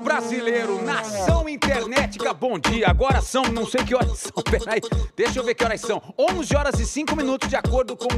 brasileiro, nação internetica, bom dia. Agora são, não sei que horas são, peraí, deixa eu ver que horas são. 11 horas e 5 minutos, de acordo com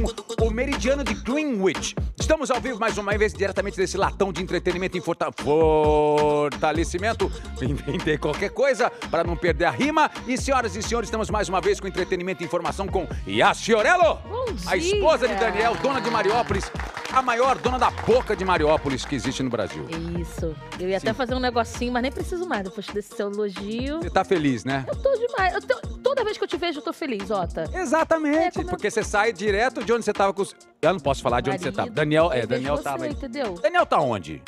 o meridiano de Greenwich. Estamos ao vivo mais uma vez, diretamente desse latão de entretenimento e forta- fortalecimento. Inventei qualquer coisa para não perder a rima. E senhoras e senhores, estamos mais uma vez com entretenimento e informação com Yas Fiorello, Bom a esposa de dia. Daniel, dona de Mariópolis, a maior dona da boca de Mariópolis que existe no Brasil. Isso. Eu ia até fazer um negocinho, mas nem preciso mais depois desse seu elogio. Você tá feliz, né? Eu tô demais. Eu tô- Toda vez que eu te vejo, eu tô feliz, Ota. É, Exatamente, como eu- porque você sai direto de onde você tava com os... Eu não posso falar de onde você Marido, tava. Daniel, eu é, vejo Daniel você, tava aí. entendeu? Daniel tá onde?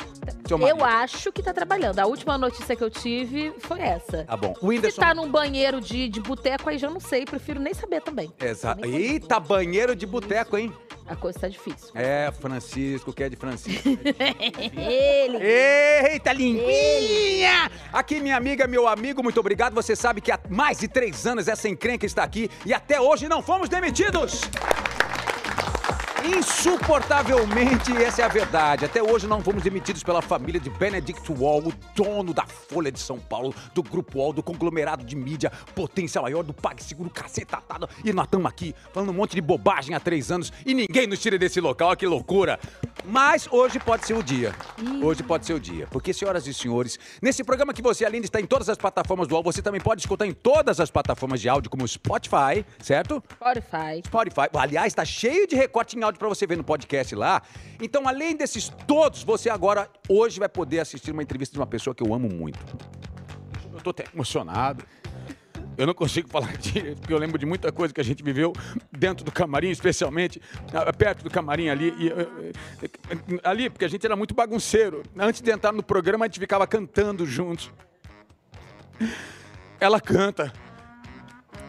Seu marido. Eu acho que tá trabalhando. A última notícia que eu tive foi essa. Tá bom. O Se Whindersson... tá num banheiro de, de boteco, aí já não sei. Prefiro nem saber também. Exa- Nem consigo. Eita, banheiro de boteco, hein? A coisa tá difícil. É, Francisco, que é de Francisco. Ele. Eita, linguinha! Aqui, minha amiga, meu amigo, muito obrigado. Você sabe que há mais de três anos essa encrenca está aqui e até hoje não fomos demitidos! Insuportavelmente, essa é a verdade. Até hoje não fomos demitidos pela família de Benedict Wall, o dono da Folha de São Paulo, do Grupo Wall, do conglomerado de mídia, potência maior do PagSeguro, cacetatado. E nós estamos aqui falando um monte de bobagem há três anos e ninguém nos tira desse local, olha que loucura. Mas hoje pode ser o dia. Hoje pode ser o dia. Porque, senhoras e senhores, nesse programa que você, além de estar em todas as plataformas do UOL, você também pode escutar em todas as plataformas de áudio, como o Spotify, certo? Spotify. Spotify. Aliás, tá cheio de recorte em áudio pra você ver no podcast lá. Então, além desses todos, você agora, hoje, vai poder assistir uma entrevista de uma pessoa que eu amo muito. Eu tô até emocionado. Eu não consigo falar direito, porque eu lembro de muita coisa que a gente viveu dentro do camarim, especialmente ah, perto do camarim ali. e, eh, eh, ali, porque a gente era muito bagunceiro. Antes de entrar no programa, a gente ficava cantando juntos. Ela canta,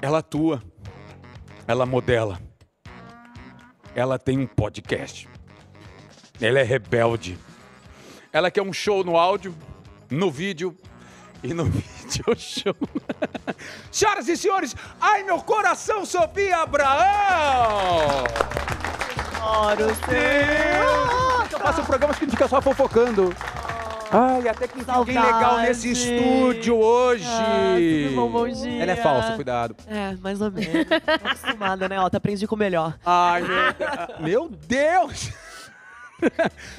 ela atua, ela modela. Ela tem um podcast. Ela é rebelde. Ela quer um show no áudio, no vídeo e no vídeo show. Senhoras e senhores, ai meu coração, Sofia Abraão! Adoro Eu faço programas que a gente fica só fofocando. Ai, até que ninguém Saudade. legal nesse estúdio hoje. Ah, tudo bom? Bom um dia. Ela é falsa, cuidado. É, mais ou menos. Tô acostumada, né? Ó, tá aprendi com o melhor. Ai, meu, ah, meu Deus!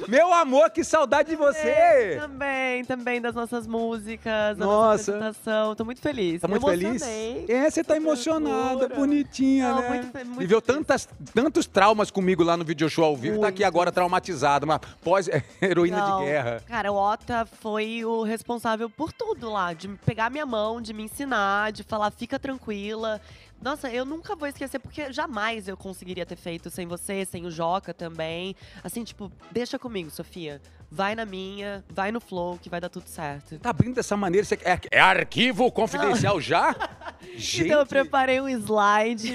meu amor, que saudade de É, você! Também, também das nossas músicas, da Nossa. nossa apresentação. Tô muito feliz. Tá Me muito feliz? emocionei. É, você tá emocionada, Ternura. bonitinha, Não, né? muito fe- muito Viveu feliz. tantas, tantos traumas comigo lá no video show ao vivo. Tá aqui Muito. agora traumatizada, uma pós-heroína Não. de guerra. Cara, o Ota foi o responsável por tudo lá. De pegar minha mão, de me ensinar, de falar, fica tranquila. Nossa, eu nunca vou esquecer, porque jamais eu conseguiria ter feito sem você, sem o Joca também. Assim, tipo, deixa comigo, Sofia. Vai na minha, vai no flow, que vai dar tudo certo. Tá abrindo dessa maneira. Você... É, é arquivo confidencial já? Gente, Então eu preparei um slide.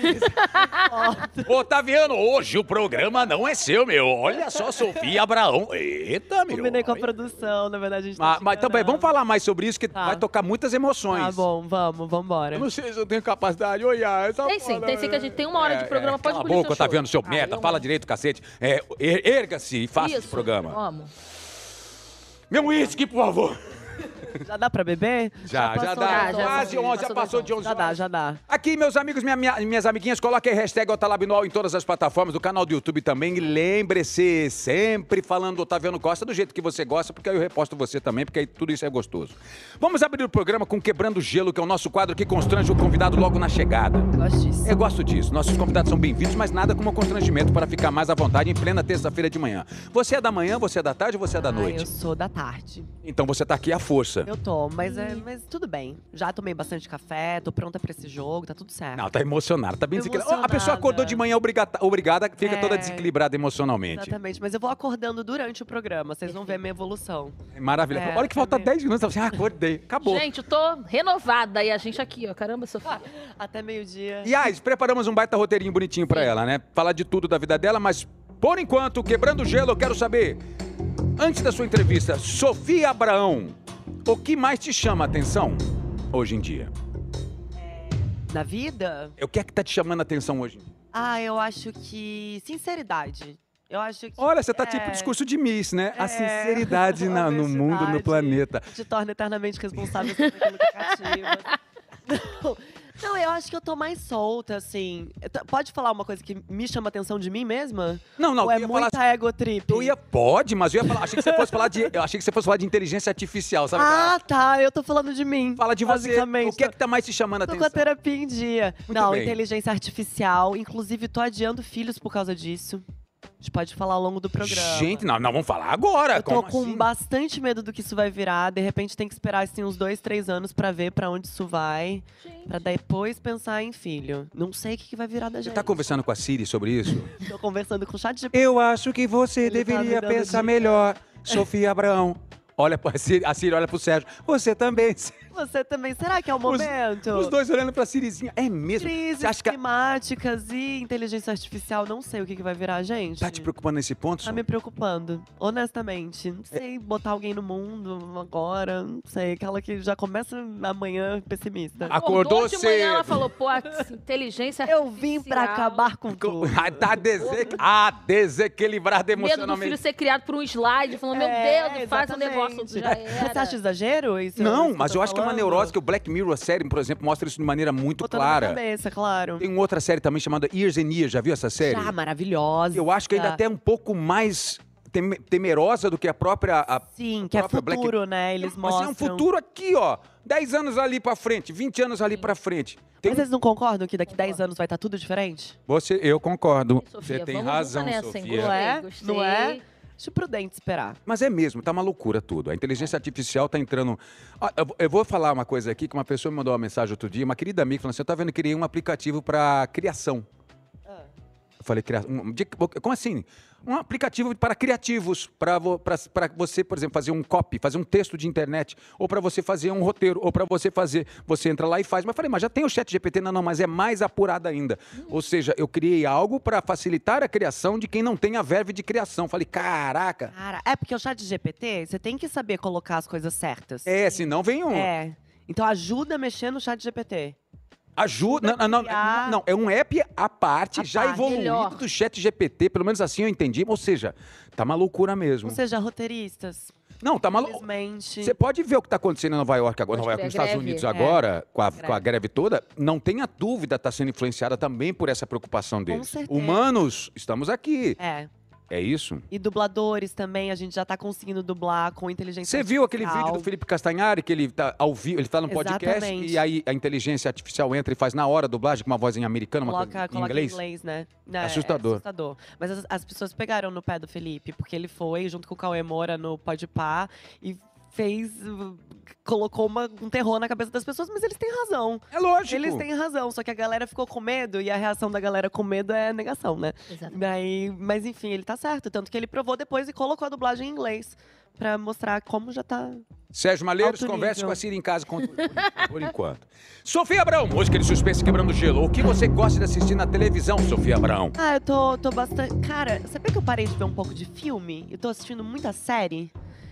Ó, Otaviano, hoje o programa não é seu, meu. Olha só, Sofia Abraão. Eita, meu. Combinei com a Olha. produção, na verdade a gente tá Ah, Mas, mas te é também, vamos enganando. falar mais sobre isso, que Tá. vai tocar muitas emoções. Tá bom, vamos, vambora. Eu não sei se eu tenho capacidade. Oi, Yara, essa Tem sim, foda- tem sim que a gente tem uma hora de programa, pode Cala a engolir seu boca, tá choro. vendo seu Ah, merda. eu Fala amo. direito, cacete. É, er- Erga-se e faça esse Isso, programa. Amo. Meu uísque, por favor. Já dá pra beber? Já, já, dá. passou das já horas. Quase 11, já passou de 11 Já dá, horas. já dá. Aqui, meus amigos, minha- minha- minhas amiguinhas, coloquem hashtag Otalabinol em todas as plataformas, do canal do YouTube também. E lembre-se, sempre falando do Otaviano Costa do jeito que você gosta, porque aí eu reposto você também, porque aí tudo isso é gostoso. Vamos abrir o programa com Quebrando o Gelo, que é o nosso quadro que constrange o convidado logo na chegada. Gosto disso. Eu gosto disso. Nossos convidados são bem-vindos, mas nada como constrangimento para ficar mais à vontade em plena terça-feira de manhã. Você é da manhã, você é da tarde ou você é da Ah, noite? eu sou da tarde. Então você tá aqui à força. Eu tô, mas, Hum. é, mas tudo bem. Já tomei bastante café, tô pronta pra esse jogo, tá tudo certo. Não, tá emocionada, tá bem desequilibrada. Ó, A Emocionada. pessoa acordou de manhã obrigata- obrigada, fica É. toda desequilibrada emocionalmente. Exatamente, mas eu vou acordando durante o programa, vocês vão ver a minha evolução. É maravilha. É, Olha que falta também. 10 minutos, tá assim, ah, acordei, acabou. Gente, eu tô renovada e a gente aqui, ó. Caramba, Tá Sofia. Até meio-dia. E aí, preparamos um baita roteirinho bonitinho pra ela, né? Falar de tudo da vida dela, mas por enquanto, quebrando o gelo, eu quero saber, antes da sua entrevista, Sofia Abraão, o que mais te chama a atenção hoje em dia? Na vida? é O que é que tá te chamando a atenção hoje? Ah, eu acho que sinceridade. Eu acho que. Olha, você tá tipo é, discurso de Miss, né? A É. sinceridade na- A no mundo, no honestidade. planeta. te torna eternamente responsável sobre aquilo que cativa. Não, não, eu acho que eu tô mais solta, assim. Eu t- Pode falar uma coisa que me chama a atenção de mim mesma? Não, não, Ou é eu ia falar. assim, muita ego trip? Eu ia, pode, mas eu ia falar. Achei que você fosse falar de. Eu achei que você fosse falar de inteligência artificial, sabe? aquela- Ah, tá. Eu tô falando de mim. Fala de você. basicamente. O que é que tá mais te chamando a Tô com atenção? a terapia em dia. Muito não, bem. inteligência artificial. Inclusive, tô adiando filhos por causa disso. A gente pode falar ao longo do programa. Gente, não, não, vamos falar agora. eu tô como com assim? bastante medo do que isso vai virar. De repente, tem que esperar assim, uns dois, três anos pra ver pra onde isso vai. Gente, Pra depois pensar em filho. Não sei o que, que vai virar da Você gente. tá conversando com a Siri sobre isso? Tô conversando com o chat de... Eu acho que você Ele tá deveria me dando pensar dica. melhor, Sofia Abrão. Olha, pra Siri, a Siri olha pro Sérgio. Você também. Você também. Será que é o momento? Os dois olhando pra Sirizinha. É mesmo? Crises Você acha que climáticas e inteligência artificial. Não sei o que, que vai virar, gente. tá te preocupando nesse ponto? Tá Sônia? me preocupando, honestamente. Não sei botar alguém no mundo agora, não sei. Aquela que já começa amanhã pessimista. Ah. Acordou de cedo. manhã, ela falou, pô, a inteligência Eu vim pra artificial. acabar com tudo. Ah, tá dese- ah, desequilibrada Medo do filho emocionalmente. ser criado por um slide, falando, meu É, Deus, faz um exatamente. negócio, já era. Você acha exagero isso? Não, Isso mas tô eu acho que é uma falando? neurose que o Black Mirror, a série, por exemplo, mostra isso de maneira muito Botando Na clara. cabeça, claro. Tem uma outra série também chamada Years and Years, já viu essa série? Já, Ah, maravilhosa. Eu acho que ainda até é um pouco mais tem- temerosa do que a própria. a- Sim, que é própria Black- futuro, né? Eles Mas mostram. é um futuro aqui, ó. 10 anos ali pra frente, 20 anos ali pra frente. Tem- um Mas é vocês não concordam que daqui 10 anos vai estar tudo diferente? Você, eu concordo. Sofia, Você tem vamos razão, nessa, hein? Sofia. Não é? Gostei, Não é? gostei. Acho prudente esperar. Mas é mesmo, tá uma loucura tudo. A inteligência artificial tá entrando. Ah, eu vou- eu vou falar uma coisa aqui que uma pessoa me mandou uma mensagem outro dia, uma querida amiga, falando assim: eu tá vendo, eu criei um aplicativo para criação. Eu falei, cria- um- de- como assim? Um aplicativo para criativos, para vo- para- para você, por exemplo, fazer um copy, fazer um texto de internet, ou para você fazer um roteiro, ou para você fazer, você entra lá e faz. Mas eu falei, mas já tem o chat GPT? Não, não, mas é mais apurado ainda. Ou seja, eu criei algo para facilitar a criação de quem não tem a verve de criação. Falei, caraca, Cara, é porque o chat GPT, você tem que saber colocar as coisas certas. é, senão vem um. É. Então ajuda a mexer no chat GPT. Ajuda. Não, não, não, criar. não, é um app à parte, À já parte. evoluído Melhor. do chat GPT, pelo menos assim eu entendi. Ou seja, tá uma loucura mesmo. Ou seja, roteiristas. Não, tá uma lou- Infelizmente. Você pode ver o que está acontecendo em Nova York agora, Pode Nova York, crer, nos Estados greve. Unidos É. agora, com, a, Greve. com a greve toda, não tenha dúvida, está sendo influenciada também por essa preocupação deles. certeza. Humanos, estamos aqui. É. É isso? E dubladores também, a gente já tá conseguindo dublar com inteligência Você viu aquele vídeo do artificial. Felipe Castanhari, que ele tá ao vivo, ele tá no podcast Exatamente. e aí a inteligência artificial entra e faz na hora a dublagem com uma voz em americana, É uma Coloca, coisa em coloca em inglês? inglês, né? Não, é- é Assustador. assustador. Mas as, as pessoas pegaram no pé do Felipe, porque ele foi junto com o Cauê Moura no Podpah e fez. uh, colocou uma- um terror na cabeça das pessoas, mas eles têm razão. É lógico. Eles têm razão, só que a galera ficou com medo e a reação da galera com medo é negação, né? Exatamente. Daí, mas enfim, ele tá certo. Tanto que ele provou depois e colocou a dublagem em inglês. Pra mostrar como já tá. Sérgio Malheiros, Alto converse nível. com a Siri em casa com... por enquanto. Sofia Abrão, música de suspense quebrando gelo. O que você gosta de assistir na televisão, Sofia Abrão? Ah, eu tô, tô bastante. Cara, sabia que eu parei de ver um pouco de filme? Eu tô assistindo muita série.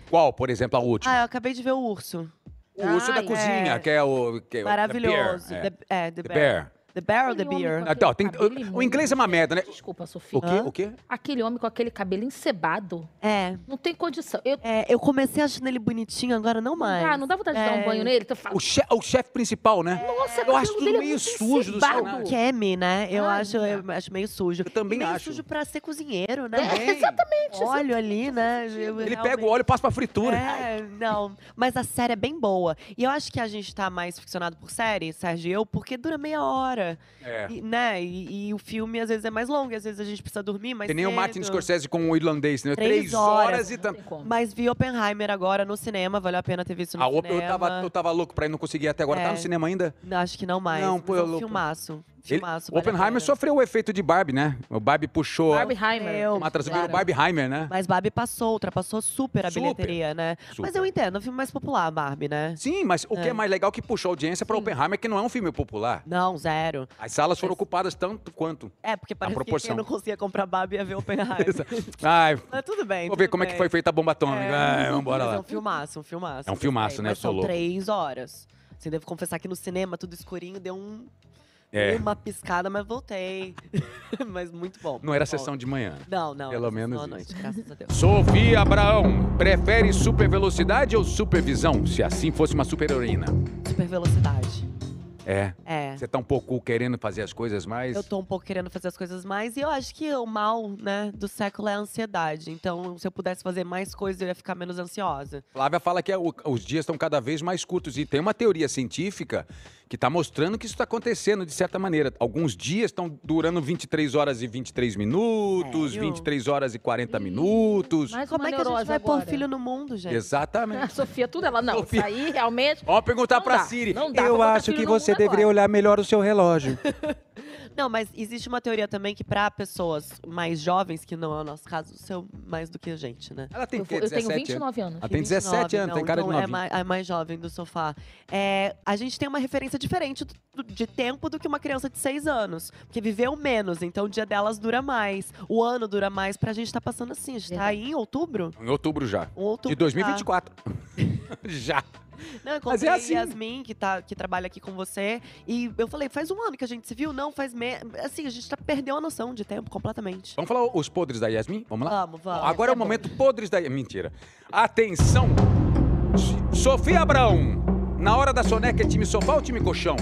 Qual, por exemplo, a última? Ah, eu acabei de ver o Urso. O urso da Ai, cozinha, é. que é o. Que é o- Maravilhoso. The Bear, é. The, é, The The Bear. Bear. The Bear ou The Aquele homem com Beer? Ah, tá, aquele tem- o- cabelo o inglês é uma imundo, merda, né? gente. Desculpa, Sofia. O quê? Hã? O quê? Aquele homem com aquele cabelo encebado, É. não tem condição. Eu, É, eu comecei achando ele bonitinho, agora não mais. Ah, não dá vontade de dar um É. banho nele? Tô falando, O, che o chefe principal, né? nossa, Eu cabelo acho tudo dele é meio muito sujo do encebado. cenário. Kemi, né? Eu Ai, acho, eu acho meio sujo. Eu também E meio acho. sujo pra ser cozinheiro, né? É, Também. Exatamente. Óleo ali, né? Eu- Ele realmente- pega o óleo e passa pra fritura. É, não. Mas a série é bem boa. E eu acho que a gente tá mais ficcionado por série, Sérgio e eu, porque dura meia hora. É. E, né? E, e o filme às vezes é mais longo, e às vezes a gente precisa dormir mais Que nem o Martin cedo. Scorsese com o irlandês, né? Três Três horas. horas e Não tanto. tem como. Mas vi Oppenheimer agora no cinema, valeu a pena ter visto no A cinema. Oprah, Ah, eu tava, eu tava louco pra ir, não conseguia até agora. Tá É. no cinema ainda? Não, Acho que não mais. Não, mas pô, é eu um louco. filmaço. Filmaço, vale a Oppenheimer pena. sofreu o efeito de Barbie, né? O Barbie puxou. Barbie Heimer. Eu- uma atrás do claro. Barbieheimer, né? Mas Barbie passou, ultrapassou super a Super. bilheteria, né? Mas Super. eu entendo, é um filme mais popular, Barbie, né? Sim, mas o que é mais legal é que puxou a audiência pra Oppenheimer, que não é um filme popular. Não, zero. As salas foram ocupadas tanto quanto. É, porque parece que proporção. quem não conseguia comprar Barbie ia ver Oppenheimer. Ai, Mas tudo bem. Vamos ver tudo como é que bem. foi feita a bomba atômica. Ai, vamos embora Mas lá. É um filmaço, um filmaço. É um filmaço, gostei. né? Eu Mas sou são louco. três horas. Assim, devo confessar que no cinema, tudo escurinho, deu um... É. Uma piscada, mas voltei. mas muito bom. Não era sessão de manhã. Não, não. Pelo era sessão menos à noite, graças a Deus. Sofia Abraão, prefere super velocidade ou supervisão? Se assim fosse uma super heroína. Super velocidade. É. É. Você tá um pouco querendo fazer as coisas mais. Eu tô um pouco querendo fazer as coisas mais e eu acho que o mal, né, do século é a ansiedade. Então, se eu pudesse fazer mais coisas, eu ia ficar menos ansiosa. Flávia fala que é o- os dias estão cada vez mais curtos. E tem uma teoria científica que está mostrando que isso está acontecendo de certa maneira. Alguns dias estão durando 23 horas e 23 minutos, Sério? 23 horas e 40 É, Ih, minutos. Mais Como uma é que a gente neurose vai pôr agora. filho no mundo, gente? Exatamente. A Sofia, tudo ela. Não, Sofia. isso aí realmente. Ó, perguntar Não pra dá, Siri. não dá pra Eu botar acho filho que no mundo você agora." deveria olhar melhor o seu relógio. Não, mas existe uma teoria também que pra pessoas mais jovens, que não é o nosso caso, o seu mais do que a gente, né? Ela tem Eu, o vou- quê? eu tenho 17 anos. 29 anos. Ah, tem 17 anos, não, tem cara de então É novinha. mais, é mais jovem do sofá. É, a gente tem uma referência diferente do- de tempo do que uma criança de 6 anos. Porque viveu menos, então o dia delas dura mais. O ano dura mais, pra gente tá passando assim. A gente tá Verdade. aí em outubro? Em outubro já. Um De outubro 2024. tá. já. Tá. Não, eu Mas é encontrei assim. Yasmin, que, tá, que trabalha aqui com você. E eu falei, faz um ano que a gente se viu? Não, faz... Me... Assim, a gente tá, perdeu a noção de tempo completamente. Vamos falar os podres da Yasmin? Vamos lá? Vamos, vamos. Agora é o bom. momento podres da. Mentira. Atenção! S- Sofia Abraão, na hora da soneca é time sofá ou time colchão?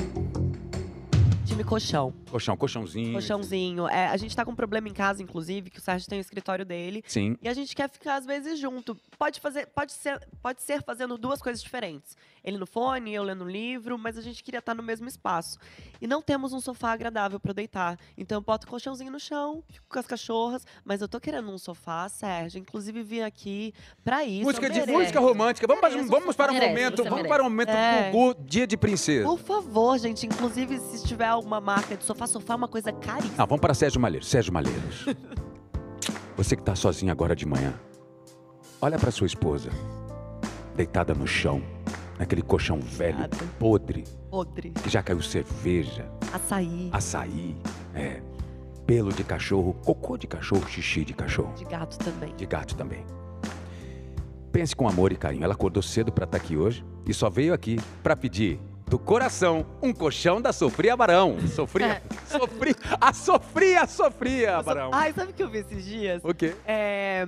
Time colchão. Colchão, colchãozinho. Colchãozinho. É, a gente tá com um problema em casa, inclusive, que o Sérgio tem o escritório dele. Sim. E a gente quer ficar, às vezes, junto. Pode, fazer, pode, ser, pode ser fazendo duas coisas diferentes. Ele no fone, eu lendo um livro, mas a gente queria estar no mesmo espaço. E não temos um sofá agradável pra eu deitar. Então eu boto o colchãozinho no chão, fico com as cachorras, mas eu tô querendo um sofá, Sérgio. Inclusive vim aqui pra isso. música eu de mereço. música romântica. Vamos, para um- Merece, vamos para um merece, momento. você Vamos merece. para um momento É. Gugu, dia de princesa. Por favor, gente. Inclusive, se tiver alguma marca de sofá, sofá é uma coisa caríssima. Não, vamos para Sérgio Malheiros. Sérgio Malheiros. Você que está sozinho agora de manhã, olha para sua esposa, deitada no chão, naquele colchão velho, Nada. podre, Podre. que já caiu cerveja, Açaí. açaí, é, pelo de cachorro, cocô de cachorro, xixi de cachorro, De gato também. de gato também. Pense com amor e carinho. Ela acordou cedo para estar aqui hoje e só veio aqui para pedir do coração um colchão da Sofria Barão. Sofria, Sofria, a Sofria, Sofria Eu sou- Barão. Ai, sabe o que eu vi esses dias? O quê? É,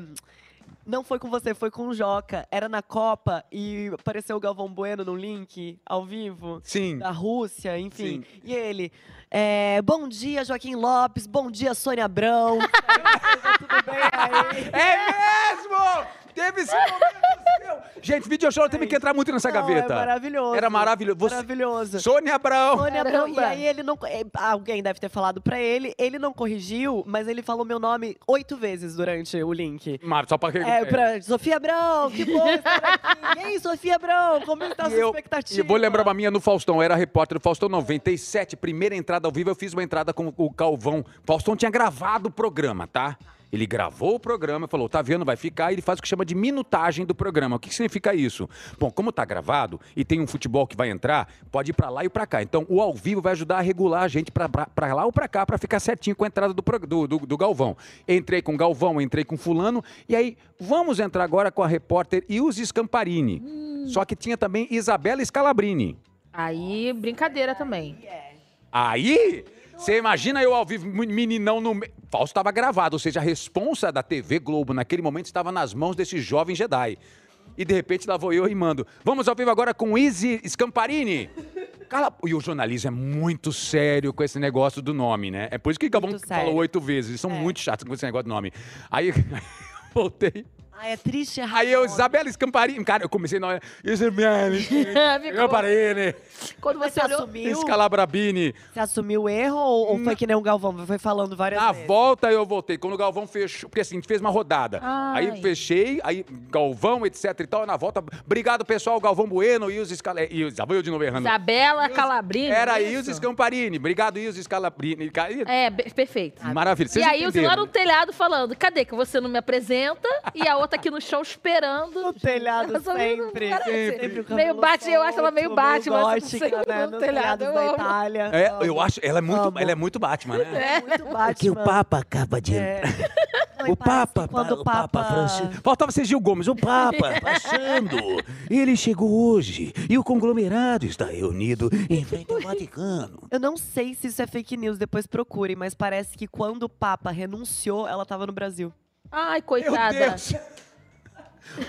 Não foi com você, foi com o Joca. Era na Copa e apareceu o Galvão Bueno no link, ao vivo. Sim. Da Rússia, enfim. E ele. é, bom dia, Joaquim Lopes. Bom dia, Sônia Abrão. Tudo bem aí? É mesmo! Teve esse momento seu. Gente, vídeo show teve que entrar muito nessa Não, gaveta. É maravilhoso. Era maravilhoso. Você- Maravilhoso. Sônia Abrão. Sônia Abrão. E Caramba. aí ele não. é, Alguém deve ter falado pra ele. Ele não corrigiu, mas ele falou meu nome oito vezes durante o link. Mas só pra É, pra Sofia Abrão, que bom estar aqui. E aí, Sofia Abrão, como está a E sua eu- expectativa? E vou lembrar uma minha no Faustão, eu era repórter do Faustão 97, primeira entrada ao vivo, eu fiz uma entrada com o Calvão. Faustão tinha gravado o programa, tá? Ele gravou o programa, falou, tá vendo, vai ficar, e ele faz o que chama de minutagem do programa. O que que significa isso? Bom, como tá gravado e tem um futebol que vai entrar, pode ir pra lá e pra cá. Então, o ao vivo vai ajudar a regular a gente pra, pra, pra lá ou pra cá, pra ficar certinho com a entrada do, prog- do, do, do Galvão. Entrei com Galvão, entrei com fulano, e aí vamos entrar agora com a repórter Ilse Scamparini. Só que tinha também Isabela Scalabrini. Aí, brincadeira também. Aí, você imagina eu ao vivo, mu- meninão no. me- Fausto estava gravado, ou seja, a responsa da TV Globo naquele momento estava nas mãos desse jovem Jedi. E de repente lá vou eu e mando. Vamos ao vivo agora com Izzy Scamparini. Cala... E o jornalismo é muito sério com esse negócio do nome, né? É por isso que Gabão Muito sério. É. falou oito vezes. Eles são muito chatos com esse negócio do nome. Aí voltei. Ah, é triste errar. Aí eu, o nome. Isabela Scamparini. Cara, eu comecei na hora. Isabela Scamparini. Quando Mas você tá você olhou. assumiu, Scalabrabini. você assumiu o erro ou, ou foi que nem o Galvão? Foi falando várias Hum. Na vezes. "Ah, volta eu voltei. Quando o Galvão fechou, porque assim, a gente fez uma rodada. Ai. Aí fechei, aí Galvão, etc e tal. Na volta, obrigado pessoal, Galvão Bueno e os Escal... é, Ius- Já vou eu de novo errando. Isabela Calabrini. Era isso? Ilse Scamparini. Obrigado, Ilse Scalabrini. Ca- Ih, É, be- perfeito. Maravilha. E Vocês aí, Ilse lá entenderam. né? no telhado falando: cadê que você não me apresenta? E a outra aqui no chão esperando. No telhado Essa menina não sempre. parece. Sempre o Meio cabelo Batman, eu acho ela meio solto, Batman, assim, gótica, sempre né? no telhado, Nos telhados eu da amo. Itália. É, eu Amo. acho, ela é muito, Amo. ela é muito Batman, né? É muito Batman. que o Papa acaba de É. falei, O parece que Papa, quando o Papa, Francisco. Faltava ser Gil Gomes, o Papa passando. Ele chegou hoje e o conglomerado está reunido em frente ao Vaticano. Eu não sei se isso é fake news, depois procurem, mas parece que quando o Papa renunciou, ela tava no Brasil. Ai, Meu coitada. Deus!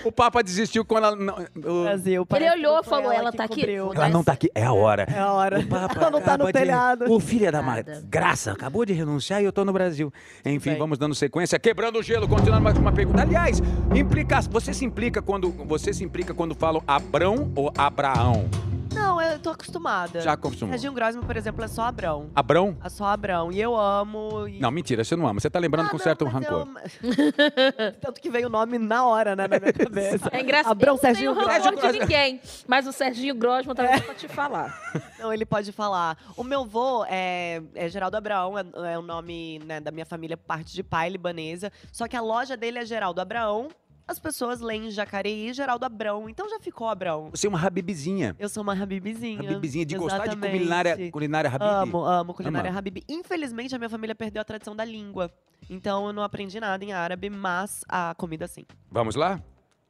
O Papa desistiu quando ela não. o- Brasil. Ele parece que olhou não e foi falou, ela que tá aqui? cobriu. Ela não tá aqui, é a hora. É a hora. O Papa ela não tá acaba no de- telhado. Ô, filha da mar... Nada. graça, acabou de renunciar e eu tô no Brasil. Enfim, bem. vamos dando sequência, quebrando o gelo, continuando mais uma pergunta. Aliás, implica... você se implica quando você se implica quando falam Abrão ou Abraão? Não, eu tô acostumada. Já acostumou. Serginho Grosman, por exemplo, é só Abrão. Abrão? É só Abrão. E eu amo. E... Não, mentira, você não ama. Você tá lembrando Ah, com não, certo mas rancor. eu- Tanto que veio o nome na hora, né, na minha cabeça. É engraçado. Abrão, eu Serginho não tenho Grosman. rancor de ninguém. Mas o Serginho tá Grosman tava É, aqui pra te falar. Não, ele pode falar. O meu vô é, é Geraldo Abraão, é, é o nome né, da minha família, parte de pai libanesa. Só que a loja dele é Geraldo Abraão. As pessoas leem Jacareí, Geraldo Abrão. Então já ficou Abraão. Você é uma habibizinha. Eu sou uma habibizinha. Habibizinha, de gostar de Exatamente. culinária, culinária habibi. Amo, amo culinária Habib. Infelizmente, a minha família perdeu a tradição da língua. Então, eu não aprendi nada em árabe, mas a comida sim. Vamos lá?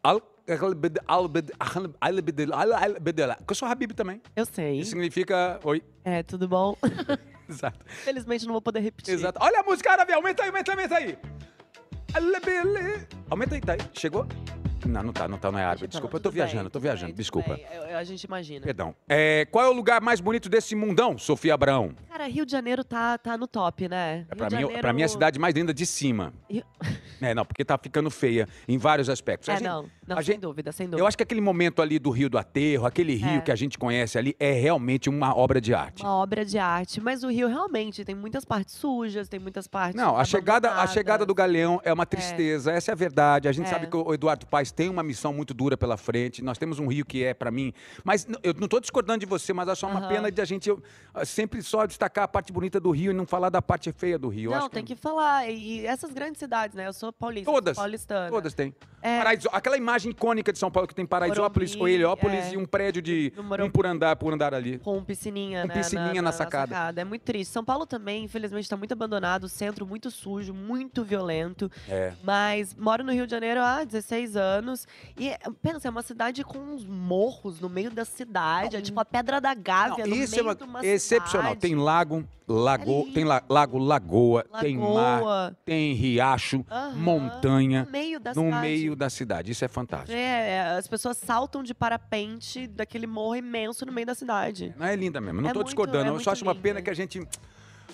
Al... Albed- Albed- Al- Albed- Al- Albedela. Que eu sou Habib também. Eu sei. Isso significa. Oi. É, tudo bom? Exato. Infelizmente, não vou poder repetir. Exato. Olha a música árabe, aumenta aí, aumenta aí, aumenta aí. Alebele. Aumenta aí, tá aí. Chegou? Não, não tá, não tá, não é árabe. Desculpa, eu tô Tudo bem, viajando, tô tudo bem, viajando, tudo desculpa. bem. Eu- eu- a gente imagina. Perdão. É, qual é o lugar mais bonito desse mundão, Sofia Abraão? Cara, Rio de Janeiro tá, tá no top, né? É Rio pra, de mim, Janeiro... pra mim, a cidade mais linda de cima. Rio- É, não, porque tá ficando feia em vários aspectos. A É, gente- não, não, a sem gente- dúvida, sem Eu dúvida. acho que aquele momento ali do Rio do Aterro, aquele rio É. que a gente conhece ali, é realmente uma obra de arte. Uma obra de arte, mas o Rio realmente tem muitas partes sujas, tem muitas partes. Não, a chegada, a chegada do abandonadas. Galeão é uma tristeza, essa é a verdade. A gente É. sabe que o Eduardo Paes tem uma missão muito dura pela frente. Nós temos um Rio que é, pra mim. Mas n- eu não estou discordando de você, mas acho uma Aham. pena de a gente eu, ah, sempre só destacar a parte bonita do Rio e não falar da parte feia do Rio. Eu Não, acho é tem que falar. E, e essas grandes cidades, né? Eu sou paulista, Todas, sou paulistana. Todas têm. É. Paraisó- aquela imagem icônica de São Paulo que tem Paraisópolis, Morumbi, Oelhópolis é. e um prédio de No um Morumbi. por andar, por andar ali. Com piscininha, Com né, piscininha na sacada. É muito triste. São Paulo também, infelizmente, tá muito abandonado. O centro muito sujo, muito violento. É. Mas moro no Rio de Janeiro há 16 anos. E é, pensa, é uma cidade com uns morros no meio da cidade. É tipo a Pedra da Gávea Não, no isso é meio uma- de uma excepcional. cidade. É Tem lago, lago, lindo. tem la- lago, lagoa, tem mar, Lagoa. tem riacho, Aham. montanha. No meio da no cidade. meio da cidade. Isso é fantástico. É, as pessoas saltam de parapente daquele morro imenso no meio da cidade. Não é linda mesmo. Não É estou muito- discordando. é eu só muito acho uma pena linda. que a gente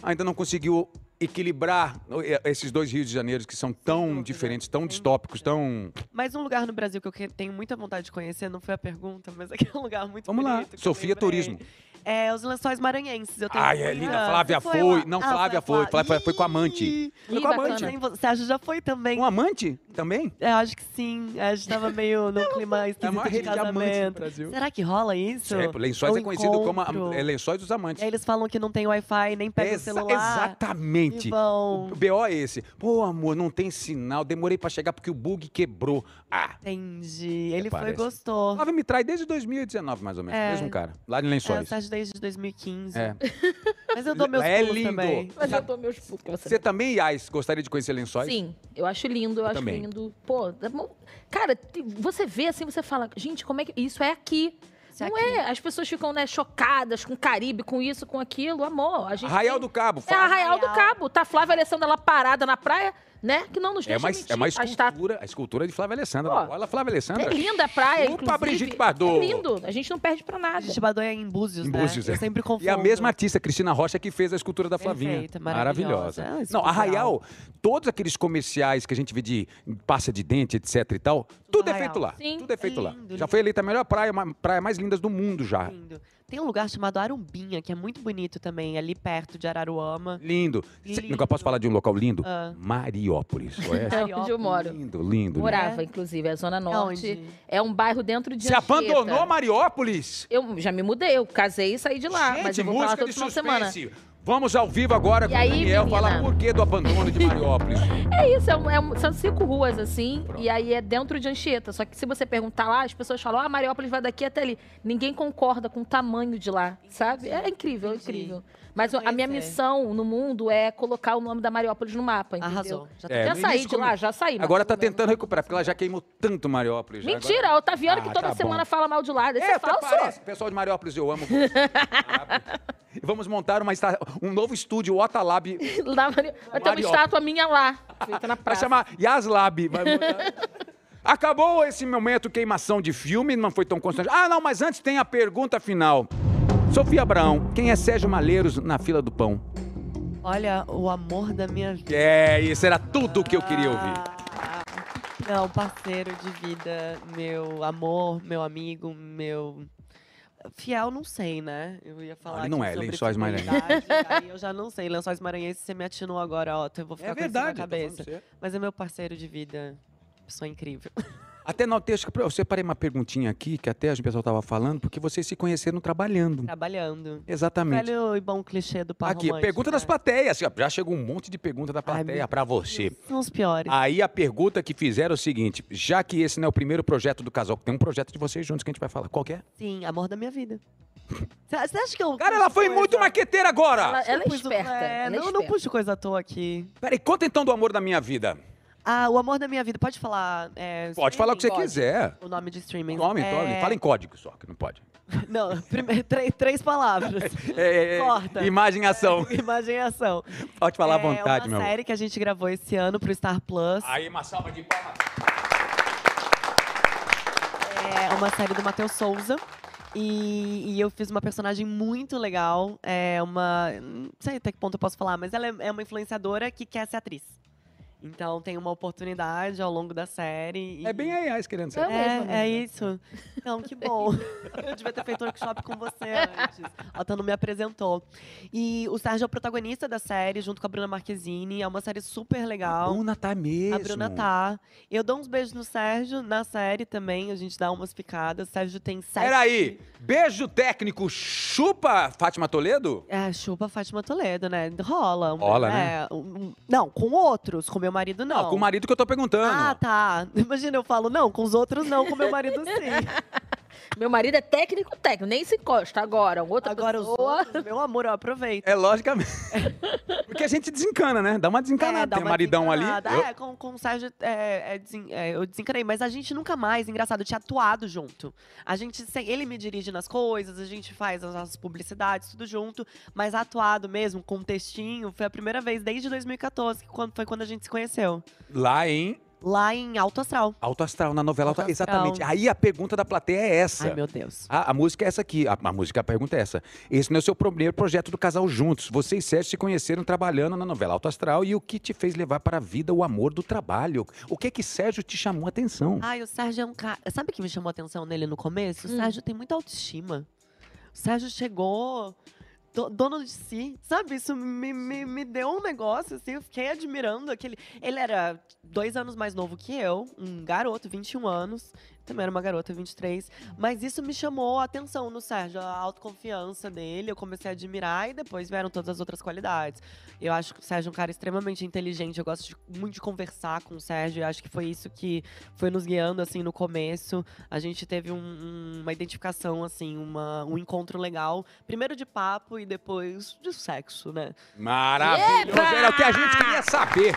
ainda não conseguiu equilibrar esses dois Rios de Janeiro que são tão dúvida, diferentes, tão sem distópicos, tão. Mas um lugar no Brasil que eu que- tenho muita vontade de conhecer, não foi a pergunta, mas é que é um lugar muito Vamos lá. bonito que eu Sofia lembrei. Turismo. É, os lençóis maranhenses. Eu tenho Ai, é muita- linda. Flávia Você foi. lá? Não, Ah, Flávia foi. Flávia foi com a amante. Ih, Foi Ih, com a bacana. amante. nem você- Sérgio já foi também. É, Um amante também? Eu acho que sim. A gente tava meio no clima É a esquisito maior de rede de amantes do casamento. Brasil. Será que rola isso? Sempre. Lençóis Um é conhecido como encontro. a, é Lençóis dos E Amantes. aí eles falam que não tem Wi-Fi, nem pega o Exa- celular. exatamente. E vão. O BO é esse. Pô, amor, não tem sinal. Demorei pra chegar porque o bug quebrou. Ah, Entendi. Ele foi e parece. gostou. Flávia me traz desde 2019, mais ou menos. É. Mesmo cara. Lá em É, o Lençóis. Sérgio desde 2015. É. Mas eu dou meus É pulos lindo. também. Mas eu tô meus putos com você. Você também, Yas, gostaria de conhecer lençóis? Sim, eu acho lindo, eu, acho também. lindo. Pô, é mo- cara, tem- você vê assim, você fala, gente, como é que. Isso é aqui. Isso é não aqui. é? As pessoas ficam, né, chocadas com o Caribe, com isso, com aquilo. Amor, a gente. Arraial tem- do Cabo. É fala. Arraial do Arraial. Cabo. Tá a Flávia Alessandra lá parada na praia, né? Que não nos É deixa uma, mentir. é uma a estátua. escultura, a escultura de Flávia Alessandra. Ó. Olha, Flávia Alessandra. É linda a praia, Opa, inclusive. Brigitte Bardot. É lindo, a gente não perde pra nada. A gente badou em Búzios, Em né? Búzios, eu é. sempre confundo. E a mesma artista, Cristina Rocha, que fez a escultura da Flavinha. Perfeita, maravilhosa. É, Não, escultural. Arraial, todos aqueles comerciais que a gente vê de passa de dente, etc e tal, tudo é Arraial. feito lá. Sim. Tudo é feito lá. Lindo, Já lindo. foi eleita a melhor praia, uma praia mais lindas do mundo já. Lindo. Tem um lugar chamado Arumbinha, que é muito bonito também, ali perto de Araruama. Lindo. Cê- Lindo. Nunca posso falar de um local lindo? Ah. Mariópolis. Oeste. É onde eu moro. lindo, lindo. lindo. Morava, inclusive, é a Zona Norte. onde? É um bairro dentro de Você Anchieta. abandonou Mariópolis? Eu já me mudei, eu casei e saí de lá. Gente, mas eu vou falar música todo de final de suspense. semana. Vamos ao vivo agora E com aí, o Daniel menina? falar por que do abandono de Mariópolis. É isso, é um- é um- são cinco ruas assim, e aí é dentro de Anchieta. Só que se você perguntar lá, as pessoas falam, ah, Mariópolis vai daqui até ali. Ninguém concorda com o tamanho de lá, sabe? É incrível, é entendi. incrível. Mas a Pois minha é. missão no mundo é colocar o nome da Mariópolis no mapa, entendeu? Arrasou. Já tá É, Já no saí início de lá, come- já saí. mas Agora tá tudo bem. tentando recuperar, porque ela já queimou tanto Mariópolis. já. Mentira, o Otaviano Ah, que toda tá semana bom. fala mal de lá. Isso É, é até falso. parece. Pessoal de Mariópolis, eu amo vocês. Ah, e Vamos montar uma esta- um novo estúdio, o Otalab, Lá, Mari- Vai ter uma Mariópolis. estátua minha lá, feita na pra praça. chamar Yaslab. Vai mudar. Acabou esse momento queimação de filme, não foi tão constante. Ah, não, mas antes tem a pergunta final. Sofia Abraão, quem é Sérgio Malheiros na fila do pão? Olha, o amor da minha vida. É, isso era tudo o que eu queria ouvir. Não, parceiro de vida, meu amor, meu amigo, meu. Fiel, não sei, né? Eu ia falar. ele não aqui é, sobre Lençóis Maranhenses. fidelidade, Aí eu já não sei. Lençóis Maranhenses, você me atinou agora, ó. Eu vou ficar É com isso na verdade. eu tô falando cabeça. pra você. Mas é meu parceiro de vida. Pessoa incrível. Até não, deixa que eu separei uma perguntinha aqui, que até a gente pessoal estava falando, porque vocês se conheceram trabalhando. Tá. Trabalhando. Exatamente. Velho e bom clichê do par Aqui, romântico, pergunta das né? plateias. assim, ó, Já chegou um monte de pergunta da Ai, meu plateia pra você. São os piores. Aí a pergunta que fizeram é o seguinte: já que esse não é o primeiro projeto do casal, que tem um projeto de vocês juntos que a gente vai falar. Qual que é? Sim, amor da minha vida. Você você acha que eu. Cara, ela puxo foi coisa- muito maqueteira agora! Ela, ela é Puxo- esperta. É, ela é não, não esperta. puxo coisa à toa aqui. Peraí, conta então do amor da minha vida. Ah, o amor da minha vida. Pode falar. é, Pode falar o que você streaming? quiser. O nome de streaming. Tome, é... tome. Fala em código só, que não pode. Não, primeiro, três, três palavras. É, é, é, Corta. Imagem e ação. Imagem e ação. Pode falar à É vontade, uma meu amor. série que a gente gravou esse ano pro Star Plus. Aí, uma salva de palmas. É uma série do Matheus Souza. E, e eu fiz uma personagem muito legal. É uma. Não sei até que ponto eu posso falar, mas ela é, é uma influenciadora que quer ser atriz. Então tem uma oportunidade ao longo da série. e- É bem AIs querendo ser. Eu mesma, É, é menina. isso. Então, que bom. Eu devia ter feito workshop com você antes. A Tano me apresentou. E o Sérgio é o protagonista da série, junto com a Bruna Marquezine. É uma série super A legal. Bruna tá mesmo. A Bruna tá. Eu dou uns beijos no Sérgio, na série também, a gente dá umas picadas. O Sérgio tem sete. Peraí, beijo técnico, chupa Fátima Toledo? É, chupa a Fátima Toledo, né? Rola. um- Rola, é, né? um- um- não, com outros, com meu marido não. Não, com o marido que eu tô perguntando. Ah, tá. Imagina, eu falo, não, com os outros não, com meu marido sim. Meu marido é técnico, técnico, nem se encosta. Agora, outra Agora os pessoa. outros, meu amor, eu aproveito. É logicamente. Porque a gente desencana, né? Dá uma desencanada. É, dá Tem um uma maridão ali. desencanada. Eu- É, com, com o Sérgio é, é, desen- é, eu desencanei, mas a gente nunca mais, engraçado, tinha atuado junto. A gente, se- ele me dirige nas coisas, a gente faz as nossas publicidades, tudo junto, mas atuado mesmo, com textinho, foi a primeira vez desde 2014, que quando, foi quando a gente se conheceu. Lá em Lá em Alto Astral. Alto Astral, na novela Alto Alto Astral. Astral. Exatamente. Aí a pergunta da plateia é essa. Ai, meu Deus. A, a música é essa aqui. A, a música, a pergunta é essa. Esse não é o seu primeiro projeto do casal juntos. Vocês Sérgio se conheceram trabalhando na novela Alto Astral e o que te fez levar para a vida o amor do trabalho? O que é que Sérgio te chamou a atenção? Ai, o Sérgio é um cara. Sabe o que me chamou a atenção nele no começo? O Hum. Sérgio tem muita autoestima. O Sérgio chegou do- dono de si, sabe? Isso me, me, me deu um negócio, assim, eu fiquei admirando aquele. Ele era dois anos mais novo que eu, um garoto, 21 anos. Também era uma garota, 23. Mas isso me chamou a atenção no Sérgio, a autoconfiança dele. Eu comecei a admirar e depois vieram todas as outras qualidades. Eu acho que o Sérgio é um cara extremamente inteligente. Eu gosto de- muito de conversar com o Sérgio. Eu acho que foi isso que foi nos guiando, assim, no começo. A gente teve um- um- uma identificação, assim, uma, um encontro legal. Primeiro de papo e depois de sexo, né? Maravilhoso! Eba! Era é o que a gente queria saber.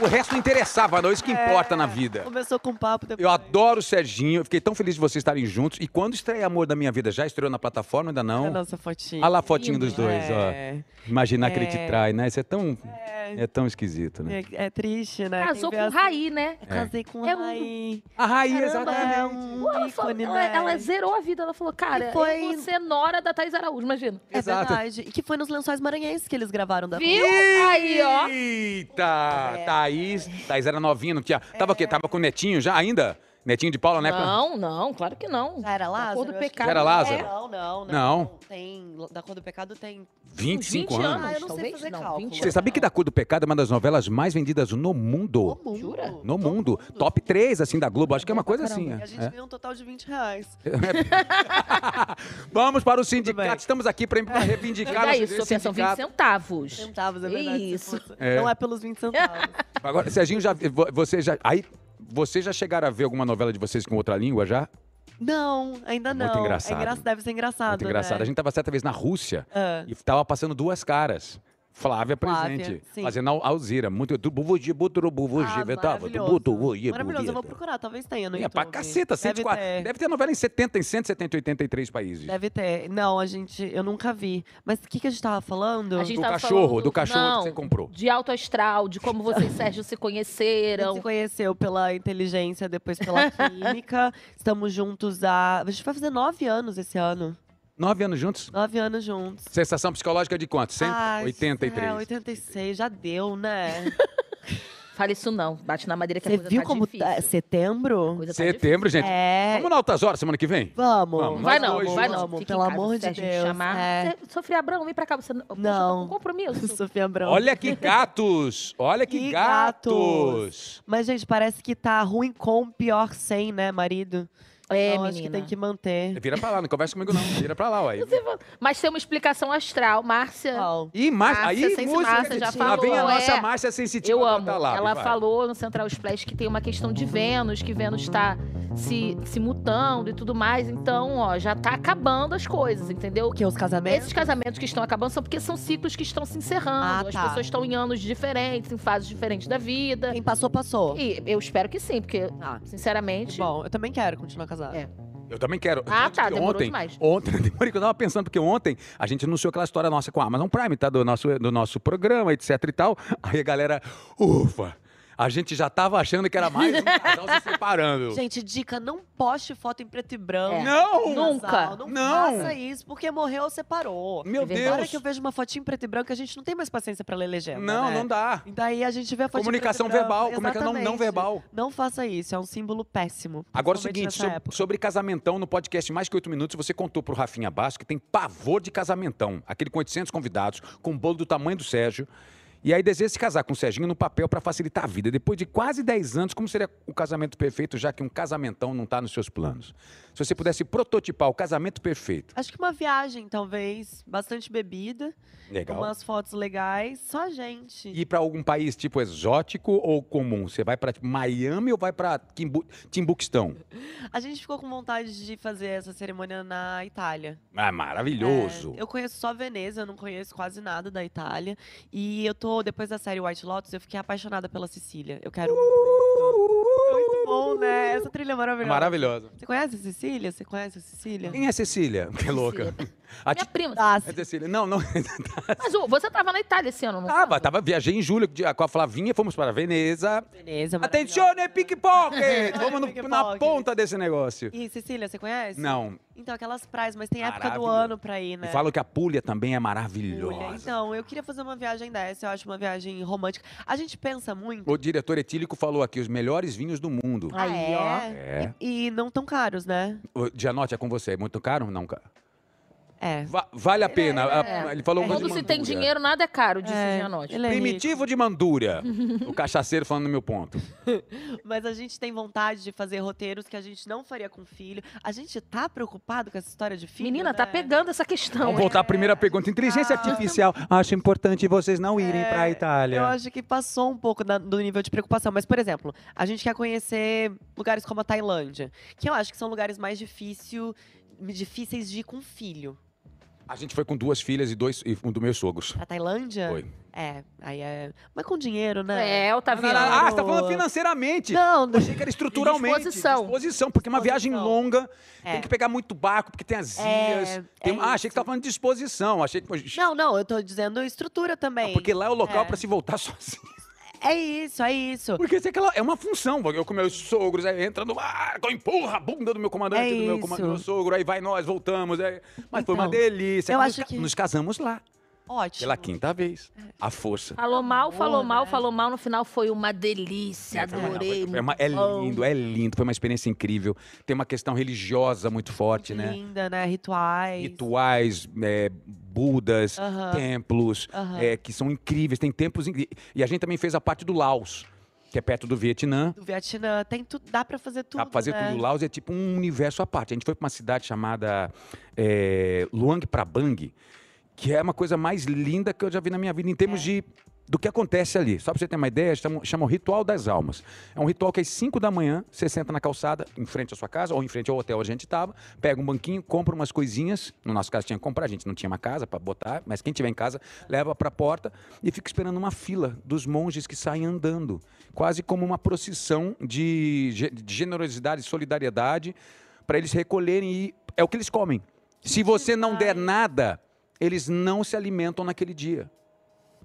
O resto não interessava, não. É Isso que É. importa na vida. Começou com papo, É. depois... Eu adoro o Serginho, eu fiquei tão feliz de vocês estarem juntos. E quando estreia Amor da Minha Vida? Já estreou na plataforma? Ainda A não? nossa fotinha. Olha lá a fotinho dos dois, ó. é, Imaginar que ele te É. trai, né? Isso é tão, é, é tão esquisito, né? é, é triste, né? Quem Casou vê com o assim- Raí, né? É. Casei com o É um- Raí. A Raí, Caramba, exatamente. É um Pô, ela, falou- ícone, ela- é, né? ela zerou a vida. Ela falou, cara, E foi- eu vou ser nora da Thaís Araújo, imagina. É Exato. verdade. E que foi nos Lençóis Maranhenses que eles gravaram da Viu? Aí, ó. É. Eita! Thaís, Thaís era novinha, não tinha. Tava o quê? Tava com o netinho já ainda? Netinho de Paula, né? Não, não, claro que não. Já era Lázaro? do Eu acho que- É, Pecado. né? Já era Lázaro? Não, não, não. Não. Tem, da cor do pecado tem. 25 20 anos. Ah, eu não sei talvez? fazer Não, cálculo. 20 Você sabia que Da Cor do Pecado é uma das novelas mais vendidas no mundo? No mundo. Jura? No mundo. Top 3, assim, da Globo. Acho que é uma coisa assim. E a gente é. ganhou um total de 20 reais. Vamos para o Tudo sindicato. bem. Estamos aqui para reivindicar é Olha nosso é isso, Sofia, são 20 sindicato. centavos. Centavos, é verdade. se Isso. fosse. É. Não é pelos 20 centavos. Agora, Serginho, já, vo- você já. Aí, vocês já chegaram a ver alguma novela de vocês com outra língua já? Não, ainda não. Muito engraçado. É engra- Deve ser engraçado. Muito engraçado. Né? A gente estava certa vez na Rússia Ah. e tava passando duas caras. Flávia Flávia, presente, sim. fazendo a Alzira. Muito. Ah, tá, maravilhoso. Maravilhoso, eu vou procurar, talvez tenha no É YouTube. pra caceta, Deve 104. ter. Deve, ter novela em 70, em 170, 83 países. Deve ter. Não, a gente. Eu nunca vi. Mas o que, que a gente tava falando? A gente Do tava cachorro, falando- do cachorro Não, que você comprou. De alto astral, de como você e Sérgio se A gente se conheceram. conheceu pela inteligência, depois pela química. Estamos juntos há. A gente vai fazer nove anos esse ano. Nove anos juntos? Nove anos juntos. Sensação psicológica de quanto? 100? Ai, 83. É, 86, já deu, né? Fala isso não, bate na madeira que Você a coisa viu tá como. difícil. tá- A Setembro? coisa tá Setembro, gente. É. Vamos na altas horas semana que vem? Vamos. Vamos, Vai Nós não, dois vai juntos. não. Vamos, Fica em pelo casa, amor se a de gente Deus. Chamar. É. Você- Sofia Abrão, vem pra cá. Você não, poxa, eu tô com Não. compromisso. Sofia Abrão. Olha que gatos! Olha que, Que gatos! Mas, gente, parece que tá ruim com, pior sem, né, marido? É, então, acho que menina. tem que manter. Vira pra lá, não conversa comigo não. Vira pra lá, ué. é Mas tem uma explicação astral, Ah, Márcia. Qual? E mais, Márcia aí Sensi- música. Márcia já gente. lá vem a falou, nossa é. Márcia Sensitiva. Eu botar amo. Lá, Ela vai. falou no Central Splash que tem uma questão de Vênus, que Vênus está se, se mutando e tudo mais. Então, ó, já tá acabando as coisas, entendeu? O que? Os Hum. casamentos? Esses casamentos que estão acabando são porque são ciclos que estão se encerrando. Ah, As tá. pessoas estão em anos diferentes, em fases diferentes da vida. Quem passou, passou. E eu espero que sim, porque, Ah, sinceramente. bom, eu também quero continuar casada. É. Eu também quero. Ah, Tanto tá, que demorou ontem, demais. Ontem, demorei que eu tava pensando, porque ontem a gente anunciou aquela história nossa com a Amazon Prime, tá? Do nosso, do nosso programa, etc e tal. Aí a galera, ufa! A gente já tava achando que era mais um casal se separando. Gente, dica, não poste foto em preto e branco. É. Não! Casal, Nunca. Não, Não. faça isso, porque morreu ou separou. Meu É Deus! verdade. Na hora que eu vejo uma fotinha em preto e branco, a gente não tem mais paciência pra ler legenda, Não, né? não dá. E Daí a gente vê a foto Comunicação em preto e verbal, é branco. comunicação não- não Exatamente. verbal. Não faça isso, é um símbolo péssimo. Agora é o principalmente seguinte, nessa so- época. sobre casamentão, no podcast Mais Que Oito Minutos, você contou pro Rafinha Basso que tem pavor de casamentão. Aquele com 800 convidados, com um bolo do tamanho do Sérgio. E aí deseja se casar com o Serginho no papel para facilitar a vida. Depois de quase 10 anos, como seria o casamento perfeito, já que um casamentão não tá nos seus planos? Se você pudesse prototipar o casamento perfeito. Acho que uma viagem, talvez, bastante bebida, Legal. umas fotos legais, só a gente. E ir para algum país tipo exótico ou comum? Você vai para Miami ou vai para Timbuquistão? A gente ficou com vontade de fazer essa cerimônia na Itália. Ah, maravilhoso. É, eu conheço só Veneza, eu não conheço quase nada da Itália. E eu tô, depois da série White Lotus, eu fiquei apaixonada pela Sicília. Eu quero Uh! muito. Muito bom, né? Essa trilha é maravilhosa. Maravilhosa. Você conhece a Sicília? Você conhece a Sicília? Quem é Cecília? Que louca. A Minha ti- prima. Ah, É Cecília. Não, não. Mas ô, você tava na Itália esse ano, não Tava, tava. Viajei em julho de- com a Flavinha, fomos para Veneza. Veneza, Atenção, é pickpocket! Olha, Vamos no- na pickpocket. ponta desse negócio. E Sicília, você conhece? Não. Então, aquelas praias, mas tem época do Maravilhoso. ano pra ir, né? E falam que a Puglia também é Olha, maravilhosa. Então, eu queria fazer uma viagem dessa, eu acho uma viagem romântica. A gente pensa muito. O diretor etílico falou aqui os melhores vinhos do mundo. Ah, Aí, ó. É. E, e não tão caros, né? Ô, Dianote, é com você. É muito caro? Não, cara. É. Va- vale a pena. É. Ah, Ele falou É. uma de Quando se tem mandúria. dinheiro, nada é caro, disse é, é. Gianotti. ele é rico. Primitivo de Mandúria. o cachaceiro falando no meu ponto. Mas a gente tem vontade de fazer roteiros que a gente não faria com filho. A gente tá preocupado com essa história de filho. Menina, né? tá pegando essa questão. Vamos hein? voltar à primeira pergunta. Inteligência Ah. É, artificial. Acho importante vocês não irem para a Itália. Eu acho que passou um pouco da- do nível de preocupação. Mas, por exemplo, a gente quer conhecer lugares como a Tailândia, que eu acho que são lugares mais difícil, difíceis de ir com filho. A gente foi com duas filhas e dois e um dos meus sogros. Pra Tailândia? Foi. É, aí é. Mas com dinheiro, né? É, o Não, não, Tavinho. não. Ah, Claro. você tá falando financeiramente. Não, Eu Achei que era estruturalmente. Disposição. Disposição, porque é uma viagem Disposição. longa, É. tem que pegar muito barco, porque tem as É, ilhas. é tem- Ah, achei isso. que tava falando de disposição. Achei que. Não, não, eu tô dizendo estrutura também. Porque lá é o local É. pra se voltar sozinho. É isso, é isso. Porque isso é, aquela, é uma função. Eu com meus sogros, aí entra no barco, empurra a bunda do meu comandante, É do meu, coma- isso. do meu sogro, aí vai nós, voltamos. aí- Mas foi uma Então, delícia. eu nos, acho ca- que- nos casamos lá. Ótimo. Pela quinta vez. A força. Ah, Falou mal, falou Amor, mal, né? falou mal. No final foi uma delícia. É, foi uma- Adorei. É, uma- é muito bom. lindo, é lindo. Foi uma experiência incrível. Tem uma questão religiosa muito forte, né? Linda, né? Rituais. Rituais, é, budas, Aham. templos, Aham. é, que são incríveis. Tem templos incríveis. E a gente também fez a parte do Laos, que é perto do Vietnã. Do Vietnã. Tem tu... Dá pra fazer tudo. Dá pra fazer né? tudo. O Laos é tipo um universo à parte. A gente foi pra uma cidade chamada é, Luang Prabang, que é uma coisa mais linda que eu já vi na minha vida em É. termos de do que acontece ali. Só pra você ter uma ideia, chama, chama o Ritual das Almas. É um ritual que às 5 da manhã você senta na calçada, em frente à sua casa, ou em frente ao hotel onde a gente tava, pega um banquinho, compra umas coisinhas. No nosso caso tinha que comprar, a gente não tinha uma casa pra botar, mas quem tiver em casa leva pra porta e fica esperando uma fila dos monges que saem andando. Quase como uma procissão de, ge- de generosidade e solidariedade pra eles recolherem e é o que eles comem. Se você não der nada, eles não se alimentam naquele dia.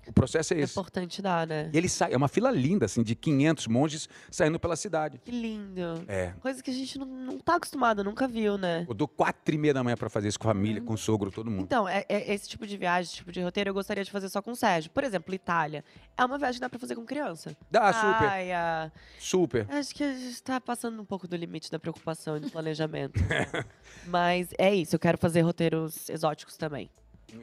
O processo é É esse. importante dar, né? E ele sai, é uma fila linda, assim, de 500 monges saindo pela cidade. Que lindo. É. Coisa que a gente não, não tá acostumada, nunca viu, né? Eu dou quatro e meia da manhã pra fazer isso com a família, com o sogro, todo mundo. Então, é, é- esse tipo de viagem, esse tipo de roteiro, eu gostaria de fazer só com o Sérgio. Por exemplo, Itália. É uma viagem que dá pra fazer com criança. Dá, Ah, tá. super, Praia. super. Acho que a gente tá passando um pouco do limite da preocupação e do planejamento. né? Mas é isso, eu quero fazer roteiros exóticos também.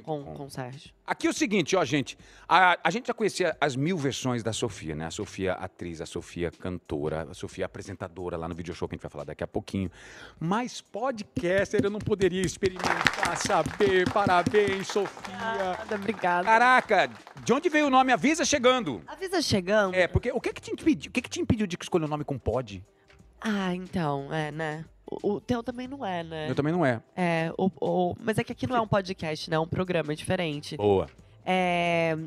Com, com o Sérgio. Aqui é o seguinte, ó, gente. A, a gente já conhecia as mil versões da Sofia, né? A Sofia atriz, a Sofia cantora, a Sofia apresentadora lá no video show que a gente vai falar daqui a pouquinho. Mas podcaster eu não poderia experimentar, saber. Parabéns, Sofia. Obrigada, obrigada. Caraca, de onde veio o nome? Avisa chegando. Avisa chegando. É, porque o que é que te impediu, o que é que te impediu de escolher o nome com pod? Ah, então, é, né? O, o teu também não é, né? Eu também não é. É, o, o- mas é que aqui não é um podcast, né? É um programa diferente. Boa. É,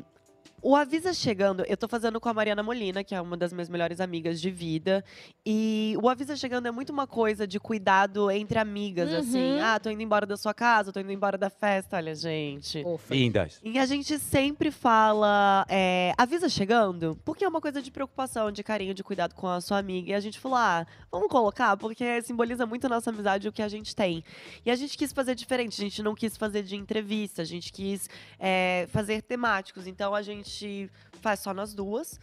o Avisa Chegando, eu tô fazendo com a Mariana Molina, que é uma das minhas melhores amigas de vida. E o Avisa Chegando é muito uma coisa de cuidado entre amigas, Uhum. assim. Ah, tô indo embora da sua casa, tô indo embora da festa, olha, gente. Fofa. Lindas. E a gente sempre fala, é, avisa chegando, porque é uma coisa de preocupação, de carinho, de cuidado com a sua amiga. E a gente falou, ah, vamos colocar, porque simboliza muito a nossa amizade e o que a gente tem. E a gente quis fazer diferente, a gente não quis fazer de entrevista, a gente quis é, fazer temáticos. Então a gente faz só nós duas.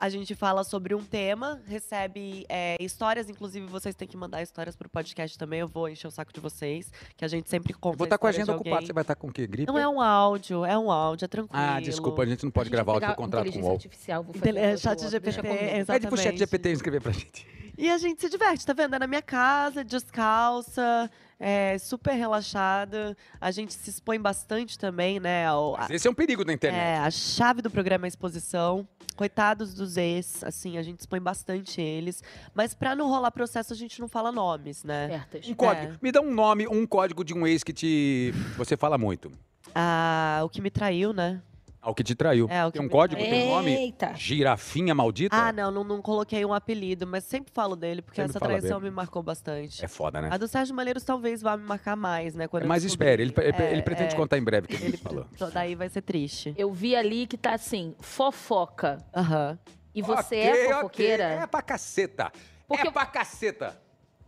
A gente fala sobre um tema, recebe é, histórias, inclusive vocês têm que mandar histórias pro podcast também. Eu vou encher o saco de vocês, que a gente sempre conta. Eu vou estar com a história de agenda ocupada, alguém. você vai estar com o quê? Gripe? Não é um áudio, é um áudio, é tranquilo. Ah, desculpa, a gente não pode Deixa eu gravar o pegar teu contrato com o É inteligência UOL. artificial, vou fazer Intele- outro chat áudio, GPT, deixa comigo. exatamente. né? Pede pro chat GPT escrever pra gente. E a gente se diverte, tá vendo? É na minha casa, descalça, é, super relaxada. A gente se expõe bastante também, né? ao- a, Mas esse é um perigo da internet. é, a chave do programa é a exposição. Coitados dos ex, assim, a gente expõe bastante eles. Mas pra não rolar processo, a gente não fala nomes, né? Certas. Um código. Me dá um nome, um código de um ex que te. Você fala muito. Ah, o que me traiu, né? Ao que te traiu. É, o que tem um me código, traiu. tem um nome? Eita. Girafinha maldita? Ah, não, não, não coloquei um apelido, mas sempre falo dele, porque Sempre essa fala traição dele. me marcou bastante. É foda, né? A do Sérgio Malheiros talvez vá me marcar mais, né? Quando eu Mas descobrir. espere, ele, ele- É, ele pretende é. contar em breve o que ele Ele falou. Só daí vai ser triste. Eu vi ali que tá assim, fofoca. Aham. E você Ok, ok, é fofoqueira? É pra caceta. Porque É eu- pra caceta.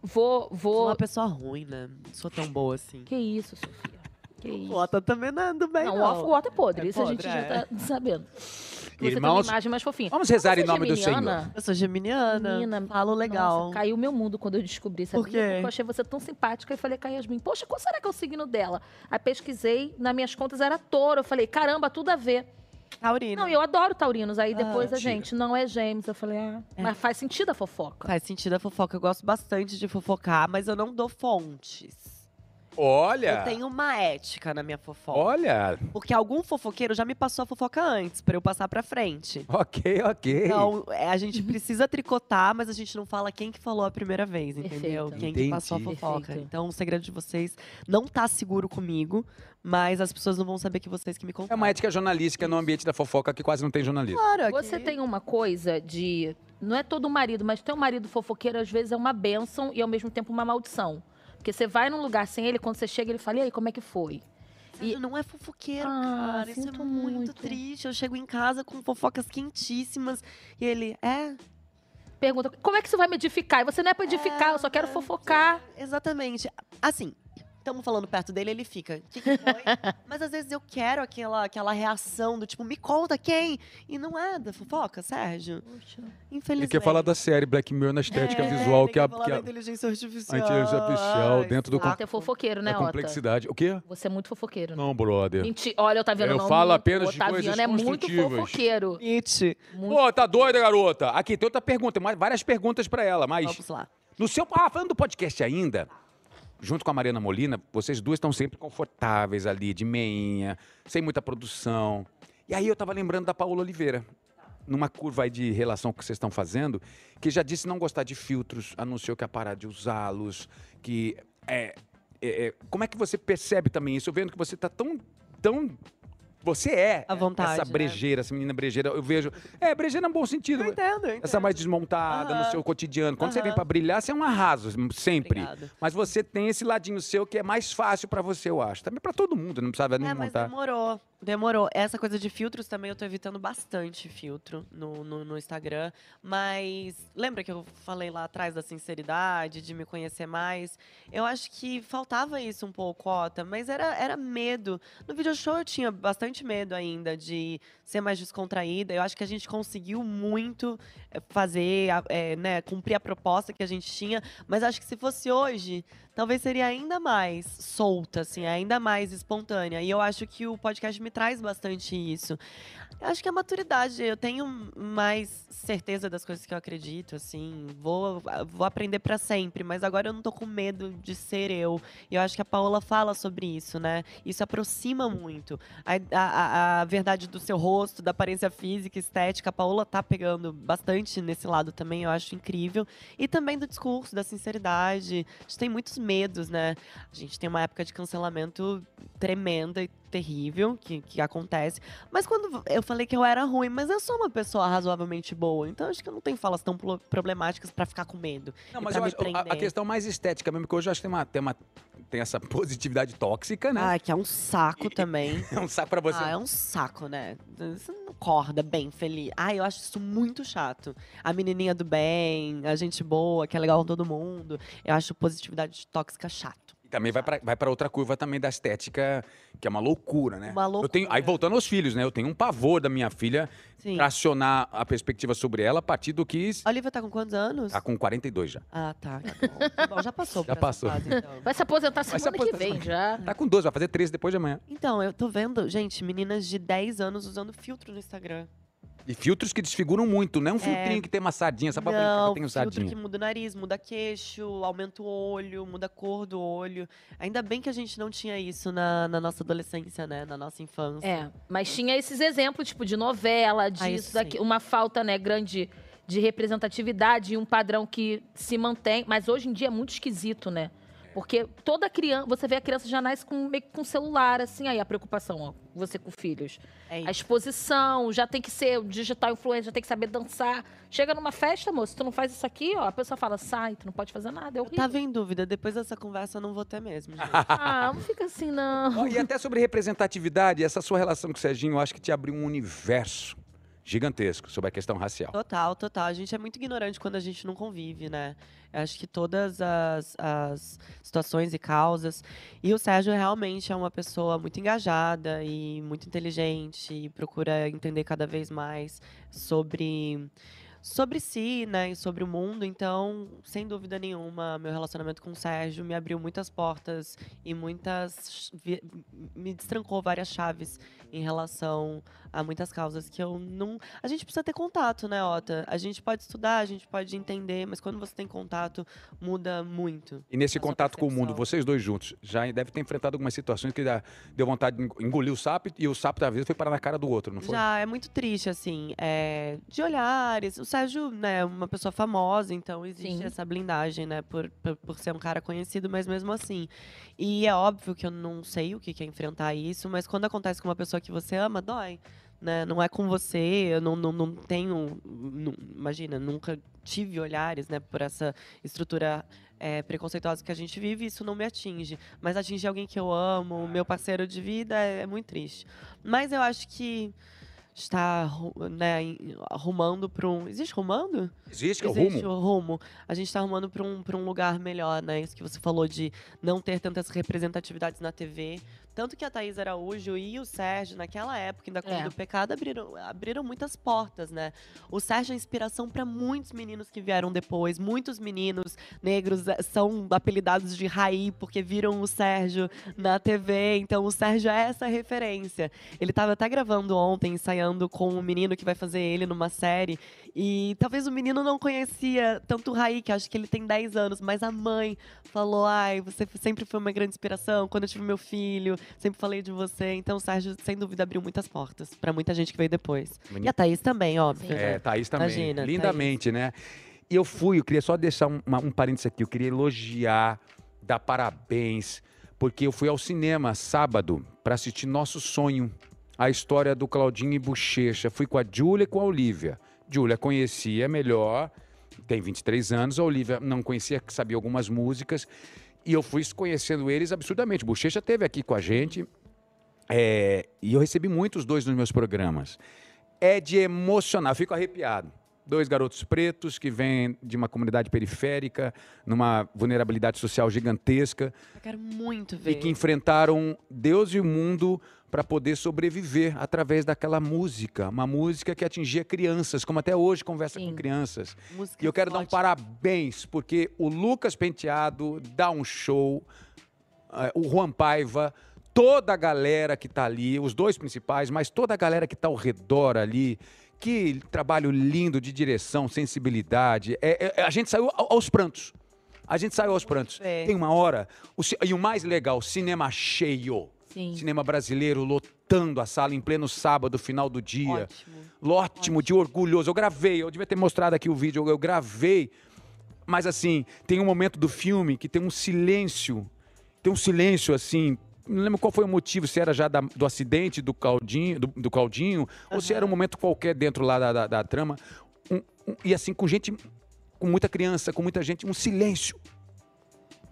Vou, Sou vou... uma pessoa ruim, né? Não sou tão boa assim. Que isso, Sofia? Que isso? Lota também não é do bem, Não, não. o off- o Otto é podre, É isso a gente podre, já é. tá sabendo. Você tem Irmãos, uma imagem mais fofinha. vamos rezar Você é em nome do geminiana? Senhor. Eu sou geminiana. Menina, falo legal. Nossa, caiu meu mundo quando eu descobri, sabia? Por quê? Porque eu achei você tão simpática e falei com a Yasmin, poxa, qual será que é o signo dela? Aí pesquisei, nas minhas contas era touro. Eu falei, caramba, tudo a ver. Taurina. Não, eu adoro taurinos. Aí depois a Mentira. gente, não é gêmeos. Eu falei, ah, Ah, É. mas faz sentido a fofoca. Faz sentido a fofoca. Eu gosto bastante de fofocar, mas eu não dou fontes. Olha. Eu tenho uma ética na minha fofoca. Olha. Porque algum fofoqueiro já me passou a fofoca antes, pra eu passar pra frente. Ok, ok. Então, é, a gente precisa tricotar, mas a gente não fala quem que falou a primeira vez, entendeu? Perfeito. Quem Entendi. que passou a fofoca. Perfeito. Então, o segredo de vocês não tá seguro comigo, mas as pessoas não vão saber que vocês que me É contaram. uma ética jornalística no ambiente da fofoca que quase não tem jornalismo. Claro, Você aqui. tem uma coisa de. Não é todo marido, mas ter um marido fofoqueiro às vezes é uma bênção e ao mesmo tempo uma maldição. Porque você vai num lugar sem ele, quando você chega, ele fala, e aí, como é que foi? Sérgio, não é fofoqueiro, Ah, cara. Isso é sinto muito, muito. triste. Eu chego em casa com fofocas quentíssimas e ele, é, Pergunta, Ah, como é que isso vai me edificar? E você não é pra edificar, eu só quero fofocar. exatamente. Assim, estamos falando perto dele, ele fica. "Que que foi?" Mas às vezes eu quero aquela, aquela reação do tipo, me conta quem? E não é da fofoca, Sérgio. Poxa. Ele Infelizmente. quer falar da série Black Mirror na estética É, visual ele que a, quer falar que da a- inteligência artificial. a inteligência artificial Ai, dentro do saco. Você é fofoqueiro, né, a Ota? Tá complexidade. O quê? Você é muito fofoqueiro. Não, brother. Mentira. Olha, Otaviano, Eu não. falo minto. apenas de Otaviano coisas é muito construtivas. fofoqueiro. Nietzsche. Muito. Pô, tá doida, garota? Aqui, tem outra pergunta, mais- várias perguntas pra ela, mas... Vamos lá. No seu. Ah, falando do podcast ainda, junto com a Mariana Molina, vocês duas estão sempre confortáveis ali, de meinha, sem muita produção. E aí eu tava lembrando da Paola Oliveira, numa curva aí de relação que vocês estão fazendo, que já disse não gostar de filtros, anunciou que ia parar de usá-los, que. É, é, é, como é que você percebe também isso? Eu vendo que você tá tão. tão você é À vontade, essa né? brejeira, essa menina brejeira. Eu vejo. É, brejeira é um bom sentido. Eu entendo, eu entendo. Essa é mais desmontada no Aham. seu cotidiano. Quando você vem Aham. pra brilhar, você é um arraso, sempre. Obrigada. Mas você tem esse ladinho seu que é mais fácil pra você, eu acho. Também pra todo mundo, não precisava nem É, mas montar. demorou. Demorou. Essa coisa de filtros também eu tô evitando bastante filtro no, no, no Instagram. Mas lembra que eu falei lá atrás da sinceridade, de me conhecer mais? Eu acho que faltava isso um pouco, Ota, mas era, era medo. No video show eu tinha bastante medo ainda de ser mais descontraída. Eu acho que a gente conseguiu muito eh, fazer, a- eh, né, cumprir a proposta que a gente tinha. Mas acho que se fosse hoje, talvez seria ainda mais solta, assim, ainda mais espontânea. E eu acho que o podcast me traz bastante isso. Eu acho que a maturidade, eu tenho mais certeza das coisas que eu acredito, assim, vou, vou aprender pra sempre, mas agora eu não tô com medo de ser eu. E eu acho que a Paola fala sobre isso, né? Isso aproxima muito a, a- a- a verdade do seu rosto, da aparência física, estética. A Paola tá pegando bastante nesse lado também, eu acho incrível. E também do discurso, da sinceridade, a gente tem muitos medos, né? A gente tem uma época de cancelamento tremenda e terrível que, que acontece. Mas quando eu falei que eu era ruim, mas eu sou uma pessoa razoavelmente boa, então acho que eu não tenho falas tão pro- problemáticas pra ficar com medo. Não, e mas pra eu me acho, a- a, prender. questão mais estética mesmo, que hoje eu acho que tem, uma, tem, uma- tem essa positividade tóxica, né? Ai, que é um saco também. É um saco pra você. Ah, é um saco, né? Você não acorda bem, feliz. Ai, eu acho isso muito chato. A menininha do bem, a gente boa, que é legal com todo mundo. Eu acho positividade tóxica chato. E também vai pra, vai pra outra curva também da estética, que é uma loucura, né? Uma Eu tenho, aí loucura. voltando aos filhos, né? Eu tenho um pavor da minha filha Sim. tracionar a perspectiva sobre ela a partir do que. A Olivia tá com quantos anos? Tá com 42 já. Ah, tá. tá bom. Tá bom, já passou. Já por essa passou. fase, então. Vai se aposentar Vai semana se aposentar que vem Ah. já. Tá com 12, vai fazer 13 depois de amanhã. Então, eu tô vendo, gente, meninas de 10 anos usando filtro no Instagram. E filtros que desfiguram muito, não é um filtrinho que tem uma sardinha, só pra brincar que tem um filtro sardinha. que muda o nariz, muda queixo, aumenta o olho, muda a cor do olho. Ainda bem que a gente não tinha isso na, na nossa adolescência, né? Na nossa infância. É, mas tinha esses exemplos, tipo, de novela, isso disso, sim. daqui, uma falta, né, grande de representatividade e um padrão que se mantém. Mas hoje em dia é muito esquisito, né? Porque toda criança, você vê a criança já nasce com, meio que com celular, assim, aí a preocupação, ó, você com filhos. É A exposição, já tem que ser o digital influencer, já tem que saber dançar. Chega numa festa, moço, tu não faz isso aqui, ó, a pessoa fala, sai, tu não pode fazer nada, é Eu horrível. tava em dúvida, depois dessa conversa eu não vou ter mesmo. gente. Ah, não fica assim, não. Ó, e até sobre representatividade, essa sua relação com o Serginho, eu acho que te abriu um universo gigantesco sobre a questão racial. Total, total. A gente é muito ignorante quando a gente não convive, né? Eu acho que todas as, as situações e causas. E o Sérgio realmente é uma pessoa muito engajada e muito inteligente e procura entender cada vez mais sobre sobre si, né, e sobre o mundo. Então, sem dúvida nenhuma, meu relacionamento com o Sérgio me abriu muitas portas e muitas vi- me destrancou várias chaves em relação a muitas causas que eu não a gente precisa ter contato, né, Ota? A gente pode estudar, a gente pode entender, mas quando você tem contato, muda muito. E nesse Essa contato com o mundo, percepção. vocês dois juntos, já deve ter enfrentado algumas situações que já deu vontade de eng- engolir o sapo e o sapo, talvez, foi parar na cara do outro, não foi? Já é muito triste, assim, é, de olhares. O Sérgio, né, é uma pessoa famosa, então existe Sim. essa blindagem, né, por, por, por ser um cara conhecido, mas mesmo assim. E é óbvio que eu não sei o que que é enfrentar isso, mas quando acontece com uma pessoa que você ama, dói. Né? Não é com você, eu não, não, não tenho. nu- imagina, nunca tive olhares né, por essa estrutura é, preconceituosa que a gente vive, isso não me atinge. Mas atingir alguém que eu amo, meu parceiro de vida, é, é muito triste. Mas eu acho que está ru- né, em- rumando para um. Existe rumando? Existe, Existe É o rumo. o rumo. A gente está arrumando para um, pra um lugar melhor, né? Isso que você falou de não ter tantas representatividades na TV. Tanto que a Thaís Araújo e o Sérgio, naquela época, ainda quando É. do pecado, abriram, abriram muitas portas, né? O Sérgio é inspiração para muitos meninos que vieram depois. Muitos meninos negros eh, são apelidados de Raí porque viram o Sérgio na TV. Então, o Sérgio é essa referência. Ele tava até gravando ontem, ensaiando com um menino que vai fazer ele numa série. E talvez o menino não conhecia tanto o Raí, que acho que ele tem 10 anos, mas a mãe falou: Ai, você f- sempre foi uma grande inspiração. Quando eu tive meu filho, sempre falei de você. Então, o Sérgio, sem dúvida, abriu muitas portas pra muita gente que veio depois. E Menino- a Thaís também, óbvio. Sim. É, Thaís também. Imagina, Thaís. Lindamente, né? E eu fui, eu queria só deixar um, uma- um parênteses aqui. Eu queria elogiar, dar parabéns, porque eu fui ao cinema sábado para assistir Nosso Sonho, a história do Claudinho e Bochecha. Fui com a Júlia e com a Olivia. Júlia conhecia melhor, tem 23 anos, a Olivia não conhecia, sabia algumas músicas. E eu fui conhecendo eles absurdamente. Bochecha esteve aqui com a gente. é, e eu recebi muitos dois nos meus programas é de emocionar. Eu fico arrepiado. Dois garotos pretos que vêm de uma comunidade periférica, numa vulnerabilidade social gigantesca, Eu quero muito e ver. que enfrentaram Deus e o mundo para poder sobreviver através daquela música. Uma música que atingia crianças, como até hoje conversa com Sim. crianças. Música E eu quero dar um forte. parabéns, porque o Lucas Penteado dá um show, eh, o Juan Paiva, toda a galera que tá ali, os dois principais, mas toda a galera que tá ao redor ali. Que trabalho lindo de direção, sensibilidade. É, é, a gente saiu ao- aos prantos. A gente saiu aos prantos. bem. Tem uma hora. o ci- e o mais legal, cinema cheio. Sim. Cinema brasileiro lotando a sala em pleno sábado, final do dia. Ótimo. Ótimo, de orgulhoso. Eu gravei, eu devia ter mostrado aqui o vídeo, eu gravei. Mas assim, tem um momento do filme que tem um silêncio. Tem um silêncio assim. Não lembro qual foi o motivo, se era já da- do acidente do Claudinho, do, do Claudinho ou se era um momento qualquer dentro lá da, da, da trama. Um- um- e assim, com gente, com muita criança, com muita gente, um silêncio.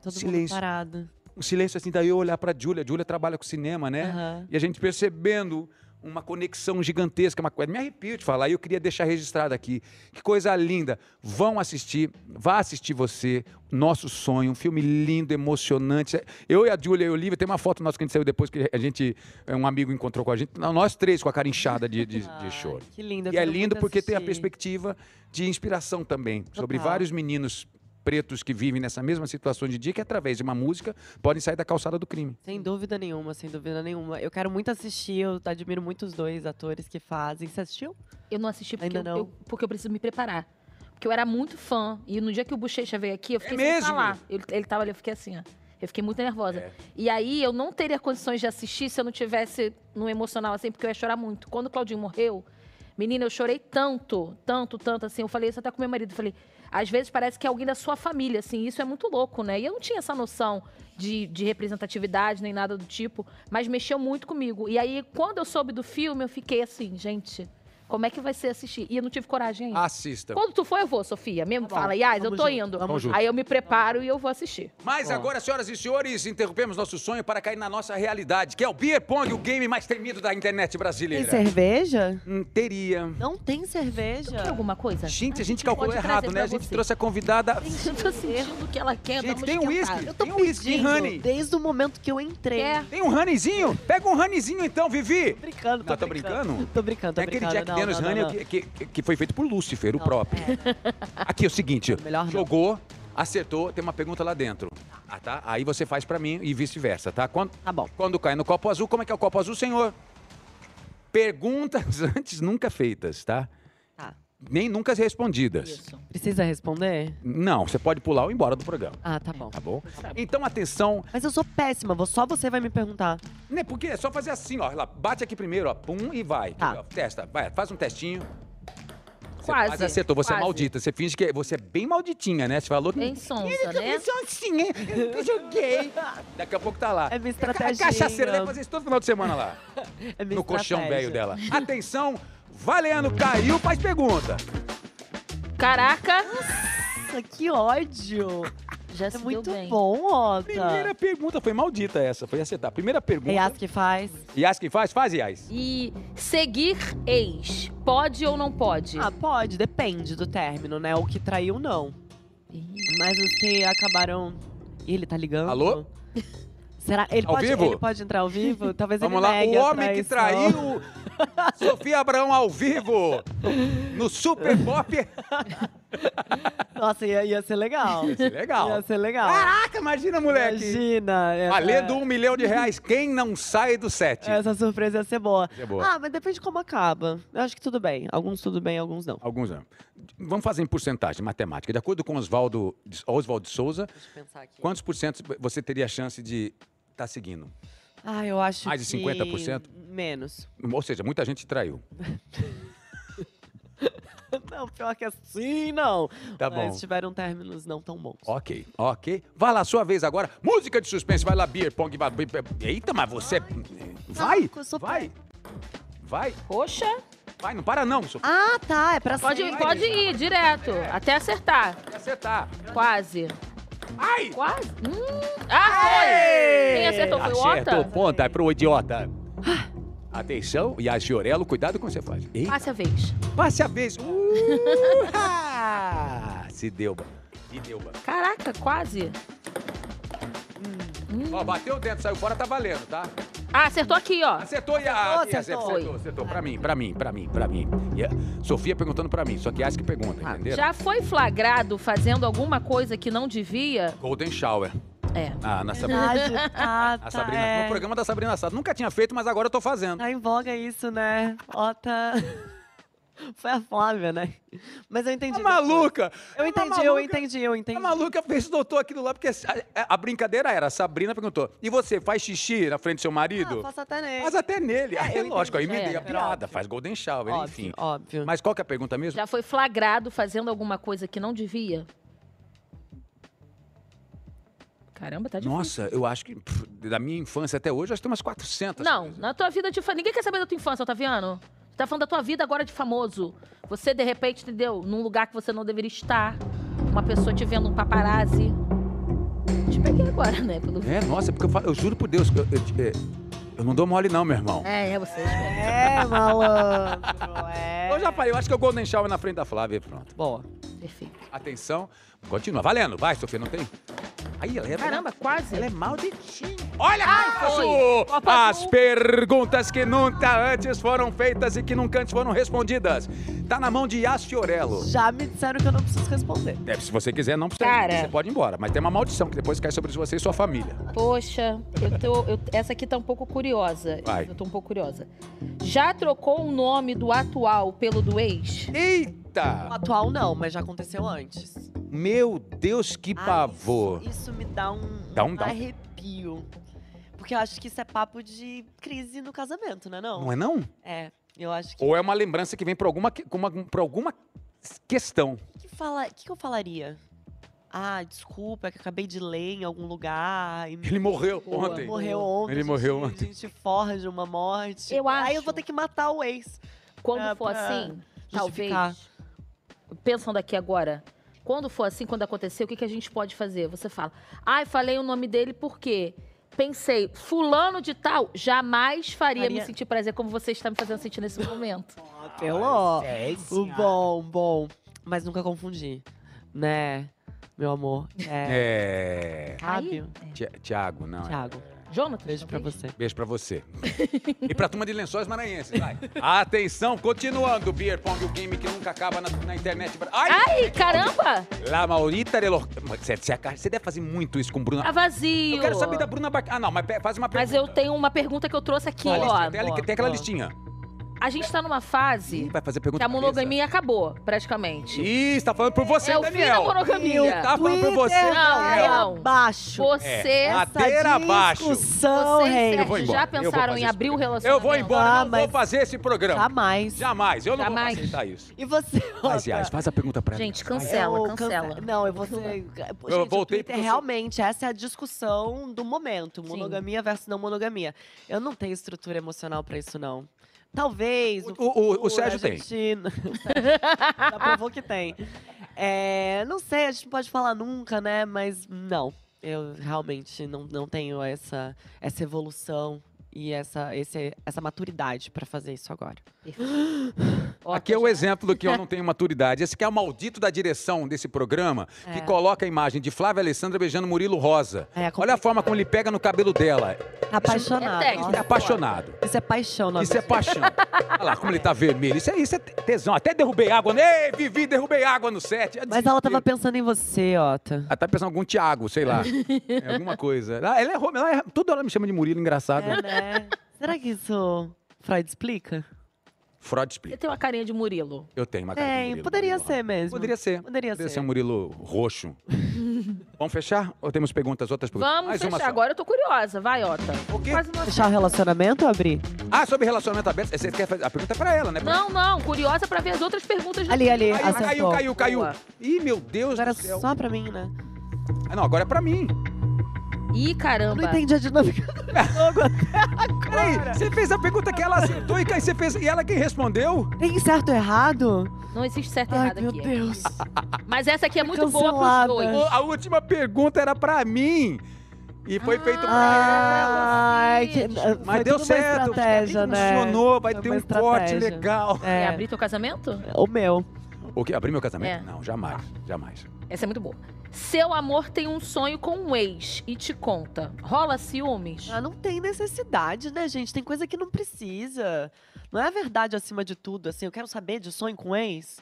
Todo mundo Silêncio. parado. Um silêncio assim, daí eu olhar pra Júlia. Júlia trabalha com cinema, né? Aham. E a gente percebendo uma conexão gigantesca, uma coisa. Me arrepio de falar e eu queria deixar registrado aqui. Que coisa linda. Vão assistir, vá assistir você, Nosso Sonho, um filme lindo, emocionante. Eu e a Júlia e o Olivia, tem uma foto nossa que a gente saiu depois que a gente, eh, um amigo encontrou com a gente, nós três com a cara inchada de, de, de Ai, choro. Que lindo. eu E é quero lindo Tá muito porque tem a assistir. perspectiva de inspiração também, sobre Total. vários meninos pretos que vivem nessa mesma situação de dia que através de uma música podem sair da calçada do crime. Sem dúvida nenhuma, sem dúvida nenhuma. Eu quero muito assistir, eu admiro muito os dois atores que fazem. Você assistiu? Eu não assisti porque, Ainda eu, não. eu- porque eu preciso me preparar. Porque eu era muito fã. E no dia que o Bochecha veio aqui, eu fiquei sem mesmo? falar. Tá. Ele, ele tava ali, eu fiquei assim, ó. Eu fiquei muito nervosa. E aí eu não teria condições de assistir se eu não tivesse no emocional assim, porque eu ia chorar muito. Quando o Claudinho morreu, menina, eu chorei tanto, tanto, tanto assim. Eu falei isso até com meu marido. eu Falei, às vezes parece que é alguém da sua família, assim. Isso é muito louco, né? E eu não tinha essa noção de, de representatividade nem nada do tipo, mas mexeu muito comigo. E aí, quando eu soube do filme, eu fiquei assim, gente, como é que vai ser assistir? E eu não tive coragem ainda. Assista. Então. Quando tu for, eu vou, Sofia. Mesmo Tá bom, fala, Yas, eu vamos tô junto, indo. vamos junto. Aí eu me preparo e eu vou assistir. Mas Ó. agora, senhoras e senhores, interrompemos nosso sonho para cair na nossa realidade, que é o Beer Pong, o game mais temido da internet Tem brasileira. cerveja? Hum, teria. Não tem cerveja. Quer alguma coisa? Gente, a gente Tá. pode calculou trazer errado, né? pra A gente você. trouxe a convidada. Gente, eu tô sentindo que ela quer dar Gente, uma tem um esquentada. uísque. Eu tô Tem um whisky, pedindo honey. desde o momento que eu entrei. Quer? Tem um honeyzinho? Pega um honeyzinho então, Vivi. Tô brincando, tô Não, tô tá brincando? brincando. Tô brincando, tô É aquele Tá brincando. Jack não, Daniels não, não, Honey não. que- que, que foi feito por Lúcifer, o Não, próprio. Aqui é o seguinte, Melhor não. jogou, acertou, tem uma pergunta lá dentro. Ah, tá? Aí você faz pra mim e vice-versa, tá? Quando, Tá bom. Quando cai no copo azul, como é que é o copo azul, senhor? Perguntas antes nunca feitas, tá? Tá. Nem nunca respondidas. Isso. Precisa responder? Não, você pode pular ou ir embora do programa, Ah, tá bom. tá bom? Então, atenção, Mas eu sou péssima, vou- só você vai me perguntar. né? Porque é só fazer assim, ó. Lá, bate aqui primeiro, ó. Pum e vai. Tá. Ó, Testa, vai, faz um testinho. Você Quase, quase acertou, você é quase. maldita. Você finge que você é bem malditinha, né? Você falou que. Bem sonsa, né? Eu sou assim, hein? Eu joguei. Daqui a pouco tá lá. É A minha estratégia. cachaceira deve fazer isso todo final de semana lá. É minha no colchão estratégia. velho dela. Atenção, Valendo caiu, faz Tá. pergunta. Caraca, Nossa, que ódio. Já É se muito deu bem. bom, Ota. Primeira pergunta, foi maldita essa, foi acertar. Primeira É as pergunta. que faz. Yas que faz? Faz, Yas. E seguir ex, pode ou não pode? Ah, pode, depende do término, né? O que traiu, não. Ih, Mas os que acabaram. Ih, ele tá ligando? Alô? Será? Ele, Ao pode, vivo? ele pode entrar ao vivo? Talvez Vamos ele lá, negue o a homem que traição. traiu Sofia Abraão ao vivo no Super Pop. Nossa, ia, ia ser legal. Isso é Ia legal. ser legal. Caraca, imagina, moleque. Ah. Imagina. essa- Além do um milhão de reais, quem não sai do set? Essa surpresa ia ser boa. Isso é boa. Ah, mas depende de como acaba. Eu acho que tudo bem. Alguns tudo bem, alguns não. Alguns anos. Vamos fazer em porcentagem, matemática. De acordo com Oswaldo, Oswaldo de Souza, Deixa eu pensar aqui. quantos por cento você teria a chance de estar seguindo? Ah, eu acho Mais de que 50%? Menos. Ou seja, muita gente traiu. Não, pior que assim, não. Tá Mas bom. tiveram términos não tão bons. Ok, ok. Vai lá, sua vez agora. Música de suspense, vai lá, beer, pong, vai. Eita, mas você. Vai! saco, eu sou Vai! Vai, Poxa, vai, não para não, Sofia. Ah, tá. É pra pode, sempre. pode ir direto, até acertar. Vai acertar. Quase. Ai! Quase. Hum. Ah, foi! Quem acertou foi o Ah. Acertou, Ota? ponta é pro idiota. Atenção, e a Giorello, cuidado com o que você faz. Ei, Passe a vez. passe a vez. Uh! Ah, Se deu, ba- se deu. ba- Caraca, quase. Hum. Ó, bateu o dedo, saiu fora, tá valendo, tá? Ah, acertou aqui, ó. Acertou e a. Acertou, e acertou, acertou. acertou, acertou. Pra mim, pra mim, pra mim, pra mim. E a Sofia perguntando pra mim, só que acho que pergunta, entendeu? Ah, Já foi flagrado fazendo alguma coisa que não devia? Golden Shower. É. Ah, na Sabrina. Verdade, tá, A tá, Sabrina é. Ah, No programa da Sabrina Sato. Nunca tinha feito, mas agora eu tô fazendo. Tá em voga isso, né? Ota. Foi a Flávia, né? Mas eu entendi. Tá depois. maluca! Eu Tá entendi, maluca? eu entendi, eu entendi. A maluca fez, notou aquilo lá, porque a, a brincadeira era, a Sabrina perguntou, e você faz xixi na frente do seu Ah, marido? faço até nele. faz até nele. Aí, eu lógico, aí entendi. me dei É, a piada, óbvio. faz golden shower, óbvio, enfim. Óbvio. Mas qual que é a pergunta mesmo? Já foi flagrado fazendo alguma coisa que não devia? Caramba, é tá difícil. Nossa, eu acho que pff, da minha infância até hoje, eu acho que tem umas 400. Não, coisas. na tua vida de fa... Ninguém quer saber da tua infância, Otaviano. Tu tá falando da tua vida agora de famoso. Você, de repente, entendeu? Num lugar que você não deveria estar. Uma pessoa te vendo um paparazzi. Te peguei agora, né? Pelo visto. É, nossa, porque eu, falo, eu juro por Deus, eu, eu- eu- eu não dou mole não, meu irmão. É, é você. espera. É, malandro. É. Eu já falei, eu acho que é o golden shower na frente da Flávia e pronto. Boa. Perfeito. Atenção, continua. Valendo, vai, Sofia, não tem? Aí, ela é Caramba, quase. Ela é malditinha. Olha isso! foi. Copa As azul. perguntas que nunca antes foram feitas e que nunca antes foram respondidas. Tá na mão de Yas Fiorello. Já me disseram que eu não preciso responder. É, se você quiser, não precisa. Cara. Você pode ir embora, mas tem uma maldição que depois cai sobre você e sua família. Poxa, eu tô, eu- essa aqui tá um pouco curiosa. Vai. Eu tô um pouco curiosa. Já trocou o nome do atual pelo do ex? O Eita! atual não, mas já aconteceu antes. Meu Deus, que Ai, pavor. Isso, isso me dá um, Dá um- dá um- arrepio. Porque eu acho que isso é papo de crise no casamento, né não? então. Não é não? É, eu acho que. Ou é uma lembrança que vem por alguma, que- com uma- por alguma questão. O que, fala... que, que eu falaria? Ah, desculpa, é que eu acabei de ler em algum lugar. E... Ele morreu Boa. ontem. Morreu ontem. Ele a gente- morreu ontem. A gente forja uma morte. Eu Aí eu acho. vou ter que matar o ex. Quando É, for pra assim, talvez. justificar. Pensando aqui agora, quando for assim, quando acontecer, o que, que a gente pode fazer? Você fala, ai, falei o nome dele porque pensei, fulano de tal, jamais faria Faria. me sentir prazer como você está me fazendo sentir nesse momento. Pelô. O bom, bom. Mas nunca confundi. Né, meu amor? É. É. Sábio. Ti- Tiago, não. é. Thiago, Jonathan, beijo pra talvez? você. Beijo pra você. e pra turma de lençóis maranhenses, vai. Atenção, continuando, Beer Pong, o game que nunca acaba na, na internet. Ai! Ai, caramba! La Maurita de Lor... Você, você, você deve fazer muito isso com Bruna. Tá vazio. Eu quero saber da Bruna Bar... Ah, não, mas pe- faz uma pergunta. Mas eu tenho uma pergunta que eu trouxe aqui, Tem a listinha, ó. tem, a li- boa, tem aquela boa. listinha. A gente tá numa Ih, fase vai fazer pergunta que a cabeça. monogamia acabou, praticamente. Ih, você tá falando por você, é o fim da Daniel. monogamia. tá falando por você, Twitter vai Daniel. Não, não. Abaixo. Você, É, a- Ladeira abaixo. discussão, vocês rei. Eu vou Sérgio, embora. já Eu pensaram vou fazer em esse abrir o programa. relacionamento? Eu vou embora, Ah, não vou mas- fazer esse programa. Jamais. Jamais, eu não Jamais. vou aceitar isso. E você, Faz, Ota? Yas, faz a pergunta pra Gente, mim. cancela, Eu cancela. cance- Não, eu vou ser. Gente, Eu voltei o porque Twitter, eu sou- realmente, essa é a discussão do momento. Monogamia versus não monogamia. Eu não tenho estrutura emocional pra isso, não. Talvez. no O- o- o futuro, Sérgio a tem. gente- Já provou que tem. É, não sei, a gente não pode falar nunca, né? Mas não, eu realmente não, não tenho essa, essa evolução e essa, esse, essa maturidade pra fazer isso agora. Ó, Aqui é o já- exemplo do que eu não tenho maturidade. Esse aqui é o maldito da direção desse programa, que É. coloca a imagem de Flávia Alessandra beijando Murilo Rosa. É, Olha a forma como ele pega no cabelo dela. apaixonado. É técnica. É nossa. apaixonado. Isso é paixão, não Isso é paixão. Olha lá, como ele tá vermelho. Isso é, isso é tesão. Até derrubei água. Ei, Vivi, derrubei água no set. É Mas ela tava desespero. pensando em você, Ota. Ela tá pensando em algum Thiago, sei lá. É alguma coisa. Ela, ela errou. Ela erra- Toda hora me chama de Murilo, engraçado. É, né? Será que isso Freud explica? Freud Você explica. tem uma carinha de Murilo. Eu tenho uma cara de Tem, Murilo, poderia Murilo. ser mesmo. Poderia ser. Poderia Poderia ser. ser um Murilo roxo. Vamos fechar? Ou temos perguntas, outras perguntas? Vamos uma fechar. só. Agora eu tô curiosa. Vai, Ota. O quê? Faz uma- Fechar o relacionamento, Abri? Ah, sobre relacionamento aberto. Você quer fazer... A pergunta é pra ela, né? Não, não. Curiosa pra ver as outras perguntas. do Ali, ali, Murilo. Caiu, caiu, acertou. caiu, caiu. Boa. Ih, meu Deus é Agora do céu. só pra mim, né? Ah, não, agora é pra mim. Ih, Eu caramba. não entendi a dinâmica do jogo até Peraí, agora. você fez a pergunta que ela acertou e, você fez... e ela quem respondeu? Tem certo ou errado? Não existe certo e Ai, errado meu aqui. Deus. Mas essa aqui é muito boa Cancelada. pros Pô, dois. A última pergunta era pra mim. E foi feito pra Ah, ela. Ai, que... Mas deu certo. estratégia, né? Funcionou, vai Foi ter uma um corte estratégia. legal. É. É, abrir teu casamento? o meu. O quê? Abrir meu casamento? É. Não, jamais. Jamais. Essa é muito boa. Seu amor tem um sonho com um ex e te conta. Rola ciúmes? Ah, não tem necessidade, né, gente? Tem coisa que não precisa. Não é a verdade acima de tudo, assim. Eu quero saber de sonho com ex.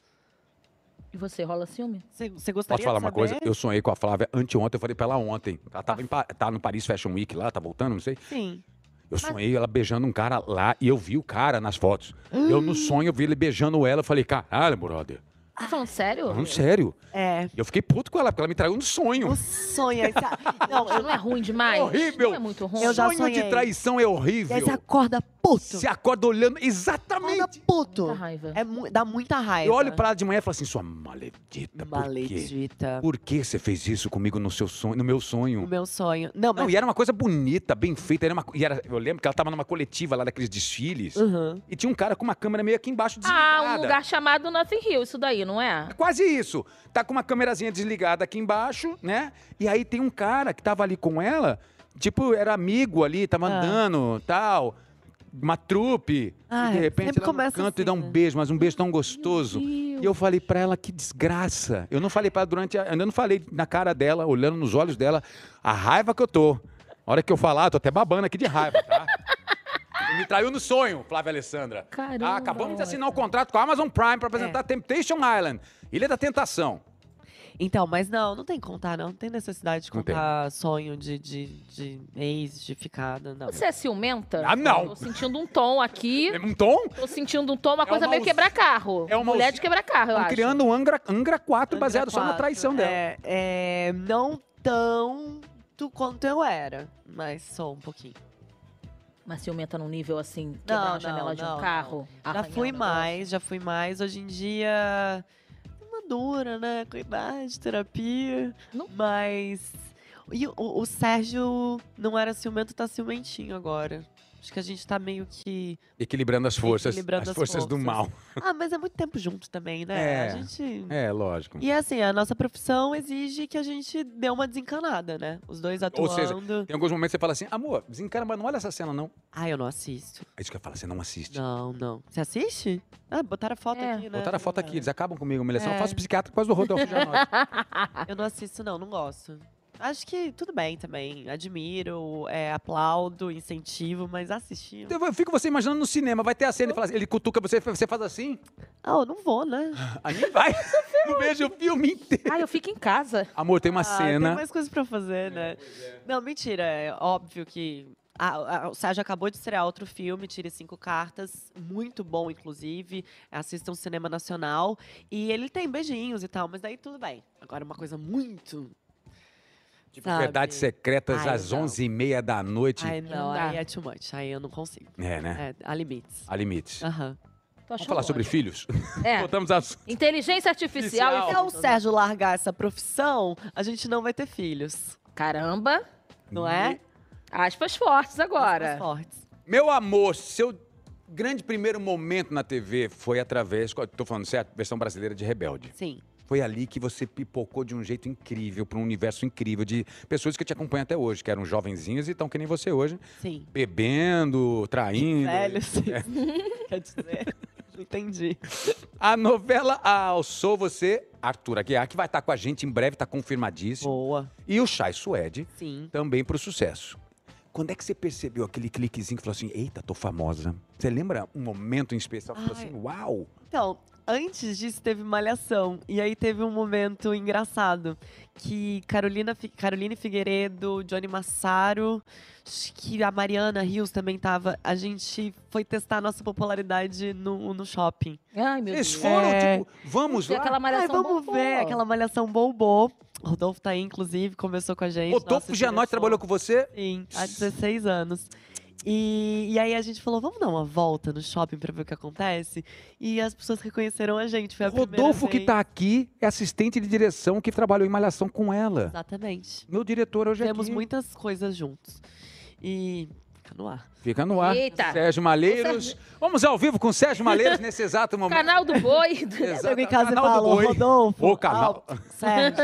E você, rola ciúme? Você Posso gostaria falar de uma saber? Ah. coisa? Eu sonhei com a Flávia anteontem, eu falei pra ela ontem. Ela tava em Pa- tá no Paris Fashion Week lá, tá voltando, não sei. Sim. Eu sonhei ela beijando um cara lá e eu vi o cara nas fotos. Eu no sonho eu vi ele beijando ela, eu falei, caralho, brother. Tá falando sério? Falando sério. É. E eu fiquei puto com ela, porque ela me traiu no sonho. O sonho. aí você- Não, Isso não é ruim demais? É horrível. Não é muito ruim? Eu já sonho de sonhei. traição é E aí horrível. você acorda puto. Se acorda olhando Acorda exatamente. puto. Muita raiva. É mu- dá muita raiva. Eu olho pra ela de manhã e falo assim, sua maledita, por quê? Maledita. Por que você fez isso comigo no seu sonho, no meu sonho? O meu sonho. Não, Não, mas... e era uma coisa bonita, bem feita. Era uma, co- e era, eu lembro que ela tava numa coletiva lá daqueles desfiles. Uhum. E tinha um cara com uma câmera meio aqui embaixo desligada. Ah, um lugar chamado Nothing Hill, isso daí, não Ah. é? É Quase isso. Tá com uma câmerazinha desligada aqui embaixo, né? E aí tem um cara que tava ali com ela, tipo, era amigo ali, tava Ah. andando, tal. Uma trupe. e Ai, de repente Ah, sempre ela no começa canto e assim, dá um né? beijo, mas um beijo tão gostoso. Meu E eu falei pra ela, que desgraça. Eu não falei pra ela durante. A, eu não falei na cara dela, olhando nos olhos dela, a raiva que eu tô. A hora que eu falar, eu tô até babando aqui de raiva, tá? E Me traiu no sonho, Flávia Alessandra. Caramba, Ah, acabamos de assinar um Otávio. contrato com a Amazon Prime pra É. apresentar Temptation Island, Ilha da Tentação. Então, mas não, não tem que contar, não. Não tem necessidade de Não tem. contar sonho de, de, de ex, de ficada, não. Você é ciumenta? Ah, não. Tô sentindo um tom aqui. É um tom? Tô sentindo um tom, uma É coisa uma meio us- quebrar carro. é uma Mulher us- de quebrar carro, eu Estão acho. criando um Angra, Angra 4 baseado só na Quatro, traição dela. É, é, não tão do quanto eu era, mas sou um pouquinho. Mas ciumenta num nível assim, quebrar Não, a janela não, de um não, carro. Já arranhar fui um negócio. mais, já fui mais. Hoje em dia, madura, né? Com idade, terapia. Não- Mas. E o, o Sérgio não era ciumento, tá ciumentinho agora. Acho que a gente tá meio que. Equilibrando as forças. Equilibrando as as forças do forças. mal. Ah, mas é muito tempo junto também, É. né? A gente. É, lógico. E assim, a nossa profissão exige que a gente dê uma desencanada, né? Os dois Ou atuando. seja, Tem alguns momentos que você fala assim, amor, desencana, mas não olha essa cena, não. É Ah, eu não assisto. Aí você quer falar, você não assiste. Não, não. Você assiste? Ah, botaram a foto É. aqui, né? Botaram a foto aqui, eles acabam comigo, humilhação. Eu É. faço psiquiatra por causa do Rodolfo Janotti. Eu não assisto, não, não gosto. Acho que tudo bem também. Admiro, é, aplaudo, incentivo, mas assistir. Então, Eu eu fico você imaginando no cinema, vai ter a cena, ele, fala assim, ele cutuca você, você faz assim, Ah, eu não vou, né? aí nem vai. não vejo o filme inteiro. Ah, eu fico em casa. Amor, tem uma Ah, cena. Tem mais coisas pra fazer, né? Não, mentira. É óbvio que. Ah, ah, o Sérgio acabou de estrear outro filme, Tire Cinco Cartas, muito bom, inclusive. Assistam Cinema Nacional. E ele tem beijinhos e tal, mas daí tudo bem. Agora, uma coisa muito. Tipo, Verdades secretas Ai, às não. 11h30 da noite. Ai, não, Não dá. aí é too much. Aí eu não consigo. É, né? É, há limites. Há limites. Aham. Tô achando Vamos falar ótimo. sobre filhos? É. Voltamos a... Inteligência artificial. Artificial. e Se o Sérgio largar essa profissão, a gente não vai ter filhos. Caramba. Não é? Aspas fortes agora. Aspas Fortes. Meu amor, seu grande primeiro momento na TV foi através, tô falando certo, versão brasileira de Rebelde. Sim. Foi ali que você pipocou de um jeito incrível, para um universo incrível de pessoas que te acompanham até hoje, que eram jovenzinhas e estão que nem você hoje, Sim. bebendo, traindo. Velho, sim. Quer dizer, não entendi. A novela Ao Sou Você, Arthur Aguiar, que vai estar com a gente em breve, está confirmadíssimo. Boa. E o Chay Suede, Sim. também para o sucesso. Quando é que você percebeu aquele cliquezinho que falou assim, eita, tô famosa? Você lembra um momento em especial que você falou Ai. assim, uau? Então, antes disso teve Malhação. E aí teve um momento engraçado. Que Carolina, Fi- Caroline Figueiredo, Johnny Massaro, acho que a Mariana Rios também tava. A gente foi testar a nossa popularidade no, no shopping. Ai, meu Eles Deus. foram, É. tipo, vamos E lá? aquela Ai, malhação vamos bombou. ver, aquela Malhação bombou. Rodolfo tá aí, inclusive, começou com a gente. Rodolfo nosso Gianotti diretor. trabalhou com você? Sim, há 16 anos. E, e aí a gente falou, vamos dar uma volta no shopping pra ver o que acontece? E as pessoas reconheceram a gente, foi a primeira Rodolfo, que vez. tá aqui, é assistente de direção que trabalhou em Malhação com ela. Exatamente. Meu diretor hoje é Temos aqui. muitas coisas juntos. E fica no ar. Fica no ar. Eita. Sérgio Maleiros. Vamos ao vivo com Sérgio Maleiros nesse exato momento. Canal do Boi. Exato. Chego em casa e Canal do falo, Boi. Rodolfo, Ô, canal. Alto, Sérgio.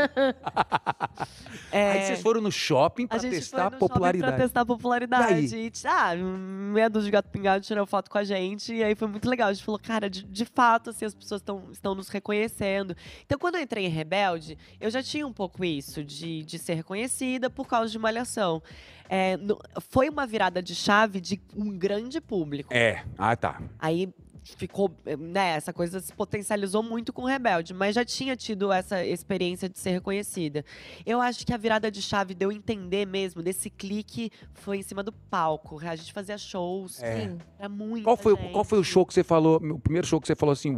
É, Aí vocês foram no shopping a pra gente testar a foi no shopping Pra popularidade. testar a popularidade. E, ah, meia dúzia de gato pingado tirou foto com a gente. E aí foi muito legal. A gente falou, cara, de, de fato, assim, as pessoas tão, estão nos reconhecendo. Então, quando eu entrei em Rebelde, eu já tinha um pouco isso, de, de ser reconhecida por causa de Malhação. É, no- foi uma virada de chave de um grande público. É, ah tá. Aí ficou, né, essa coisa se potencializou muito com o Rebelde, mas já tinha tido essa experiência de ser reconhecida. Eu acho que a virada de chave deu entender mesmo desse clique foi em cima do palco. A gente fazia shows É. Sim. pra muito. Qual foi, o- qual foi o show que você falou, o primeiro show que você falou assim,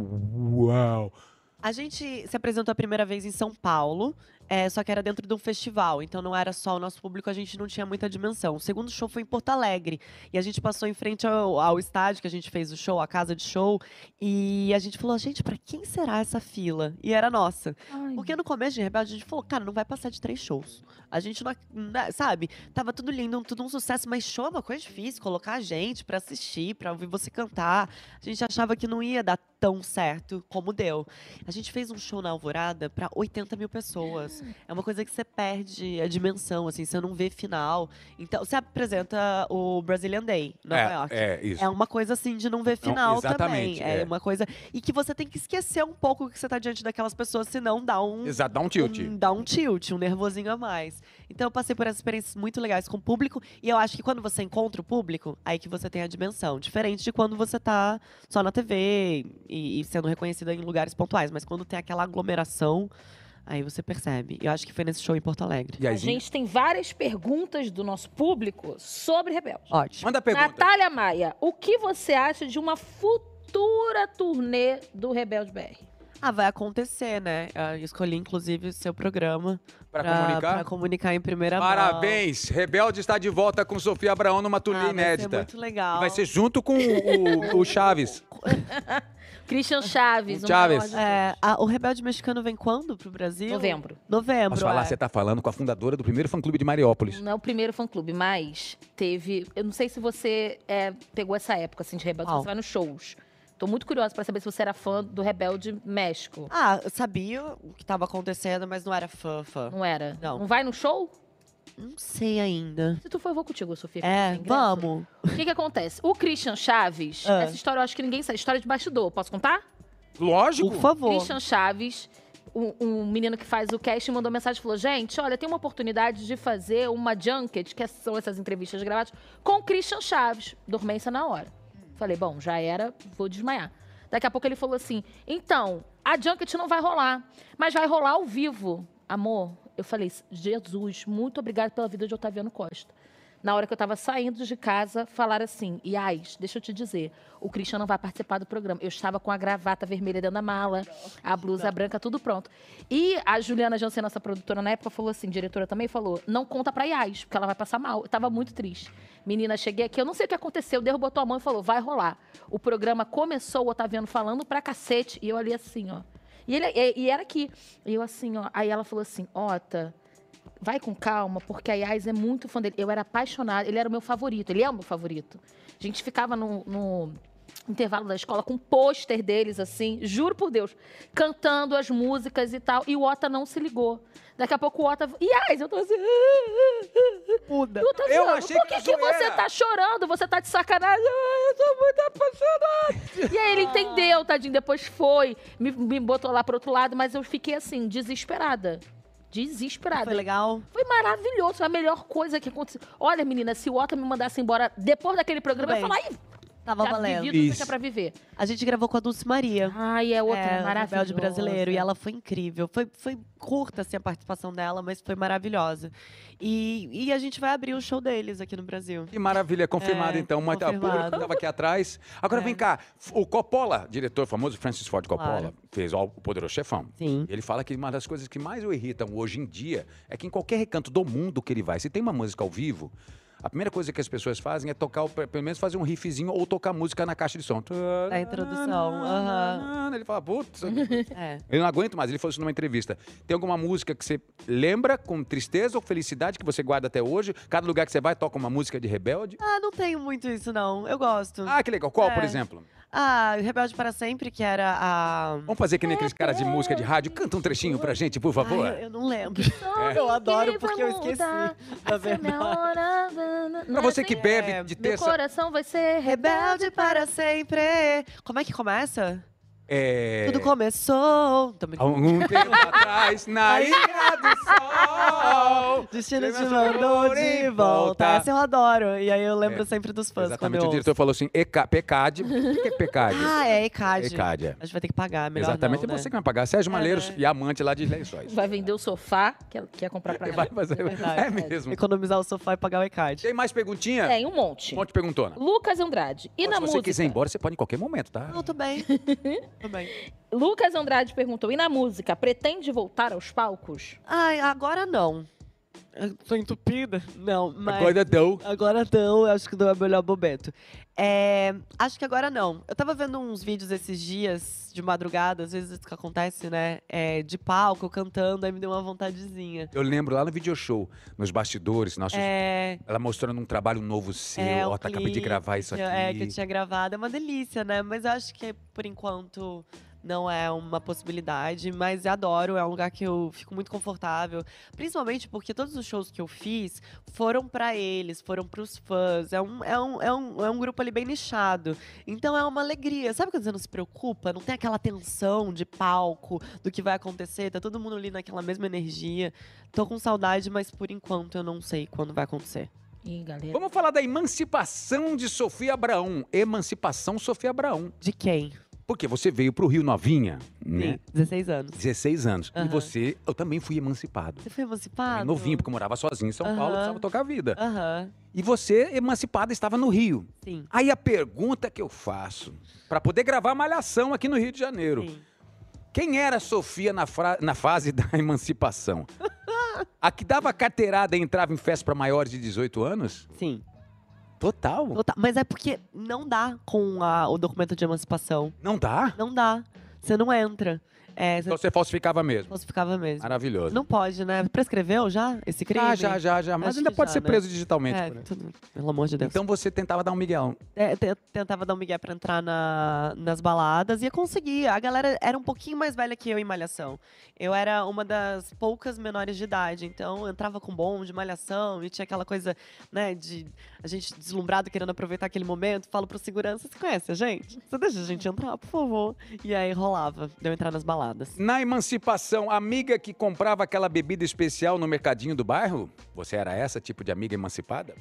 uau. A gente se apresentou a primeira vez em São Paulo, é, só que era dentro de um festival, então não era só o nosso público, a gente não tinha muita dimensão. O segundo show foi em Porto Alegre, e a gente passou em frente ao, ao estádio que a gente fez o show, a casa de show, e a gente falou, gente, pra quem será essa fila? E era nossa. Ai, Porque no começo de Rebelde a gente falou, cara, não vai passar de três shows. A gente não. ac- né, Sabe? Tava tudo lindo, um- tudo um sucesso, mas show é uma coisa difícil colocar a gente pra assistir, pra ouvir você cantar. A gente achava que não ia dar tão certo como deu. A gente fez um show na Alvorada pra 80 mil pessoas. É uma coisa que você perde a dimensão, assim, você não vê final. Então, você apresenta o Brazilian Day, em Nova é, York. é, isso. É uma coisa assim de não ver final exatamente, também. É, é. uma coisa. E que você tem que esquecer um pouco que você tá diante daquelas pessoas, senão dá um. Exato, dá um tilt. um- dá um tilt, um nervosinho a mais. Então eu passei por essas experiências muito legais com o público. E eu acho que quando você encontra o público, aí que você tem a dimensão. Diferente de quando você tá só na TV e, e sendo reconhecida em lugares pontuais. Mas quando tem aquela aglomeração, aí você percebe. Eu acho que foi nesse show em Porto Alegre. E A aí, gente tem várias perguntas do nosso público sobre Rebelde. Ótimo. manda a pergunta. Natália Maia, o que você acha de uma futura turnê do Rebelde BR? Ah, vai acontecer, né? Eu escolhi, inclusive, o seu programa. Pra pra- comunicar? pra comunicar em primeira mão. Parabéns! Rebelde está de volta com Sofia Abraão numa turnê Ah, vai Ser inédita. muito legal. Vai ser junto com o, o- o Chaves. Christian Chaves, O o Chaves. maior de É, a- o Rebelde Mexicano vem quando pro Brasil? todos. novembro. Novembro. Posso falar, é. você tá falando com a fundadora do primeiro fã-clube de Mariópolis. Não é o primeiro fã-clube, mas teve... Eu não sei se você é, pegou essa época, assim, de Rebelde, se Qual? você vai nos shows. Tô muito curiosa pra saber se você era fã do Rebelde México. Ah, eu sabia o que tava acontecendo, mas não era fã, fã. Não era? Não. Não vai no show? Não sei ainda. Se tu for, eu vou contigo, Sofia. fica É, sem graça. vamos. O que que acontece? O Christian Chaves, Ah. essa história eu acho que ninguém sabe, história de bastidor, posso contar? Lógico! Por favor. Christian Chaves, um, um menino que faz o cast, mandou mensagem e falou: gente, olha, tem uma oportunidade de fazer uma junket, que são essas entrevistas gravadas, com o Christian Chaves. Dormência na hora. Falei, bom, já era, vou desmaiar. Daqui a pouco ele falou assim: então, a junket não vai rolar, mas vai rolar ao vivo. Amor, eu falei, Jesus, muito obrigado pela vida de Otaviano Costa. Na hora que eu tava saindo de casa, falaram assim: Iás, deixa eu te dizer, o Christian não vai participar do programa. Eu estava com a gravata vermelha dentro da mala, a blusa branca, tudo pronto. E a Juliana Jansen, nossa produtora na época, falou assim: diretora também falou, não conta pra Iás, porque ela vai passar mal. Eu tava muito triste. Menina, cheguei aqui, eu não sei o que aconteceu, derrubou tua mão e falou: vai rolar. O programa começou, o Otaviano falando pra cacete, e eu ali assim, ó. E, ele- e- e era aqui. E eu assim, ó. Aí ela falou assim: Ota, vai com calma, porque a Yas é muito fã dele. Eu era apaixonada, ele era o meu favorito, ele é o meu favorito. A gente ficava no, no, intervalo da escola com pôster deles, assim, juro por Deus, cantando as músicas e tal. E o Ota não se ligou. Daqui a pouco o Ota. E aí, eu tô assim. "Ah, ah, ah, ah." Muda. Eu tô Eu zoando. achei Por que que, era que você zoeira. tá chorando? Você tá de sacanagem? "Ah, Eu tô muito apaixonado. E aí ele entendeu, tadinho. Depois foi, me, me botou lá pro outro lado, mas eu fiquei assim, desesperada. Desesperada. Foi legal. Foi maravilhoso, foi a melhor coisa que aconteceu. Olha, menina, se o Ota me mandasse embora depois daquele programa, eu ia Tudo falar, bem. "Ih, Tava já valendo. vivi tudo que Isso. é pra viver. A gente gravou com a Dulce Maria. Ai, é outra é, maravilhosa. Rebelde brasileiro. E ela foi incrível. Foi, foi curta, assim, a participação dela, mas foi maravilhosa. E, e a gente vai abrir o show deles aqui no Brasil. Que maravilha, confirmado É, então. Muito confirmado. público que estava aqui atrás. Agora É. vem cá, o Coppola, diretor famoso Francis Ford Coppola, Claro. fez ó, o Poderoso Chefão. Sim. Ele fala que uma das coisas que mais o irritam hoje em dia é que em qualquer recanto do mundo que ele vai, se tem uma música ao vivo, a primeira coisa que as pessoas fazem é tocar, o- pelo menos fazer um riffzinho ou tocar música na caixa de som. A introdução, aham. Ele fala, putz, É. eu não aguento mais. Ele falou isso numa entrevista. Tem alguma música que você lembra com tristeza ou felicidade que você guarda até hoje? Cada lugar que você vai toca uma música de rebelde? Ah, não tenho muito isso, não. Eu gosto. Ah, que legal. Qual, por É. exemplo? Ah, Rebelde para Sempre, que era a. Vamos fazer que nem aqueles caras de música de rádio. Canta um trechinho pra gente, por favor. Ai, eu- eu não lembro. É. Eu adoro, porque eu esqueci, na Pra você que bebe é, de Meu terça. coração vai ser rebelde. Rebelde para sempre. Como é que começa? É. Tudo começou. Tô Há brincando. algum tempo atrás, na Ilha do Sol. Destino te Chega mandou amor de em volta. volta. Essa eu adoro. E aí eu lembro É, sempre dos fãs quando Exatamente. eu O diretor falou assim: "Eca- PECAD. O que que é PECAD? ouço. Ah, é, ECAD. ECAD, é. A gente vai ter que pagar, melhor Exatamente. não, é você né? que vai pagar. Sérgio Malheiros né? e a amante lá de Lençóis. Vai vender o sofá que ela quer comprar pra É, Vai ela. fazer. verdade. É mesmo. Economizar o sofá e pagar o ECAD. Tem mais perguntinha? Tem um monte. Um monte de perguntona. Lucas Andrade. E Mas na se você música? quiser ir embora, você pode em qualquer momento, tá? Não, tô bem. tô bem. Lucas Andrade perguntou: e na música, pretende voltar aos palcos? Ai, agora não. Eu tô entupida? Não, mas. Agora deu. Agora não, eu acho que não é o melhor momento. É, acho que agora não. Eu tava vendo uns vídeos esses dias, de madrugada, às vezes isso que acontece, né? É, de palco, eu cantando, aí me deu uma vontadezinha. Eu lembro lá no video show, nos bastidores, nossos, É, ela mostrando um trabalho novo seu. é, o Ó, tá, acabei de clipe gravar isso que aqui. eu- É, que eu tinha gravado, é uma delícia, né? Mas eu acho que, por enquanto, não é uma possibilidade. Mas eu adoro, é um lugar que eu fico muito confortável. Principalmente porque todos os shows que eu fiz foram pra eles, foram pros fãs. É um, é um, é um, é um grupo ali bem nichado. Então é uma alegria. Sabe quando você não se preocupa? Não tem aquela tensão de palco, do que vai acontecer. Tá todo mundo ali naquela mesma energia. Tô com saudade, mas por enquanto eu não sei quando vai acontecer. Ih, galera. Vamos falar da emancipação de Sofia Abraão. Emancipação Sofia Abraão. De quem? Porque você veio pro Rio novinha, né? Sim, 16 anos. 16 anos. E Aham. você, eu também fui emancipado. Você foi Também emancipado? novinho, porque eu morava sozinho em São Paulo, Aham. precisava tocar a vida. Aham, E você, emancipada, estava no Rio. sim. Aí a pergunta que eu faço, pra poder gravar Malhação aqui no Rio de Janeiro. sim. Quem era a Sofia na, fra- na fase da emancipação? A que dava carteirada e entrava em festa para maiores de 18 anos? Sim. Total. Total. Mas é porque não dá com a- o documento de emancipação. Não dá? Não dá. Você não entra. É, você Então você falsificava mesmo. falsificava mesmo. Maravilhoso. Não pode, né? Prescreveu já esse crime? Ah, já, já, já. Mas Acho ainda que pode já, ser né? preso digitalmente. É, por aí. tudo- pelo amor de Deus. Então você tentava dar um miguelão. É, te- tentava dar um migué pra entrar na- nas baladas e eu conseguia. A galera era um pouquinho mais velha que eu em Malhação. Eu era uma das poucas menores de idade, então eu entrava com bonde, Malhação, e tinha aquela coisa, né, de a gente deslumbrado querendo aproveitar aquele momento. Falo pro segurança, você conhece a gente? Você deixa a gente entrar, por favor. E aí rolava, de eu entrar nas baladas. Na emancipação, a amiga que comprava aquela bebida especial no mercadinho do bairro? Você era essa tipo de amiga emancipada?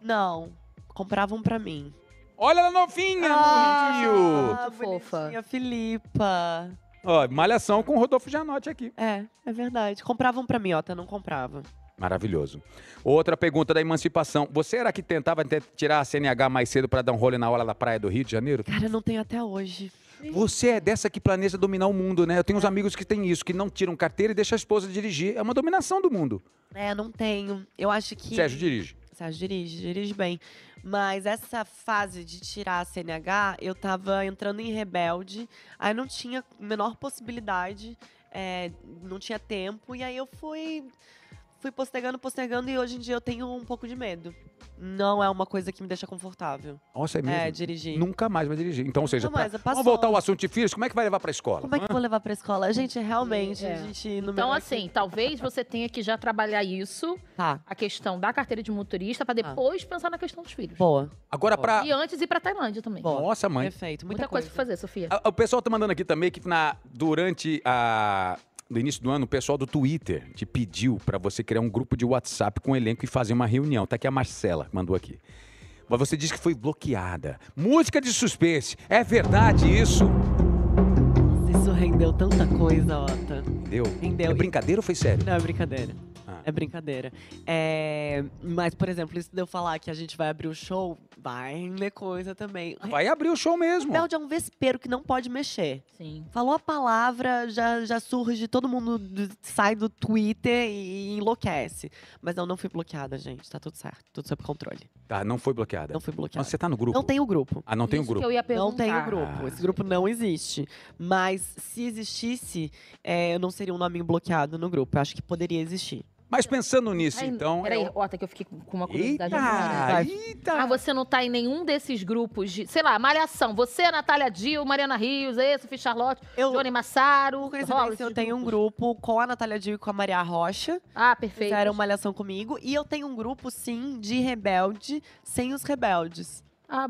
Não, compravam pra mim. Olha ela novinha Ah, no Rio! Muito fofa. bonitinha, Filipa. Ó, malhação com o Rodolfo Janotti aqui. É, é verdade. Compravam pra mim, ó, eu não comprava. Maravilhoso. Outra pergunta da emancipação. Você era que tentava te- tirar a CNH mais cedo pra dar um rolê na hora da praia do Rio de Janeiro? Cara, eu não tenho até hoje. Você é dessa que planeja dominar o mundo, né? Eu É. tenho uns amigos que têm isso, que não tiram carteira e deixam a esposa dirigir. É uma dominação do mundo. É, não tenho. Eu acho que. Sérgio dirige. Sérgio dirige, dirige bem. Mas essa fase de tirar a CNH, eu tava entrando em rebelde, aí não tinha menor possibilidade, é, não tinha tempo, e aí eu fui. fui fui postergando, postergando e hoje em dia eu tenho um pouco de medo. Não é uma coisa que me deixa confortável. Nossa, é mesmo? É, dirigir. Nunca mais vai dirigir. Então, ou seja, mais, pra- passou. vamos voltar ao assunto de filhos, como é que vai levar pra escola? Como é que eu vou levar pra escola? Gente, realmente, É. a gente não Então, merece- assim, talvez você tenha que já trabalhar isso, Tá, a questão da carteira de motorista, pra depois pensar na questão dos filhos. boa. Agora pra... E antes ir pra Tailândia também. Bom, Nossa, mãe. Perfeito. Muita, Muita, coisa pra fazer, Sofia. A- O pessoal tá mandando aqui também que na, durante a. No início do ano, o pessoal do Twitter te pediu pra você criar um grupo de WhatsApp com o elenco e fazer uma reunião. Tá aqui a Marcela, mandou aqui. Mas você disse que foi bloqueada. Música de suspense. É verdade isso? Nossa, Isso rendeu tanta coisa, Ota. Entendeu? Rendeu. É brincadeira ou foi sério? Não, é brincadeira. Ah. É brincadeira. É, Mas, por exemplo, isso de eu falar que a gente vai abrir o show, vai render coisa também. Vai abrir o show mesmo. Rebelde é um vespeiro que não pode mexer. Sim. Falou a palavra, já, já surge, todo mundo d- sai do Twitter e enlouquece. Mas não, não fui bloqueada, gente. Tá tudo certo. Tudo sob controle. Tá, não foi bloqueada. Não fui bloqueada. Mas você tá no grupo? Não tem o grupo. Ah, não tem o Isso grupo. que eu ia perguntar. Não tem o Ah. grupo. Esse grupo não existe. Mas se existisse, é, eu não seria um nominho bloqueado no grupo. Eu acho que poderia existir. Mas pensando nisso, Ai, então. Peraí, eu- Ota, que eu fiquei com com uma curiosidade. agora. Eita! Vai. Eita! Ah, você não tá em nenhum desses grupos de, sei lá, Malhação. Você, Natália Dill, Mariana Rios, esse, Sophie Charlotte, Eu, Johnny Massaro. por rola coincidência, esses eu tenho um grupos? grupo com a Natália Dill e com a Maria Rocha. Ah, perfeito. Fizeram uma malhação comigo. E eu tenho um grupo, sim, de rebelde, sem os rebeldes. Ah,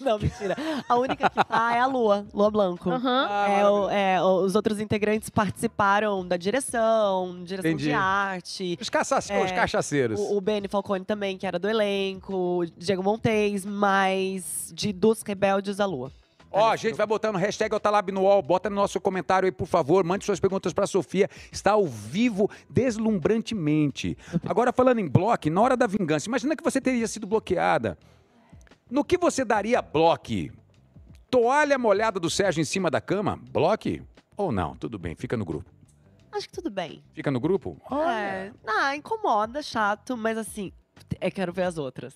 Não, mentira. A única que tá é a Lua, Lua Blanco. aham. Ah, É, o- é, o- os outros integrantes participaram da direção, direção Entendi. de arte. Os, caça... os É, cachaceiros. O, o Benny Falcone também, que era do elenco, o Diego Montes, mas de dos rebeldes à lua. Ó, a gente vai botando hashtag Otalab no UOL, bota no nosso comentário aí, por favor, mande suas perguntas pra Sofia, está ao vivo deslumbrantemente. Agora, falando em bloco, na hora da vingança, imagina que você teria sido bloqueada. No que você daria bloque? Toalha molhada do Sérgio em cima da cama? Bloque? Ou não? Tudo bem, fica no grupo. Acho que tudo bem. Fica no grupo? É, ah, incomoda, chato, mas assim, é, quero ver as outras.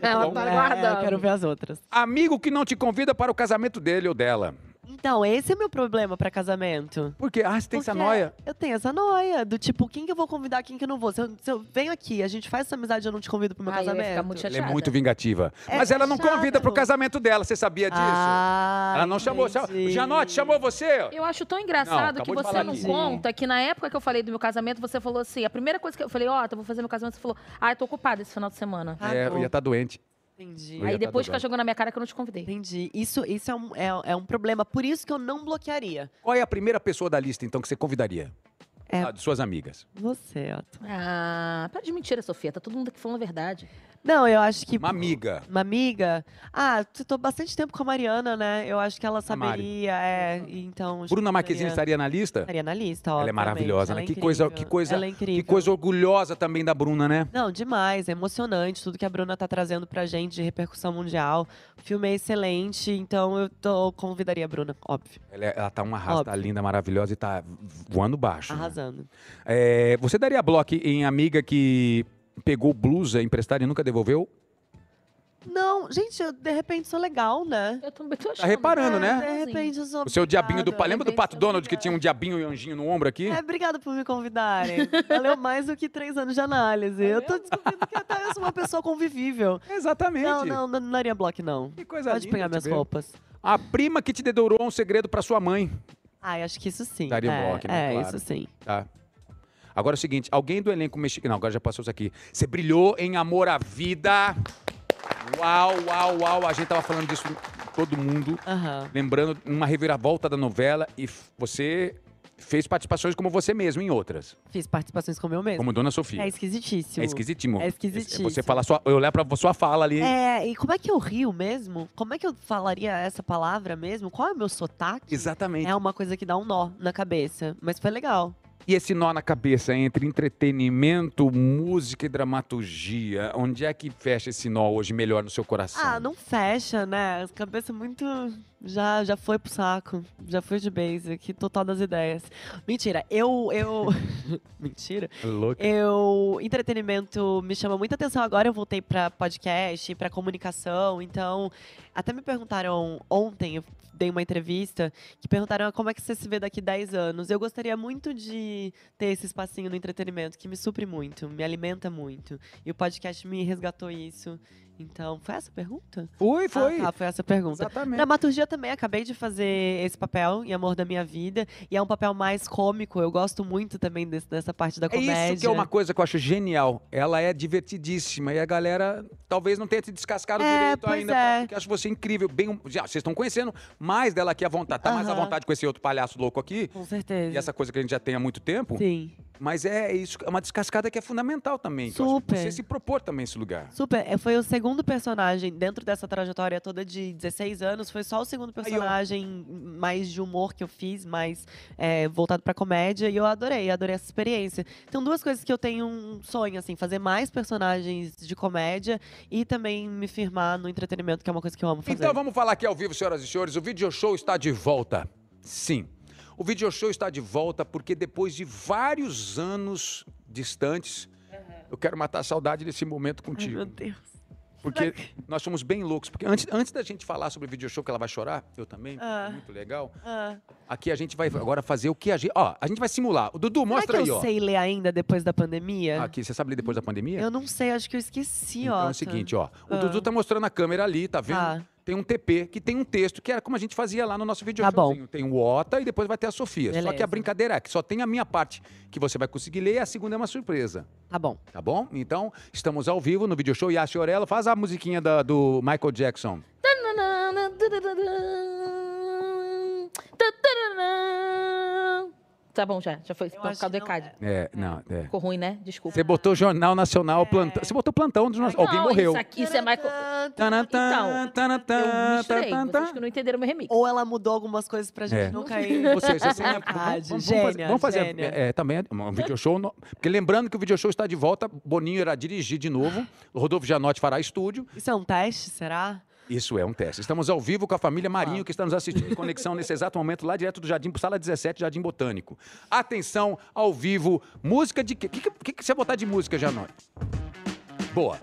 Ela tá É, guardando. quero ver as outras. Amigo que não te convida para o casamento dele ou dela. Então, esse é meu problema pra casamento. Por quê? Ah, você tem essa Porque é noia? Eu tenho essa noia do tipo, quem que eu vou convidar, quem que eu não vou. Se eu, se eu venho aqui, a gente faz essa amizade, eu não te convido pro meu Ah, eu ia casamento. ficar muito Ela chateada. é muito vingativa. É Mas ela não chato. convida para o casamento dela, você sabia disso? Ah, Ela não chamou. chamou- entendi. Janote, chamou você? Eu acho tão Não, engraçado acabou que de você falar não aqui. conta que na época que eu falei do meu casamento, você falou assim, a primeira coisa que eu falei, ó, eu vou fazer meu casamento, você falou, ah, eu tô ocupada esse final de semana. Ah, é, eu não. ia estar doente. Entendi. Eu ia Aí tá depois doido. fica jogando na minha cara que eu não te convidei. Entendi. Isso, isso é, um, é, é um problema. Por isso que eu não bloquearia. Qual é a primeira pessoa da lista, então, que você convidaria? É. Ah, de suas amigas. Você, Otto. Ah, para de mentira, Sofia, tá todo mundo aqui falando a verdade. Não, eu acho que. Uma amiga. Uma amiga? Ah, tu tô bastante tempo com a Mariana, né? Eu acho que ela A Mari. saberia. É, e então. acho que Bruna eu Marquezine estaria- estaria na lista? estaria na lista, ó. Ela é maravilhosa, né? Que coisa- que coisa- Ela é Que incrível. coisa orgulhosa também da Bruna, né? Não, demais, é emocionante tudo que a Bruna tá trazendo pra gente de repercussão mundial. O filme é excelente, então eu tô- convidaria a Bruna, óbvio. Ela, é- ela tá uma raça, tá Óbvio. linda, maravilhosa e tá voando baixo. né? Arrasando. É, você daria bloco em amiga que pegou blusa emprestada e nunca devolveu? Não, gente, eu de repente sou legal, né? Eu também tô achando. Tá reparando, É, né? De repente eu sou. O seu diabinho do... obrigada. pa- Lembra do Pato Obrigada. Donald que tinha um diabinho e um anjinho no ombro aqui? É, obrigado por me convidarem. Valeu mais do que três anos de análise. eu tô descobrindo que até eu sou uma pessoa convivível. Exatamente. Não, não, não, não iria bloco, não. Que coisa Pode linda pegar de minhas ver. roupas. A prima que te dedurou um segredo pra sua mãe. Ai, acho que isso sim. Daria é, bloco, né, É, claro. isso sim. Tá. Agora é o seguinte, alguém do elenco mexicano. Não, agora já passou isso aqui. Você brilhou em Amor à Vida. Uau, uau, uau. A gente tava falando disso todo mundo. Aham. Lembrando uma reviravolta da novela e f- você fez participações como você mesmo em outras, Fiz participações com o meu mesmo. como Dona Sofia. É esquisitíssimo. É esquisitíssimo. É esquisitíssimo. Você falar sua, eu olhar pra sua fala ali. É, e como é que eu rio mesmo? Como é que eu falaria essa palavra mesmo? Qual é o meu sotaque? Exatamente. É uma coisa que dá um nó na cabeça. Mas foi legal. E esse nó na cabeça entre entretenimento, música e dramaturgia, onde é que fecha esse nó hoje melhor no seu coração? Ah, não fecha, né? Cabeça muito Já, já foi pro saco. Já foi de basic. Total das ideias. Mentira, eu. eu... Mentira. Louca. Eu. Entretenimento me chama muita atenção agora. Eu voltei pra podcast, pra comunicação. Então, até me perguntaram ontem, eu dei uma entrevista, que perguntaram "Ah, como é que você se vê daqui 10 anos. Eu gostaria muito de ter esse espacinho no entretenimento, que me supre muito, me alimenta muito. E o podcast me resgatou isso. Então, foi essa a pergunta? Ui, foi. Ah, tá, foi essa a pergunta. Exatamente. Dramaturgia também, acabei de fazer esse papel em Amor da Minha Vida. E é um papel mais cômico, eu gosto muito também desse- dessa parte da É comédia. isso que é uma coisa que eu acho genial. Ela é divertidíssima e a galera talvez não tenha te descascado É, direito pois ainda. é. Porque eu acho você incrível. Bem, hum- já, vocês estão conhecendo mais dela aqui à vontade. Tá mais à Aham. vontade com esse outro palhaço louco aqui. Com certeza. E essa coisa que a gente já tem há muito tempo. Sim. Mas é isso, é uma descascada que é fundamental também. que eu acho que Super. Você se propor também esse lugar. Super, é, foi o segundo personagem dentro dessa trajetória toda de 16 anos. Foi só o segundo ó. personagem mais de humor que eu fiz, mais é, voltado pra comédia. E eu adorei, adorei essa experiência. Então, duas coisas que eu tenho um sonho, assim, fazer mais personagens de comédia e também me firmar no entretenimento, que é uma coisa que eu amo fazer. Então vamos falar aqui ao vivo, senhoras e senhores. O video show está de volta. Sim. O video show está de volta porque depois de vários anos distantes, eu quero matar a saudade desse momento Ai, contigo. meu Deus. Porque nós somos bem loucos. Porque antes, antes da gente falar sobre o video show, que ela vai chorar, eu também, Ah. muito legal. Ah, Aqui a gente vai agora fazer o que a gente. Ó, a gente vai simular. O Dudu, mostra Será que aí, eu ó. sei né? ler ainda depois da pandemia? Aqui, você sabe ler depois da pandemia? Eu não sei, acho que eu esqueci, ó. Então é o seguinte, ó. O Ah. Dudu tá mostrando a câmera ali, tá vendo? Tá. Tem um TP que tem um texto, que era como a gente fazia lá no Tá nosso vídeo. bom. Tem o Ota e depois vai ter a Sofia. Só que a Beleza. brincadeira é que só tem a minha parte que você vai conseguir ler e a segunda é uma surpresa. Tá bom. Tá bom? Então, estamos ao vivo no video show. Yassi Orello, faz a musiquinha da- do Michael Jackson. Tá bom, já. Já foi Eu por causa acho do que não- ECAD. É, não, é. Ficou ruim, né? Desculpa. Você botou Jornal Nacional, plantão. Você botou plantão dos nossos. Alguém É. Não, morreu. Isso, aqui, isso é Michael... Tanatã, Então, tanatã, Eu misturei. tanatã. Vocês que não entenderam meu remix. Ou ela mudou algumas coisas pra gente É. não cair. Ou seja, assim, né, vamos, Verdade, vamos fazer, gênia, vamos fazer, gênia. é, é, também um video show. no- porque lembrando que o video show está de volta, Boninho irá dirigir de novo, Rodolfo Janotti fará estúdio. Isso é um teste, será? Isso é um teste. Estamos ao vivo com a família Marinho, que está nos assistindo em conexão nesse exato momento, lá direto do Jardim, Sala 17, Jardim Botânico. Atenção, ao vivo, música de... O que, que, que, que você vai botar de música, Janotti? Boa.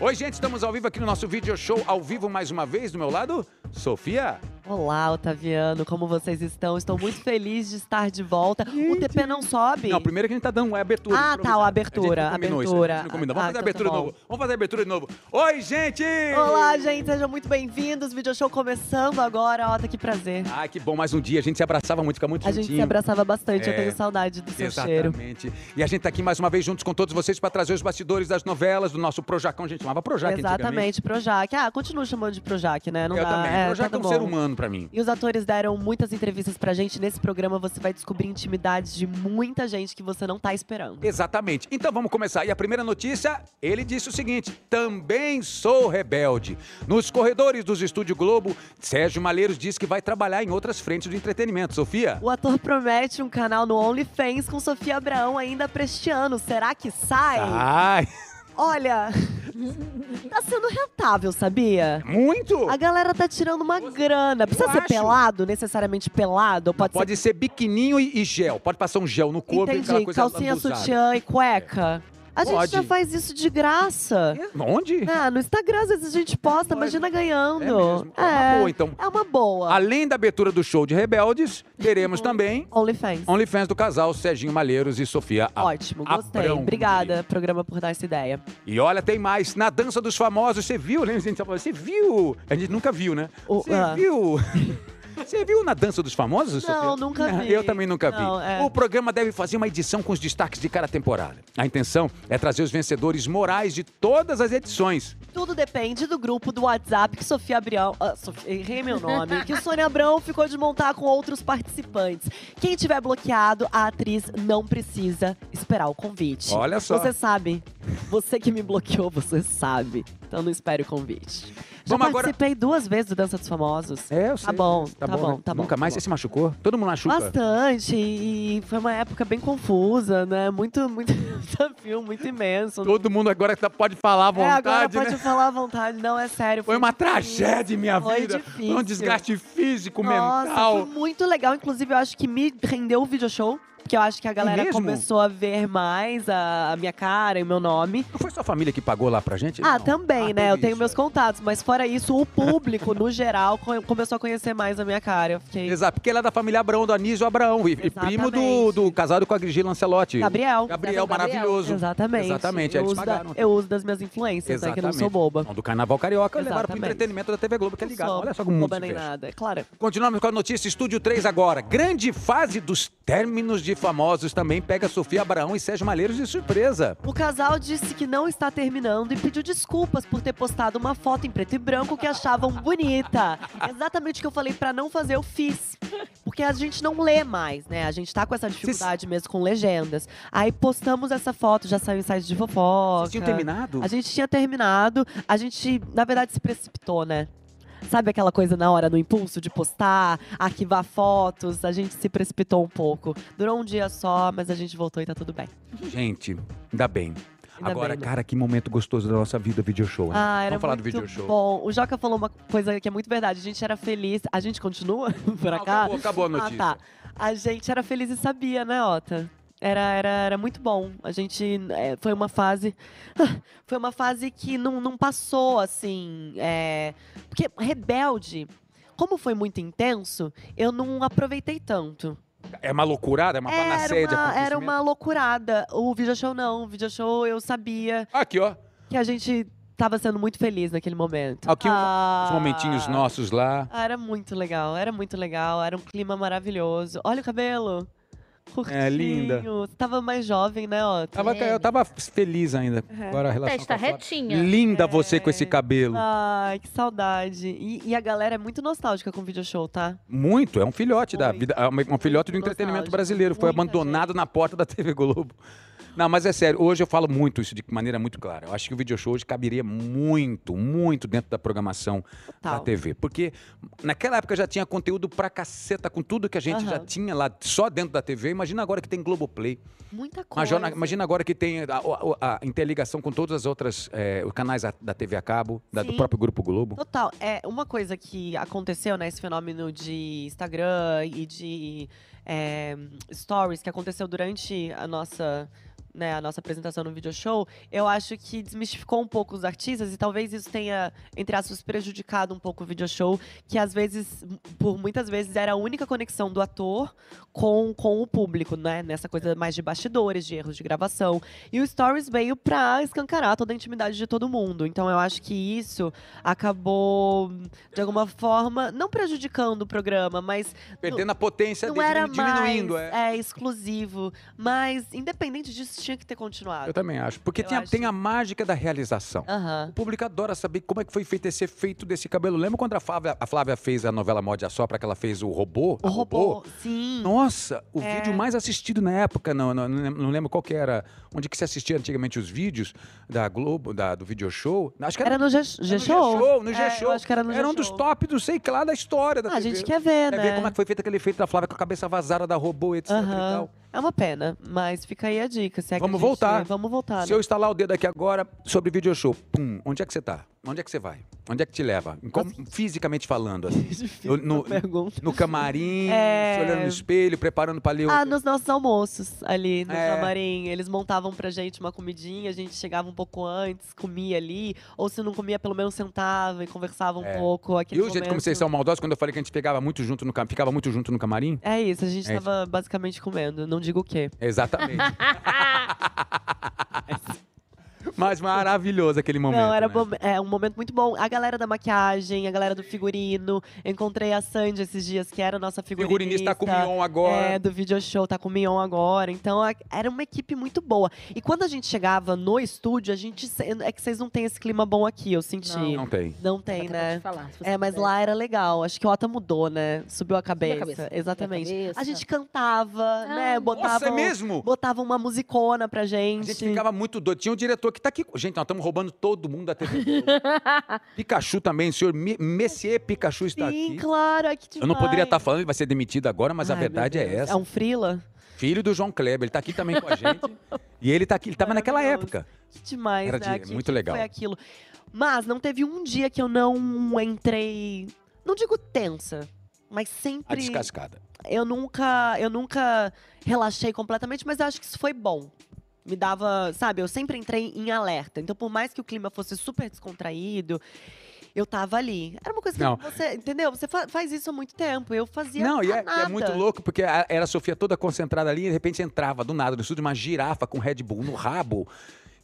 Oi, gente, estamos ao vivo aqui no nosso video show, ao vivo mais uma vez, do meu lado, Sofia... Olá, Otaviano, como vocês estão? Estou muito feliz de estar de volta. O TP não sobe? Não, primeiro que a gente tá dando é abertura. Ah, improvisada. tá, o abertura, A gente não combinou isso, abertura. a gente não combinou. Vamos Ah, fazer a então abertura tá de bom. novo. Vamos fazer a abertura de novo. Oi, gente! Olá, gente, sejam muito bem-vindos. Video show começando agora. Ó, tá que prazer. Ai, que bom, mais um dia. A gente se abraçava muito, fica muito A gente se abraçava bastante, eu É. tenho saudade do seu cheiro. Exatamente. E a gente tá aqui mais uma vez juntos com todos vocês para trazer os bastidores das novelas, do nosso Projacão. A gente chamava Projac antigamente. Exatamente, Projac. Ah, continua chamando de Projac, né? Não Eu dá. também. É, Projac tá é um bom. ser humano pra mim. E os atores deram muitas entrevistas pra gente. Nesse programa você vai descobrir intimidades de muita gente que você não tá esperando. Exatamente. Então vamos começar. E a primeira notícia, ele disse o seguinte: também sou rebelde. Nos corredores dos Estúdio Globo, Sérgio Malheiros diz que vai trabalhar em outras frentes do entretenimento. Sofia? O ator promete um canal no OnlyFans com Sofia Abraão ainda pra este ano. Será que sai? Ai, Olha, tá sendo rentável, sabia? muito! A galera tá tirando uma grana. Precisa ser acho. pelado, necessariamente pelado? Ou pode, Pode ser biquininho e, e gel. Pode passar um gel no ser. corpo e aquela Entendi. coisa Calcinha lambuzada. É. sutiã e cueca. A gente Pode. já faz isso de graça. É, Onde? Ah, no Instagram às vezes a gente posta, Pode. imagina É ganhando. mesmo. É uma boa, então. É uma boa. Além da abertura do show de Rebeldes, teremos também OnlyFans. OnlyFans do casal Serginho Malheiros e Sofia Ab- Ótimo, gostei. Abrão, Obrigada, programa, por dar essa ideia. E olha, tem mais. Na dança dos famosos, você viu? Lembra que a gente tava falando? Você viu? A gente nunca viu, né? O- Você ah. viu? Você viu na dança dos famosos? Não, Sofia? nunca vi. Eu também nunca vi. Não, é. O programa deve fazer uma edição com os destaques de cada temporada. A intenção é trazer os vencedores morais de todas as edições. Tudo depende do grupo do WhatsApp que Sofia Abrão. ah, Sof- errei meu nome. que Sônia Abrão ficou de montar com outros participantes. Quem tiver bloqueado, a atriz não precisa esperar o convite. Olha só. Você sabe. Você que me bloqueou, você sabe. Então não espere o convite. Já Vamos agora- participei duas vezes do Dança dos Famosos. É, eu sei. Tá bom, Tá tá bom, bom, né? tá bom. Nunca mais tá você se machucou? Todo mundo machuca. Bastante, e foi uma época bem confusa, né? Muito, muito desafio, muito imenso. Todo mundo agora tá- pode falar à é, agora vontade, pode né? falar à vontade, não, é sério. Foi uma difícil. tragédia, minha Foi vida. Foi um difícil. desgaste físico, Nossa, mental. foi muito legal. Inclusive, eu acho que me rendeu o video show. Porque eu acho que a galera É mesmo? começou a ver mais a, a minha cara e o meu nome. Não foi sua família que pagou lá pra gente? Ah, Não. também, Ah, né? Eu teve tenho isso, meus é. contatos. Mas fora isso, o público, no geral, co- começou a conhecer mais a minha cara. Eu fiquei... Exato, porque ela é da família Abrão, do Anísio Abrão. E, e primo do, Exatamente. do casado com a Grigi Lancelotti. Gabriel. Gabriel, Gabriel. maravilhoso. Exatamente. Exatamente, Eu, eles uso da, pagaram. eu uso das minhas influências, né? Que eu não sou boba. Não, Do Carnaval Carioca, levaram pro Exatamente. entretenimento da TV Globo, que é ligado. Não sou Olha só como o mundo boba se nem fecha. nada, é claro. Continuamos com a notícia Estúdio 3 agora. Grande fase dos términos de famosos também pega Sofia Abraão e Sérgio Malheiros de surpresa. O casal disse que não está terminando e pediu desculpas por ter postado uma foto em preto e branco que achavam bonita. Exatamente o que eu falei pra não fazer, eu fiz. Porque a gente não lê mais, né? A gente tá com essa dificuldade mesmo com legendas. Aí postamos essa foto, já saiu em sites de fofoca. Vocês tinham terminado? A gente tinha terminado. A gente, na verdade, se precipitou, né? Sabe aquela coisa na hora, no impulso de postar, arquivar fotos? A gente se precipitou um pouco. Durou um dia só, mas a gente voltou e tá tudo bem. Gente, ainda bem. Ainda agora, bem, né? cara, que momento gostoso da nossa vida, video show. né? Ah, era Vamos falar do muito video show. bom. O Joca falou uma coisa que é muito verdade. A gente era feliz. A gente continua pra Não, cá? acabou, acabou a notícia. Ah, tá. A gente era feliz e sabia, né, Ota? Era, era, era muito bom. A gente é, foi uma fase. Foi uma fase que não, não passou, assim. é, porque rebelde, como foi muito intenso, eu não aproveitei tanto. É uma loucurada, é uma Era panaceia de uma, era acontecimento. uma loucurada. O video show não. O video show eu sabia Aqui, ó. que a gente tava sendo muito feliz naquele momento. Aqui os- ah, Os um- momentinhos nossos lá. Ah, era muito legal, era muito legal, era um clima maravilhoso. Olha o cabelo. Curtinho. É, linda. Você tava mais jovem, né, Otto? Tava, É. eu tava feliz ainda. É. Agora a relação Testa com a Flávia. retinha. Linda você com esse cabelo. Ah. Ai, que saudade. E, e a galera é muito nostálgica com o video show, tá? Muito, é um filhote da Muito, vida, é um- um filhote do muito entretenimento nostálgico. brasileiro. Foi Muita abandonado na porta da TV Globo. Não, mas é sério, hoje eu falo muito isso de maneira muito clara. Eu acho que o video show hoje caberia muito, muito dentro da programação da Total. TV. Porque naquela época já tinha conteúdo pra caceta com tudo que a gente já Aham. tinha lá só dentro da TV. Imagina agora que tem Globoplay. Muita coisa. Imagina, imagina agora que tem a, a- a interligação com todas as outras eh, os canais da- da TV a cabo, da- do Sim. próprio Grupo Globo. Total. É, uma coisa que aconteceu, né? Esse fenômeno de Instagram e de é, stories que aconteceu durante a nossa. Né, a nossa apresentação no video show, eu acho que desmistificou um pouco os artistas e talvez isso tenha, entre aspas, prejudicado um pouco o video show, que às vezes, m- por muitas vezes, era a única conexão do ator com, com o público, né? Nessa coisa mais de bastidores, de erros de gravação. E o Stories veio pra escancarar toda a intimidade de todo mundo. Então eu acho que isso acabou, de alguma forma, não prejudicando o programa, mas Perdendo a potência, não de- era diminuindo. é. mais é, exclusivo. Mas, independente disso, tinha que ter Eu continuado. também acho. Porque Eu tem a, acho. tem a mágica da realização. O Aham. público adora saber como é que foi feito esse efeito desse cabelo. Lembra quando a Flávia, a Flávia fez a novela Morde a Sopra, que ela fez o robô? O A robô, sim. Nossa, o É. vídeo mais assistido na época, não, não, não lem- não lembro qual que era, onde que se assistia antigamente os vídeos da Globo, da, do video show. Acho que era, Era no era no G-Show? no É, G-Show. eu acho que era no Era um G-Show. dos top, não sei que lá, da história da Ah, a TV. gente quer ver, Quer né? ver como é que foi feito aquele efeito da Flávia com a cabeça vazada da robô, etc e Aham. tal. É uma pena, mas fica aí a dica. se é que Vamos a gente- voltar. Vamos voltar. né? Se eu instalar o dedo aqui agora sobre video show, pum, onde é que você tá? Onde é que você vai? Onde é que te leva? Em como- fisicamente falando, assim. Eu- no, É pergunta. no camarim, É. se olhando no espelho, preparando pra ler o. Ah, nos nossos almoços ali no É. camarim. Eles montavam pra gente uma comidinha, a gente chegava um pouco antes, comia ali. Ou se não comia, pelo menos sentava e conversava um É. pouco. e Aquele o jeito como vocês são momento. maldosos, quando eu falei que a gente pegava muito junto no cam- ficava muito junto no camarim? É isso, a gente É isso. tava basicamente comendo. Não digo o quê. Exatamente. Mas maravilhoso aquele momento. não, era né? bom- é, um momento muito bom. A galera da maquiagem, a galera do figurino. Encontrei a Sandy esses dias, que era a nossa figurinista. Figurinista tá com Mion agora. É, do video show, tá com o Mion agora. Então, a- era uma equipe muito boa. E quando a gente chegava no estúdio, a gente. se- É que vocês não têm esse clima bom aqui, eu senti. Não. Não tem. Não Até tem, vou te né? falar, se você É, mas quiser. lá era legal. Acho que o Ota mudou, né? Subiu a cabeça. cabeça, subiu a Exatamente. cabeça. A gente cantava, Ah, né? Botava, Nossa, é um- mesmo? botava uma musicona pra A gente. gente ficava muito doido. Tinha um diretor que tá aqui. Gente, nós estamos roubando todo mundo da TV. Globo. Pikachu também, o senhor Mi- Messier Pikachu está Sim, aqui. claro, é que Eu não poderia demais. estar falando, ele vai ser demitido agora, mas a Ai, meu verdade é Deus. essa. É um frila? Filho do João Kleber, ele tá aqui também com a gente. e ele tá aqui, ele tava naquela Maravilhoso. época. Que demais, Era né? de- Que- muito que legal. Foi aquilo. Mas não teve um dia que eu não entrei, não digo tensa, mas A sempre descascada. eu nunca, eu nunca relaxei completamente, mas eu acho que isso foi bom. Me dava, sabe, eu sempre entrei em alerta. Então, por mais que o clima fosse super descontraído, eu tava ali. Era uma coisa que Não. você, entendeu? Você fa- faz isso há muito tempo. Eu fazia Não, e é, nada. é muito louco, porque a- era a Sofia toda concentrada ali, e de repente entrava do nada no estúdio uma girafa com Red Bull no rabo,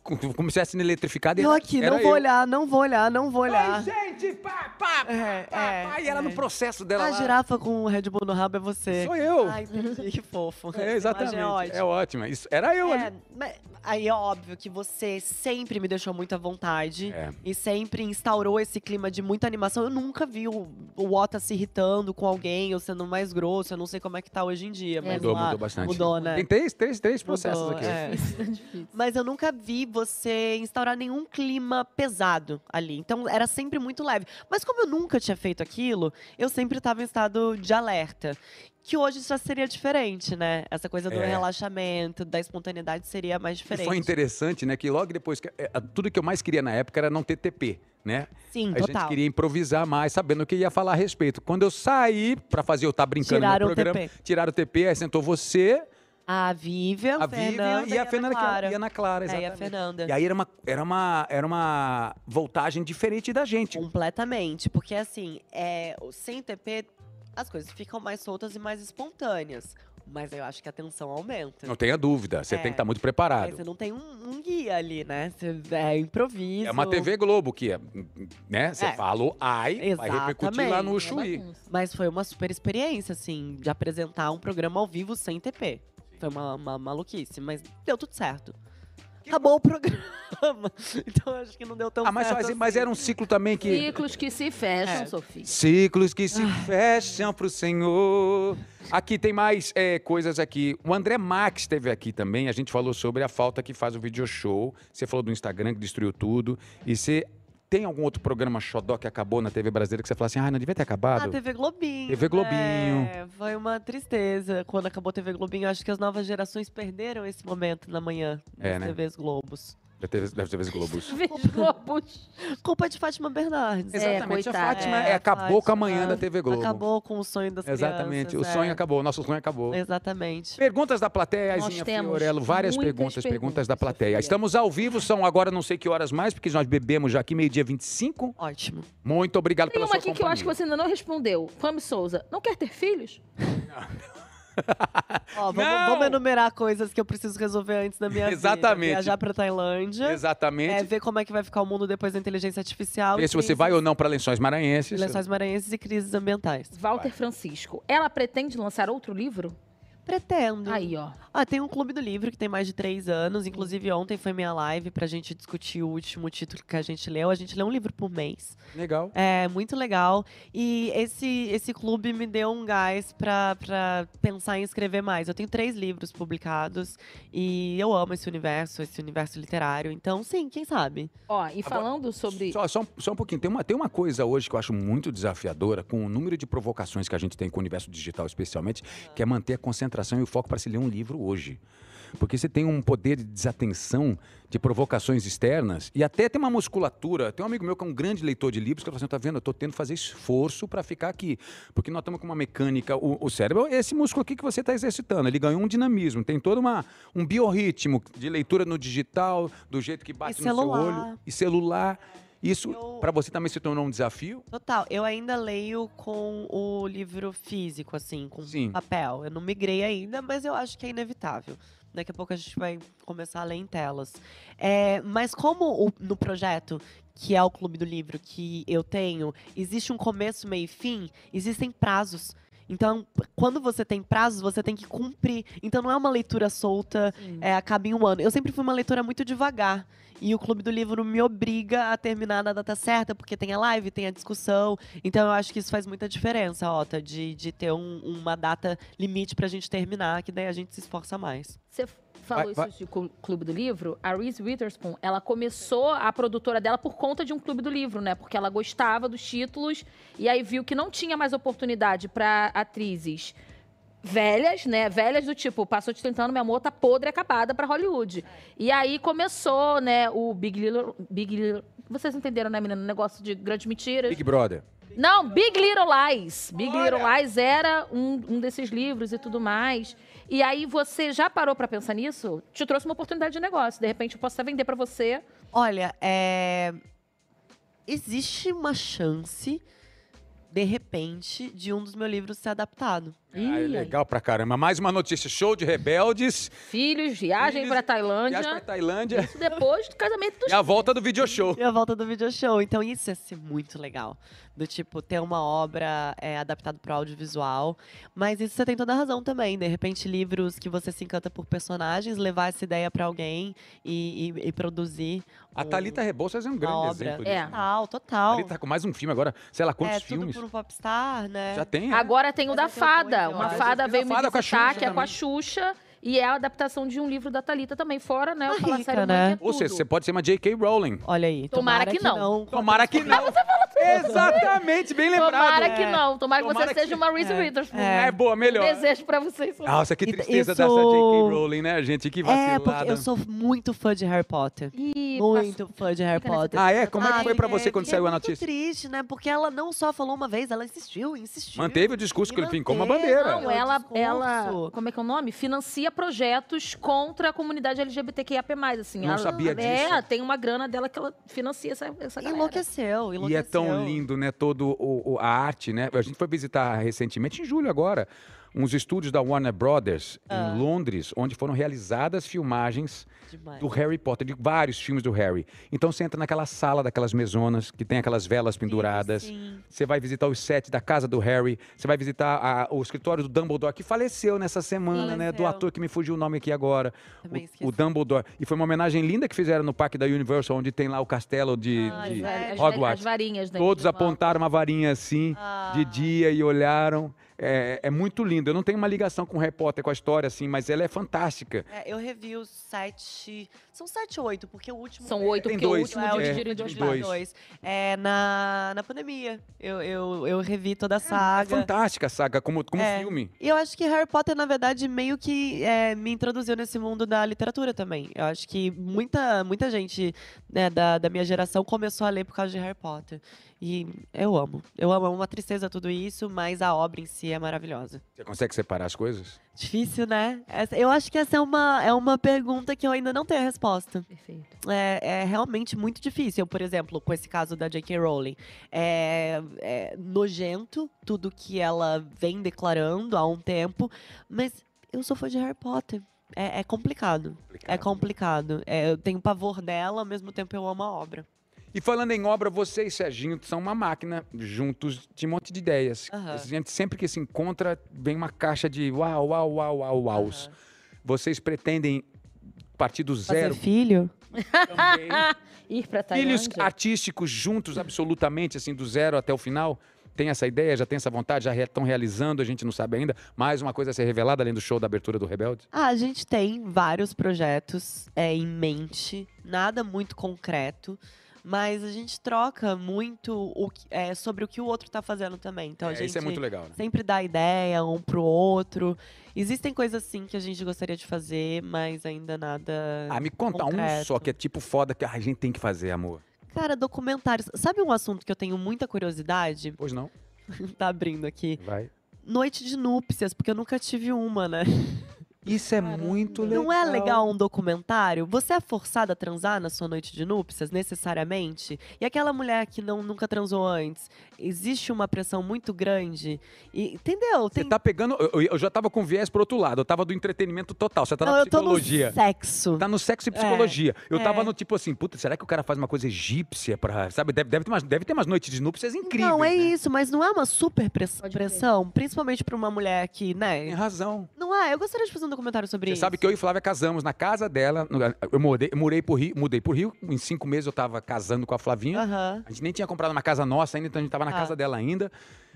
com- como se sendo eletrificada. e Eu era- aqui, era não vou eu. olhar, não vou olhar, não vou olhar. Ai, gente, pá, pá, pá, É, é, pá. E ela no é. processo dela A lá. girafa com o Red Bull no rabo é você. Sou eu. Ai, entendi, que fofo. é, exatamente. Essa imagem É É ótima. ótima. Isso, era eu É, ali. mas aí é óbvio que você sempre me deixou muito à vontade É. e sempre instaurou esse clima de muita animação. Eu nunca vi o, o Ota se irritando com alguém ou sendo mais grosso. Eu não sei como é que tá hoje em dia, mas Mudou, lá mudou bastante. mudou, né? Tem três, três, três processos Mudou, aqui. é. Difícil, difícil. Mas eu nunca vi você instaurar nenhum clima pesado ali. Então era sempre muito leve. Mas como eu nunca tinha feito aquilo, eu sempre estava em estado de alerta. Que hoje já seria diferente, né? Essa coisa do É. relaxamento, da espontaneidade seria mais E diferente. foi interessante, né, que logo depois, que- é, tudo que eu mais queria na época era não ter TP, né? Sim, A gente Hum, total. queria improvisar mais, sabendo o que ia falar a respeito. Quando eu saí pra fazer o Tá Brincando Tiraram no o programa, TP. tiraram o TP, aí sentou você, A Vivian, a Fernanda Vivian e a Fernanda, que Clara. é- e a Ana Clara, É, e a exatamente. Fernanda. E aí era uma, era, uma, era uma voltagem diferente da gente. Completamente, porque assim, é, o- sem TP, as coisas ficam mais soltas e mais espontâneas. Mas eu acho que a tensão aumenta. Não tenha dúvida, você É. tem que estar muito Aí preparado. você não tem um, um guia ali, né? Você é improviso. É uma TV Globo que é, né? Você É. falou ai, vai repercutir lá no Exatamente. Chuí. Mas foi uma super experiência, assim, de apresentar um programa ao vivo sem TP. Foi uma, uma maluquice, mas deu tudo certo. Acabou o programa. então acho que não deu tão Ah, mas, certo. mas- assim. mas era um ciclo também que. Ciclos que se fecham, É. Sofia. Ciclos que se fecham pro Senhor. Aqui tem mais é, coisas aqui. O André Max esteve aqui também. A gente falou sobre a falta que faz o video show. Você falou do Instagram que destruiu tudo. E você tem algum outro programa xodó que acabou na TV brasileira que você fala assim, ah, não devia ter Ah, acabado? TV Globinho. TV Globinho. É, foi uma tristeza. Quando acabou a TV Globinho, acho que as novas gerações perderam esse momento na manhã das É, né? TVs Globos. Da TV, da TV É, Globos. Vejo Globos. Culpa de Fátima Bernardes. É, Exatamente. a coitada. Fátima É, é, acabou com a Fátima manhã da TV Globo. Acabou com o sonho das Exatamente. crianças. o sonho é. acabou, o nosso sonho acabou. Exatamente. Perguntas da plateia, Nós Aizinha temos Fiorello, várias muitas perguntas, perguntas, perguntas, da plateia. Sofia. Estamos ao vivo, são agora não sei que horas mais, porque nós bebemos já aqui meio-dia 25. Ótimo. Muito obrigado Tem pela uma sua aqui que eu acho que companhia. você ainda não respondeu. Fami Souza, não quer ter filhos? Não! Ó, vamos, vamos enumerar coisas que eu preciso resolver antes da minha Exatamente. vida. Viajar pra Tailândia. É, Exatamente. ver como é que vai ficar o mundo depois da inteligência artificial. é, Ver se você crises, vai ou não para Lençóis Maranhenses. Lençóis maranhenses e crises ambientais. Walter Francisco, ela pretende lançar outro livro? Pretendo. Aí, ó. Ah, tem um clube do livro que tem mais de três anos. Inclusive, ontem foi minha live pra gente discutir o último título que a gente leu. A gente lê um livro por mês. Legal. É muito legal. E esse, esse clube me deu um gás pra, pra pensar em escrever mais. Eu tenho três livros publicados e eu amo esse universo, esse universo literário. Então, sim, quem sabe? Ó, e falando É sobre. Só, só um- só um pouquinho. Tem uma, tem uma coisa hoje que eu acho muito desafiadora com o número de provocações que a gente tem com o universo digital, especialmente, que é manter a concentração e o foco para se ler um livro hoje. Porque você tem um poder de desatenção, de provocações externas, e até tem uma musculatura. Tem um amigo meu que é um grande leitor de livros que ele fala assim: tá vendo, eu tô tendo que fazer esforço para ficar aqui. Porque nós estamos com uma mecânica. O, o cérebro, é esse músculo aqui que você está exercitando, ele ganhou um dinamismo, tem todo uma, um biorritmo de leitura no digital, do jeito que bate no seu celular. olho. E celular. Isso Eu- pra você também se tornou um desafio? Total, eu ainda leio com o livro físico, assim, com Sim. papel. Eu não migrei ainda, mas eu acho que é inevitável. Daqui a pouco a gente vai começar a ler em telas. É, mas como o- no projeto, que é o Clube do Livro que eu tenho, existe um começo, meio e fim, existem prazos. Então, quando você tem prazos, você tem que cumprir. Então, não é uma leitura solta, Sim. é, acaba em um ano. Eu sempre fui uma leitora muito devagar. E o Clube do Livro me obriga a terminar na data certa, porque tem a live, tem a discussão. Então eu acho que isso faz muita diferença, Ota, de, de ter um- uma data limite pra gente terminar, que daí a gente se esforça mais. Você falou vai- isso de clu- Clube do Livro, a Reese Witherspoon, ela começou a produtora dela por conta de um Clube do Livro, né? Porque ela gostava dos títulos e aí viu que não tinha mais oportunidade pra atrizes velhas, né? Velhas do tipo, passou de 30 anos, meu amor, tá podre, acabada pra Hollywood. E aí começou, né, o Big Little... Big Little vocês entenderam, né, menina? O negócio de grandes mentiras. Big Brother. Não, Big Little Lies. Big Little Lies era um, um desses livros e tudo mais. E aí você já parou pra pensar nisso? Te trouxe uma oportunidade de negócio. De repente eu posso até vender pra você. Olha, é, existe uma chance, de repente, de um dos meus livros ser adaptado. Ah, é Ih, legal pra caramba. Mais uma notícia: show de rebeldes. Filhos, viagem Filhos, pra Viagem Tailândia. pra Tailândia. Isso depois do casamento dos E a volta do video show. E a volta do video show. Então isso ia ser muito legal. Do tipo, ter uma obra é, adaptada pro audiovisual. Mas isso você tem toda a razão também. De repente, livros que você se encanta por personagens, levar essa ideia pra alguém e, e- e produzir. A Thalita Rebouças é um grande obra. exemplo É. disso. né? Total, A total. Thalita tá com mais um filme agora. Sei lá quantos é, tudo filmes. por um popstar, né? Já tem. é. Agora tem o Mas da eu tenho um Fada. dois, eu Uma acho. Fada Eu tenho veio da me Fada com a visitar, Xuxa que é com a Xuxa. E é a adaptação de um livro da Thalita também. Fora, né? Tá O Falar rica, Sério né? Mãe, que é Ou seja, tudo. você pode ser uma J.K. Rowling. Olha aí. Tomara que não. Tomara que não. Exatamente, bem lembrado. Tomara que não. Tomara que Tomara você que- seja uma Reese É. Witherspoon. É, boa, melhor. Ah. Um desejo pra vocês. Nossa, que E- tristeza isso- dessa J.K. Rowling, né, gente? Que É, porque vacilada. eu sou muito fã de Harry Potter. Ih, Muito fã de Harry Fica nessa Potter. Ah, é? Como é que Ai, foi pra você quando é saiu a muito notícia? triste, né? Porque ela não só falou uma vez, ela insistiu, insistiu. Manteve o discurso E que ele fincou uma manteve, bandeira. Não, É o ela, discurso. ela, como é que é o nome? Financia projetos contra a comunidade LGBTQIAP+. Assim, Não ela, sabia É, disso. tem uma grana dela que ela financia essa, Tá essa galera. Enlouqueceu, enlouqueceu. E é tão lindo, né? Todo o, o- a arte, né? A gente foi visitar recentemente, em julho agora, uns estúdios da Warner Brothers Ah. em Londres, onde foram realizadas filmagens Demais. do Harry Potter, de vários filmes do Harry. Então você entra naquela sala daquelas mesonas que tem aquelas velas penduradas. Sim, Você vai visitar os sets da casa do Harry. Você vai visitar a- o escritório do Dumbledore, que faleceu nessa semana, né? Do Faleceu. ator que me fugiu o nome aqui agora. também esqueci. O, o Dumbledore. E foi uma homenagem linda que fizeram no Parque da Universal, onde tem lá o castelo de. Ai, de- velho. As, Hogwarts. as varinhas, né? Todos que levam. apontaram uma varinha assim, Ah. de dia, e olharam. É, é muito lindo. Eu não tenho uma ligação com o Harry Potter, com a história, assim, mas ela é fantástica. É, eu revi os sete. São sete ou oito, porque o último. São oito, Tem porque dois. o último É, dia é, de giro em tem dois dois. lados. Dois. É, na, na pandemia. Eu, eu, eu revi toda a saga. É Fantástica a saga, como, como É. filme. E eu acho que Harry Potter, na verdade, meio que é, me introduziu nesse mundo da literatura também. Eu acho que muita, muita gente né, da, da minha geração começou a ler por causa de Harry Potter. E eu amo. Eu amo, é uma tristeza tudo isso, mas a obra em si é maravilhosa. Você consegue separar as coisas? Difícil, né? Essa- eu acho que essa é uma, é uma pergunta que eu ainda não tenho a resposta. Perfeito. É, é realmente muito difícil. Eu, por exemplo, com esse caso da J.K. Rowling, é, é nojento tudo que ela vem declarando há um tempo, mas eu sou fã de Harry Potter. É, é complicado. É complicado. É, eu tenho pavor dela, ao mesmo tempo eu amo a obra. E falando em obra, você e Serginho são uma máquina juntos de um monte de ideias. Aham. A gente sempre que se encontra, vem uma caixa de uau, uau, uau, uau, uau. Aham. Vocês pretendem partir do Fazer zero filho? também? Ah, Ir pra Tailândia. Filhos artísticos juntos, absolutamente, assim, do zero até o final? Tem essa ideia, já tem essa vontade, já estão realizando, a gente não sabe ainda. Mais uma coisa a ser revelada além do show da abertura do Rebelde? Ah, a gente tem vários projetos é, em mente, nada muito concreto, mas a gente troca muito o que- é, sobre o que o outro tá fazendo também. Então a É, gente Isso é muito legal, né? sempre dá ideia um pro outro. Existem coisas sim que a gente gostaria de fazer, mas ainda nada. Ah, me conta um concreto. só que é tipo foda que ah, a gente tem que fazer, amor. Cara, documentários. Sabe um assunto que eu tenho muita curiosidade? Pois não, tá abrindo aqui. vai. Noite de núpcias, porque eu nunca tive uma, né? Isso é Caramba. muito legal. Não é legal um documentário? Você é forçada a transar na sua noite de núpcias, necessariamente? E aquela mulher que não, nunca transou antes? Existe uma pressão muito grande? E- entendeu? Você Tem tá pegando. Eu, eu já tava com viés pro outro lado. Eu tava do entretenimento total. Você tá Não, na eu tô no psicologia. sexo. Tá no sexo e psicologia. eu tava é. no tipo assim, puta, será que o cara faz uma coisa egípcia pra. Sabe? Deve, deve, ter, umas, deve ter umas noites de núpcias incríveis. Não, é né? isso, mas não é uma super press- Pode crer. pressão, principalmente pra uma mulher Tem que, né? razão. Não é, eu gostaria de fazer um documentário sobre Você isso. sabe que eu e Flávia casamos na casa dela. no- Eu morei, morei pro Rio, mudei pro Rio. Em cinco meses eu tava casando com a Flavinha. Aham. A gente nem tinha comprado uma casa nossa ainda, então a gente tava na Ah. casa dela ainda.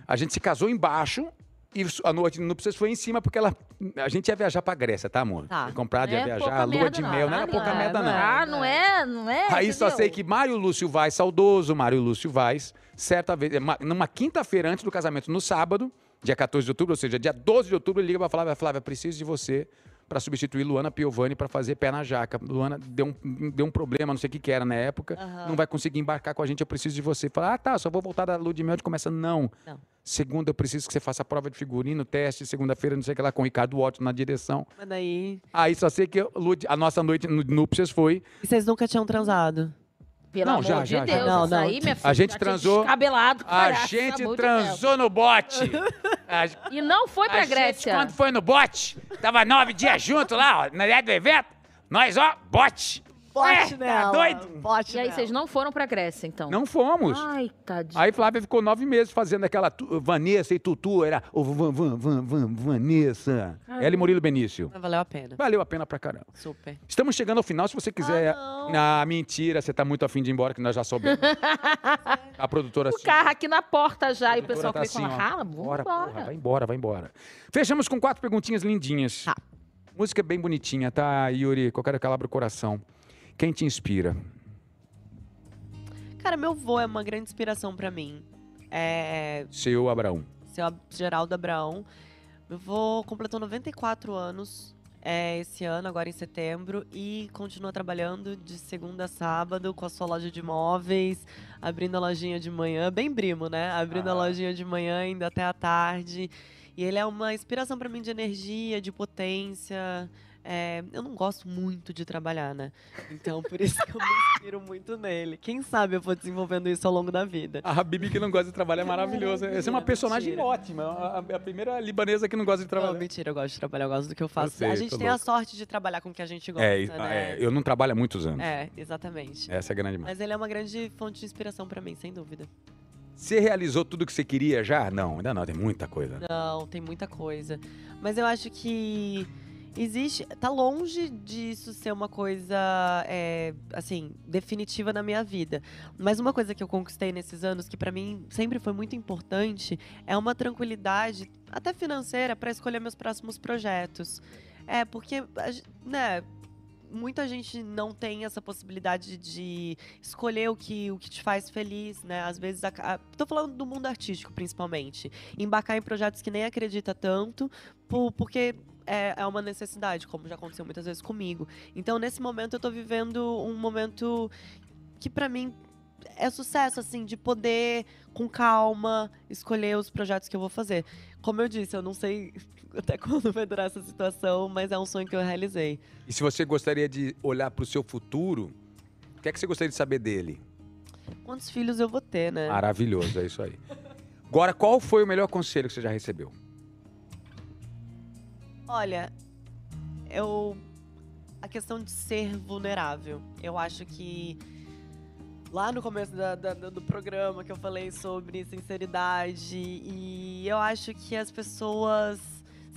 A gente se casou embaixo. E isso- a noite não precisa foi em cima, porque ela, a gente ia viajar pra Grécia, tá, amor? Tá. Comprar, Não ia é viajar, pouca a lua merda, de mel, não era Ah, pouca é, merda, não. Ah, não é, não é. Aí só entendeu? sei que Mário Lúcio Vaz, saudoso Mário Lúcio Vaz, certa vez, uma- numa quinta-feira antes do casamento, no sábado, dia 14 de outubro, ou seja, dia 12 de outubro, ele liga pra Flávia, Flávia, preciso de você pra substituir Luana Piovani pra fazer pé na jaca. Luana deu um, deu um problema, não sei o que que era na época, Aham. não vai conseguir embarcar com a gente, eu preciso de você. Fala, ah, tá, só vou voltar da lua de mel de começa. Não. Não. Segunda, eu preciso que você faça a prova de figurino, teste, segunda-feira, não sei o que lá, com o Ricardo Otto na direção. Mas daí. Aí só sei que eu- lua de- a nossa noite no núpcias foi E vocês nunca tinham transado? Pelo Não, amor já, de já, já. Deus, Não, isso não. aí, minha filha. gente já tinha transou- Descabelado, A caraca, pelo gente amor de transou no bote. A, Deus. E não foi a pra gente, Grécia. quando foi no bote, tava nove dias junto lá, ó, na ideia do evento. Nós, ó, bote. É, tá doido? Bote E aí, vocês não foram pra Grécia, então? Não fomos. Ai, tadinho. Aí Flávia ficou nove meses fazendo aquela tu- Vanessa e Tutu, era o van, van, van, van, Vanessa. Caramba. Ela e Murilo Benício. Mas valeu a pena. Valeu a pena pra caramba. Super. Estamos chegando ao final, se você quiser. Ah, mentira, você tá muito afim de ir embora, que nós já soubemos. a produtora O um carro aqui na porta já, e o pessoal assim, fica tá falando, ó, rala, vambora. bora, porra, vai embora, vai embora. Fechamos com quatro perguntinhas lindinhas. Tá. Música bem bonitinha, tá, Yuri? Qualquer calabra o coração. Quem te inspira? Cara, meu vô é uma grande inspiração pra mim. É. Seu Abraão. Seu Ab- Geraldo Abraão. Meu vô completou 94 anos é, esse ano, agora em setembro, e continua trabalhando de segunda a sábado com a sua loja de imóveis, abrindo a lojinha de manhã, bem brimo, né? Abrindo Ah. a lojinha de manhã, indo até a tarde. E ele é uma inspiração pra mim de energia, de potência. É, eu não gosto muito de trabalhar, né? Então, por isso que eu me inspiro muito nele. Quem sabe eu vou desenvolvendo isso ao longo da vida. A Bibi que não gosta de trabalhar é maravilhosa. Essa é uma personagem Mentira. ótima. A, primeira libanesa que não gosta de Não, mentira, eu gosto de trabalhar, eu gosto do que eu faço. sei, a tô gente tem a louco. sorte de trabalhar com o que a gente gosta, É, né? é, eu não trabalho há muitos anos. É, exatamente. Essa é a grande mais. Mas ele é uma grande fonte de inspiração pra mim, sem dúvida. É. Você realizou tudo o que você queria já? Não, ainda não, tem muita coisa. Não, tem muita coisa. Mas eu acho que existe. Tá longe disso ser uma coisa, é, assim, definitiva na minha vida. Mas uma coisa que eu conquistei nesses anos, que pra mim sempre foi muito importante, é uma tranquilidade, até financeira, pra escolher meus próximos projetos. É, porque, a gen- né. Muita gente não tem essa possibilidade de escolher o que, o que te faz feliz, né? Às vezes, a, a, tô falando do mundo artístico, principalmente embarcar em projetos que nem acredita tanto, por- porque é, é uma necessidade, como já aconteceu muitas vezes comigo. Então, nesse momento, eu tô vivendo um momento que, pra mim, é sucesso, assim, de poder, com calma, escolher os projetos que eu vou fazer. Como eu disse, eu não sei até quando vai durar essa situação, mas é um sonho que eu realizei. E se você gostaria de olhar para o seu futuro, o que é que você gostaria de saber dele? Quantos filhos eu vou ter, né? Maravilhoso, é isso aí. Agora, qual foi o melhor conselho que você já recebeu? Olha, eu. A questão de ser vulnerável. Eu acho que. Lá no começo da- da- do programa que eu falei sobre sinceridade, e eu acho que as pessoas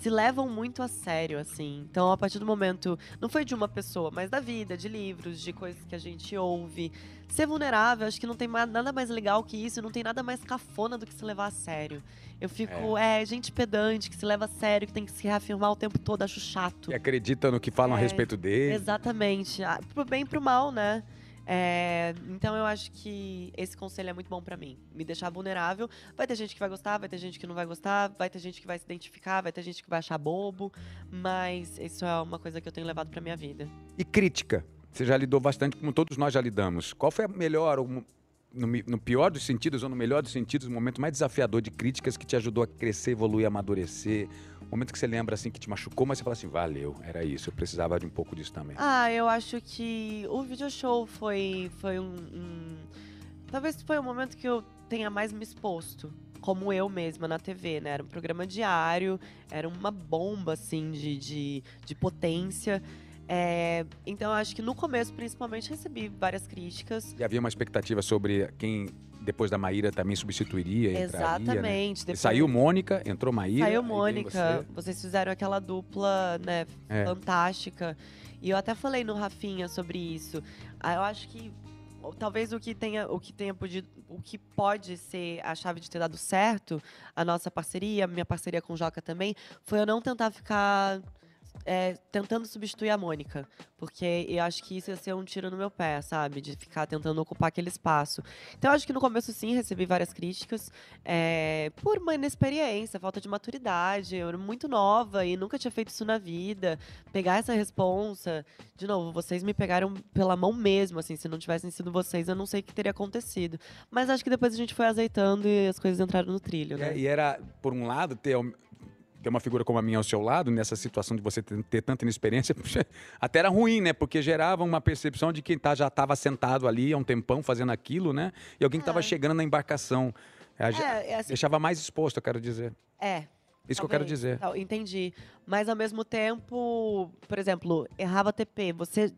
se levam muito a sério, assim. Então, a partir do momento. Não foi de uma pessoa, mas da vida, de livros, de coisas que a gente ouve. Ser vulnerável, acho que não tem ma- nada mais legal que isso, não tem nada mais cafona do que se levar a sério. Eu fico, é, gente pedante, que se leva a sério, que tem que se reafirmar o tempo todo, acho chato. E acredita no que falam a É, respeito dele? Exatamente. Ah, Pro bem e pro mal, né? É, então eu acho que esse conselho é muito bom pra mim. Me deixar vulnerável. Vai ter gente que vai gostar, vai ter gente que não vai gostar, vai ter gente que vai se identificar, vai ter gente que vai achar bobo. Mas isso é uma coisa que eu tenho levado pra minha vida. E crítica? Você já lidou bastante, como todos nós já lidamos. Qual foi a melhor, ou mo- no, mi- no pior dos sentidos ou no melhor dos sentidos, o momento mais desafiador de críticas que te ajudou a crescer, evoluir, amadurecer? O momento que você lembra assim que te machucou, mas você fala assim, valeu, era isso, eu precisava de um pouco disso também. Ah, eu acho que o video show foi, foi um, um- Talvez foi o momento que eu tenha mais me exposto. Como eu mesma na TV, né? Era um programa diário, era uma bomba, assim, de, de, de potência. É, então, eu acho que no começo, principalmente, recebi várias críticas. E havia uma expectativa sobre quem depois da Maíra também substituiria, entraria, né? Exatamente. E depois- Saiu Mônica, entrou Maíra. Saiu aí vem Mônica, você. vocês fizeram aquela dupla, né, É. fantástica. E eu até falei no Rafinha sobre isso. Ah, Eu acho que ou, talvez o que tenha, o que tenha podido, o que pode ser a chave de ter dado certo, a nossa parceria, minha parceria com o Joca também, foi eu não tentar ficar é, tentando substituir a Mônica. Porque eu acho que isso ia ser um tiro no meu pé, sabe? De ficar tentando ocupar aquele espaço. Então, eu acho que no começo, sim, recebi várias críticas. é, por uma inexperiência, falta de maturidade. Eu era muito nova e nunca tinha feito isso na vida. Pegar essa responsa. De novo, vocês me pegaram pela mão mesmo, assim. Se não tivessem sido vocês, eu não sei o que teria acontecido. Mas acho que depois a gente foi azeitando e as coisas entraram no trilho, né? É, e era, por um lado, ter, um- ter uma figura como a minha ao seu lado, nessa situação de você ter, ter tanta inexperiência, puxa, até era ruim, né? Porque gerava uma percepção de quem tá, já estava sentado ali há um tempão fazendo aquilo, né? E alguém que estava É. chegando na embarcação. É, ge- É, é, assim, Deixava mais exposto, eu quero dizer. é, Isso que eu quero Talvez, dizer. tal, Tá, entendi. Mas ao mesmo tempo, por exemplo, errava TP, você.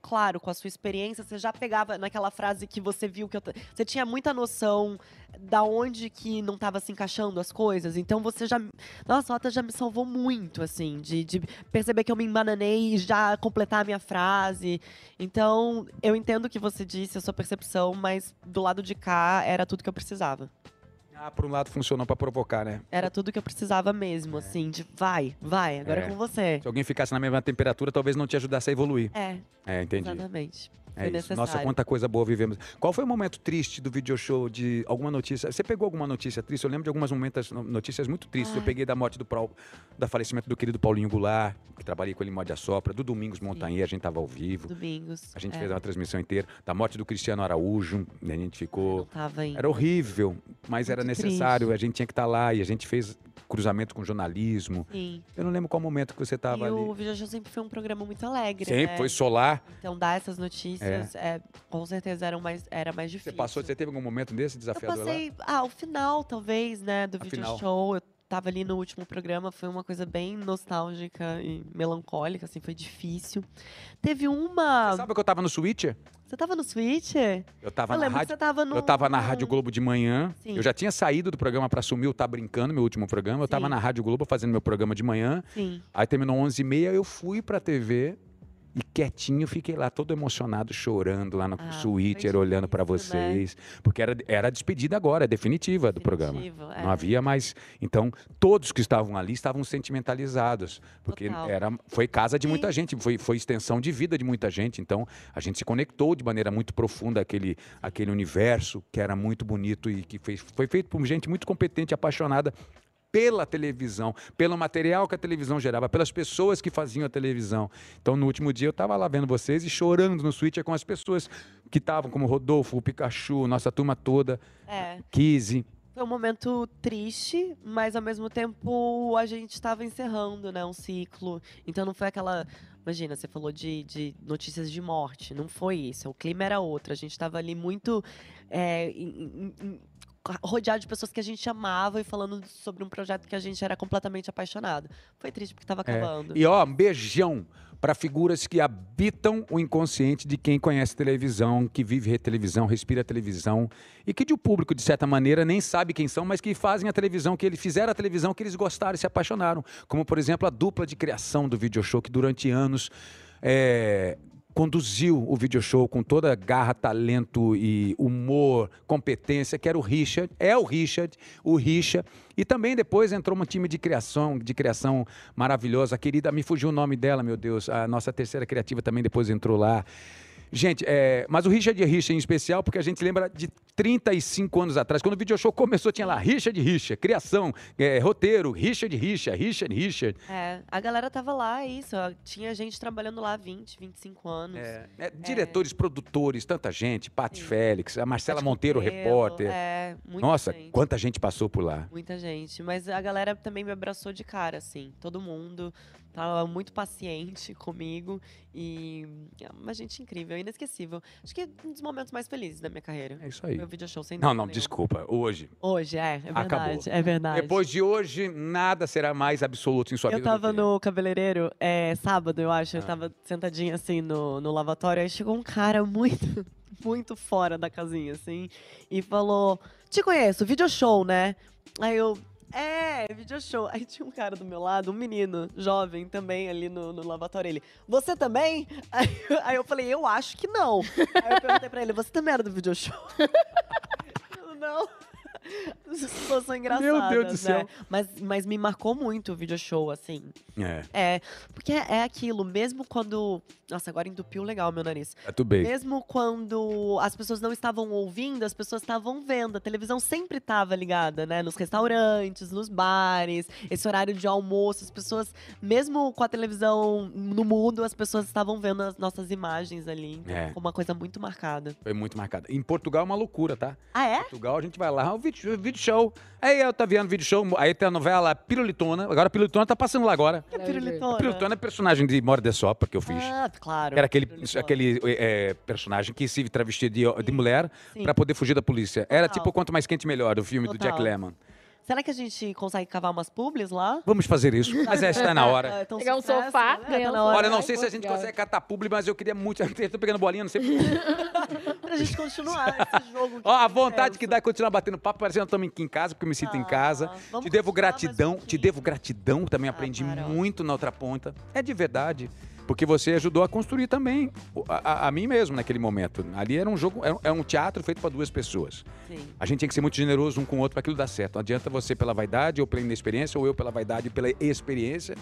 Claro, com a sua experiência, você já pegava naquela frase que você viu que eu ta- você tinha muita noção da onde que não estava se encaixando as coisas. Então você já, nossa, a Ota já me salvou muito assim, de, de perceber que eu me embananei e já completar a minha frase. Então, eu entendo o que você disse, a sua percepção, mas do lado de cá era tudo que eu precisava. Ah, por um lado funcionou para provocar, né? Era tudo que eu precisava mesmo, assim, de vai, vai, agora é, É. com você. Se alguém ficasse na mesma temperatura, talvez não te ajudasse a evoluir. É, É, entendi. exatamente. Foi É isso. necessário. Nossa, quanta coisa boa vivemos. Qual foi o momento triste do video show de alguma notícia? Você pegou alguma notícia triste? Eu lembro de algumas momentas, no- notícias muito tristes. Eu Ai. peguei da morte do Prau- da falecimento do querido Paulinho Goulart, que trabalhei com ele em Mó de Assopra, do Domingos Montanheiro, a gente estava ao vivo. Domingos. A gente é, fez uma transmissão inteira, da morte do Cristiano Araújo, né, a gente Não ficou. tava em. Era horrível, mas era Muito necessário, a gente tinha que estar lá e a gente fez cruzamento com jornalismo. Sim. Eu não lembro qual momento que você estava e o ali. Video Show sempre foi um programa muito alegre. Sempre né? foi solar. Então, dar essas notícias, é, com certeza eram mais, era mais Você difícil. passou, você teve algum momento desse Eu desafiador lá? passei. Ah, o final, talvez, né, do A Video final. Show. Eu tava ali no último programa, foi uma coisa bem nostálgica e melancólica, assim, foi difícil. Teve uma. Você sabe que eu tava no Switcher? Você tava no Switch? Eu tava eu na lembro rádio. que você tava no. Eu tava na no- Rádio Globo de manhã. Sim. Eu já tinha saído do programa pra assumir o Tá Brincando, meu último programa. Eu tava Sim. na Rádio Globo fazendo meu programa de manhã. Sim. Aí terminou 11h30, eu fui pra TV e quietinho fiquei lá, todo emocionado, chorando lá no Ah, suíte, foi era olhando pra difícil, né? vocês. Porque era, era a despedida agora, é definitiva do programa. Definitivo, é. Não havia mais. Então, todos que estavam ali estavam sentimentalizados. Porque Total. era, foi casa de muita Sim. gente, foi, foi extensão de vida de muita gente. Então, a gente se conectou de maneira muito profunda àquele, àquele universo que era muito bonito e que fez, foi feito por gente muito competente, apaixonada pela televisão, pelo material que a televisão gerava, pelas pessoas que faziam a televisão. Então, no último dia, eu estava lá vendo vocês e chorando no Switch com as pessoas que estavam, como o Rodolfo, o Pikachu, nossa turma toda, É. Kizzy. Foi um momento triste, mas ao mesmo tempo a gente estava encerrando, né, um ciclo. Então não foi aquela. Imagina, você falou de, de notícias de morte. Não foi isso. O clima era outro. A gente estava ali muito. é, em- em- em- rodeado de pessoas que a gente amava e falando sobre um projeto que a gente era completamente apaixonado. Foi triste porque estava acabando. E ó, um beijão para figuras que habitam o inconsciente de quem conhece televisão, que vive re- televisão, respira televisão e que de o público de certa maneira nem sabe quem são, mas que fazem a televisão, que eles fizeram a televisão, que eles gostaram e se apaixonaram, como por exemplo a dupla de criação do video show que durante anos é, conduziu o video show com toda a garra, talento e humor, competência, que era o Richard, é o Richard, o Richa, e também depois entrou um time de criação, de criação maravilhosa, a querida, me fugiu o nome dela, meu Deus, a nossa terceira criativa também depois entrou lá. Gente, é, mas o Richard e Richa em especial, porque a gente lembra de 35 anos atrás, quando o video show começou, tinha lá Richard e Richa, criação, é, roteiro, Richard e Richa, Richard e Richa. É, a galera tava lá, é isso. ó, Tinha gente trabalhando lá há 20, 25 anos. É, é, diretores, produtores, tanta gente, Pati Sim. Félix, a Marcela Paty Monteiro, Monteiro, repórter. É, muita Nossa, gente. quanta gente passou por lá. Muita gente. Mas a galera também me abraçou de cara, assim. Todo mundo tava muito paciente comigo. E é uma gente incrível, inesquecível. Acho que é um dos momentos mais felizes da minha carreira. É isso aí. Meu vídeo show sem Não, dúvida não, nenhuma. desculpa. Hoje. Hoje, é, é verdade. Acabou. É verdade. Depois de hoje, nada será mais absoluto em sua Eu vida. do tava que- no cabeleireiro, é, sábado, eu acho. Ah. Eu tava sentadinha assim no, no lavatório. Aí chegou um cara muito, muito fora da casinha, assim, e falou: Te conheço, video show, né? Aí eu. É, video show. Aí tinha um cara do meu lado, um menino jovem também ali no, no lavatório. Ele, você também? Aí, eu- aí eu falei, eu acho que não. Aí eu perguntei pra ele, você também era do video show? não. Situação engraçada. Deus do né? céu. Mas, mas me marcou muito o video show, assim. É. É, porque é aquilo, mesmo quando. Nossa, agora entupiu legal meu nariz. É tudo bem. Mesmo quando as pessoas não estavam ouvindo, as pessoas estavam vendo. A televisão sempre estava ligada, né? Nos restaurantes, nos bares, esse horário de almoço, as pessoas, mesmo com a televisão no mundo, as pessoas estavam vendo as nossas imagens ali. Então É. ficou uma coisa muito marcada. Foi muito marcado. Em Portugal é uma loucura, tá? Ah, é? Portugal, a gente vai lá, o vídeo, o vídeo show. Aí eu tá vendo vídeo show, aí tem a novela Pirulitona. Agora a Pirulitona tá passando lá agora. É A pirulitona. Pirulitona é personagem de Mora de Sopa que eu fiz. Ah, claro. Era aquele, pirulitona. aquele é, personagem que se travestia de, de Sim, mulher sim. pra poder fugir da polícia. Era Total. tipo Quanto Mais Quente Melhor, do filme do Total. Jack Lemmon. Será que a gente consegue cavar umas publis lá? Vamos fazer isso, mas é, está na hora. Ah, então Pegar um sucesso, sofá, né? ganhar Tá um na sofá. Olha, eu hora. não Ai, sei se a gente Portugal. consegue catar publi, mas eu queria muito. Eu tô pegando bolinha, não sei Pra gente continuar esse jogo. que Ó, a tem vontade sucesso. que dá é continuar batendo papo, parecendo que estamos aqui em casa, porque eu me sinto em Ah, casa. vamos Te devo continuar mais gratidão, um te pouquinho. devo gratidão, também Ah, aprendi Carol. muito na outra ponta. É de verdade, porque você ajudou a construir também o- a, a- a mim mesmo naquele momento. Ali era um jogo, era, um- é um teatro feito para duas pessoas. Sim. A gente tem que ser muito generoso um com o outro para aquilo dar certo. Não adianta você pela vaidade ou pela inexperiência, ou eu pela vaidade e pela experiência,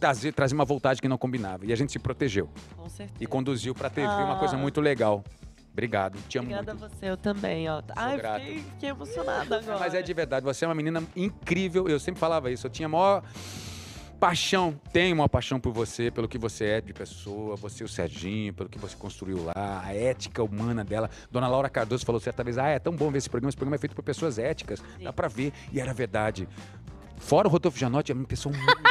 trazer, trazer uma voltagem que não combinava. E a gente se protegeu Com certeza. e conduziu para a TV uma Ah. coisa muito legal. Obrigado, te amo Obrigada a muito. você, eu também, ó. Ai, grato. fiquei, fiquei emocionada agora. Mas é de verdade, você é uma menina incrível. Eu sempre falava isso. Eu tinha a maior paixão, tenho uma paixão por você, pelo que você é de pessoa, você e o Serginho, pelo que você construiu lá, a ética humana dela. Dona Laura Cardoso falou certa vez: "Ah, é tão bom ver esse programa, esse programa é feito por pessoas éticas". Dá pra ver, e era verdade. Fora o Rodolfo Janotti, é uma pessoa muito legal.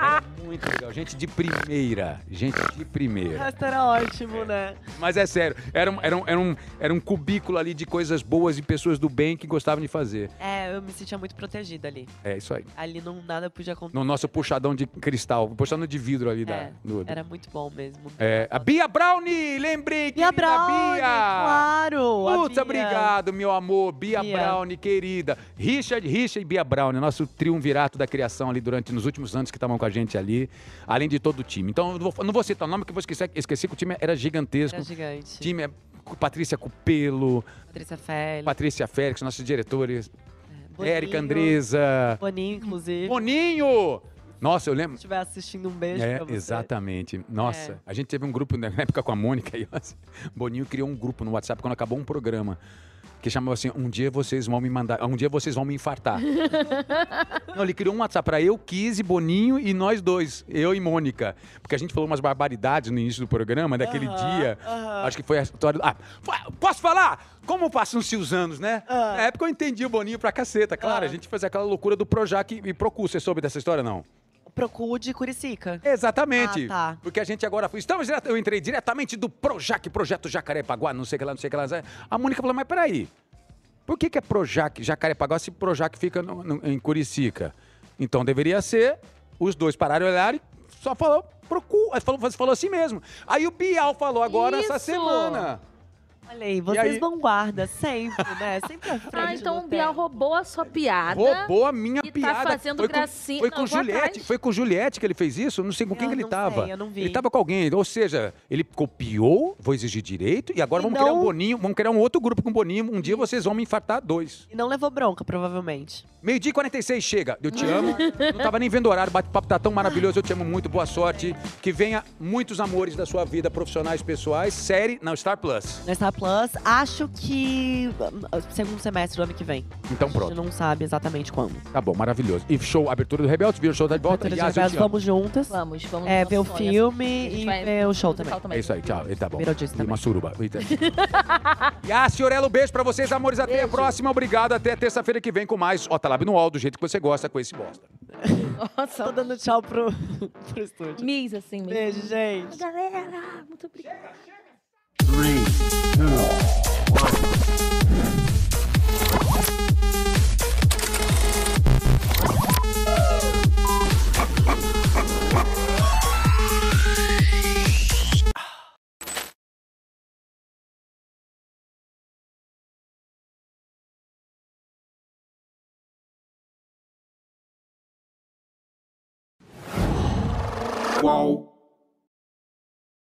Era muito legal. Gente de primeira. Gente de O primeira. resto era ótimo, né? Mas é sério, era um, era, um, era, um, era um cubículo ali de coisas boas e pessoas do bem que gostavam de fazer. É, eu me sentia muito protegida ali. É isso aí. Ali não, nada podia acontecer. no nosso puxadão de cristal, puxadão de vidro ali da. É, do- do- Era muito bom mesmo. É, a Bia Brownie, lembrei que Bia Brown, claro! a Muito Bia. obrigado, meu amor, Bia, Bia. Brownie, querida. Richard, Richard e Bia Brownie, nosso triunvirato da criação ali durante nos últimos anos que estavam com a gente ali, além de todo o time. Então, eu não vou, não vou citar o nome, que eu vou esquecer, esqueci que o time era gigantesco. Era O gigante. time é Patrícia Cupelo, Patrícia Félix. Patrícia Félix, nossos diretores, Boninho. Érica Andresa, Boninho, inclusive. Boninho! Nossa, eu lembro. Se estiver assistindo, um beijo É, pra você. exatamente. Nossa, É. a gente teve um grupo na época com a Mônica e o Boninho criou um grupo no WhatsApp quando acabou um programa que chamava assim: "Um dia vocês vão me mandar, um dia vocês vão me infartar". Não, ele criou um WhatsApp pra eu, Kizzy, Boninho e nós dois, eu e Mônica, porque a gente falou umas barbaridades no início do programa daquele Aham, dia. aham. Acho que foi a história. do- Ah, fa- posso falar? Como passam-se os anos, né? Ah. Na época eu entendi o Boninho pra caceta, claro. Ah. A gente fazia aquela loucura do Projac e, e Procu. Você soube dessa história, não? Procude Curicica. Exatamente. Ah, tá. Porque a gente agora foi. Estamos direto, eu entrei diretamente do Projac, Projeto Jacarepaguá, não sei o que lá, não sei o que lá. A Mônica falou, mas peraí. Por que, que é Projac, Jacarepaguá, se Projac fica no- no- em Curicica? Então deveria ser. Os dois pararam e olharam e só falou, procu. aí Falou, falou assim mesmo. Aí o Bial falou agora essa Isso! semana. Olha aí, vocês É. aí? vanguarda sempre, né? Sempre à frente Ah, então do o Bial tempo. roubou a sua piada. Roubou a minha E tá piada. fazendo foi com, gracinha. Foi Não, com vou Juliette, atrás. foi com Juliette que ele fez isso. Não sei com quem Eu que ele não tava. sei, eu não vi. Ele tava com alguém, ou seja, ele copiou, vou exigir direito e agora E vamos criar um não- boninho, vamos criar um outro grupo com boninho. Um dia vocês vão me infartar dois. E não levou bronca, provavelmente. Meio-dia e 46 chega. Eu te amo. Não tava nem vendo o horário, bate-papo tá tão maravilhoso. Eu te amo muito. Boa sorte. Que venha muitos amores da sua vida, profissionais, pessoais. Série na Star Plus. Na Star Plus, acho que uh, segundo semestre do ano que vem. Então A pronto. gente não sabe exatamente quando. Tá bom, maravilhoso. E show, abertura do Rebelde, vira o show tá de volta. Abertura de Yas, eu Rebeldes, te amo. vamos juntas. Vamos, vamos. É, no ver o sonho. A filme gente e vai ver o show também. musical É isso aí, tchau. E Tá bom. Virou disso E uma também. suruba. Eita. e a Ciorello, beijo pra vocês, amores. Até a Beijo. próxima. Obrigado. Até terça-feira que vem com mais Otalab no UOL, do jeito que você gosta, com esse bosta. Tô Nossa, dando tchau pro, pro estúdio. Miss, assim, Miss. Beijo, gente. Galera, muito obrigada. Qual?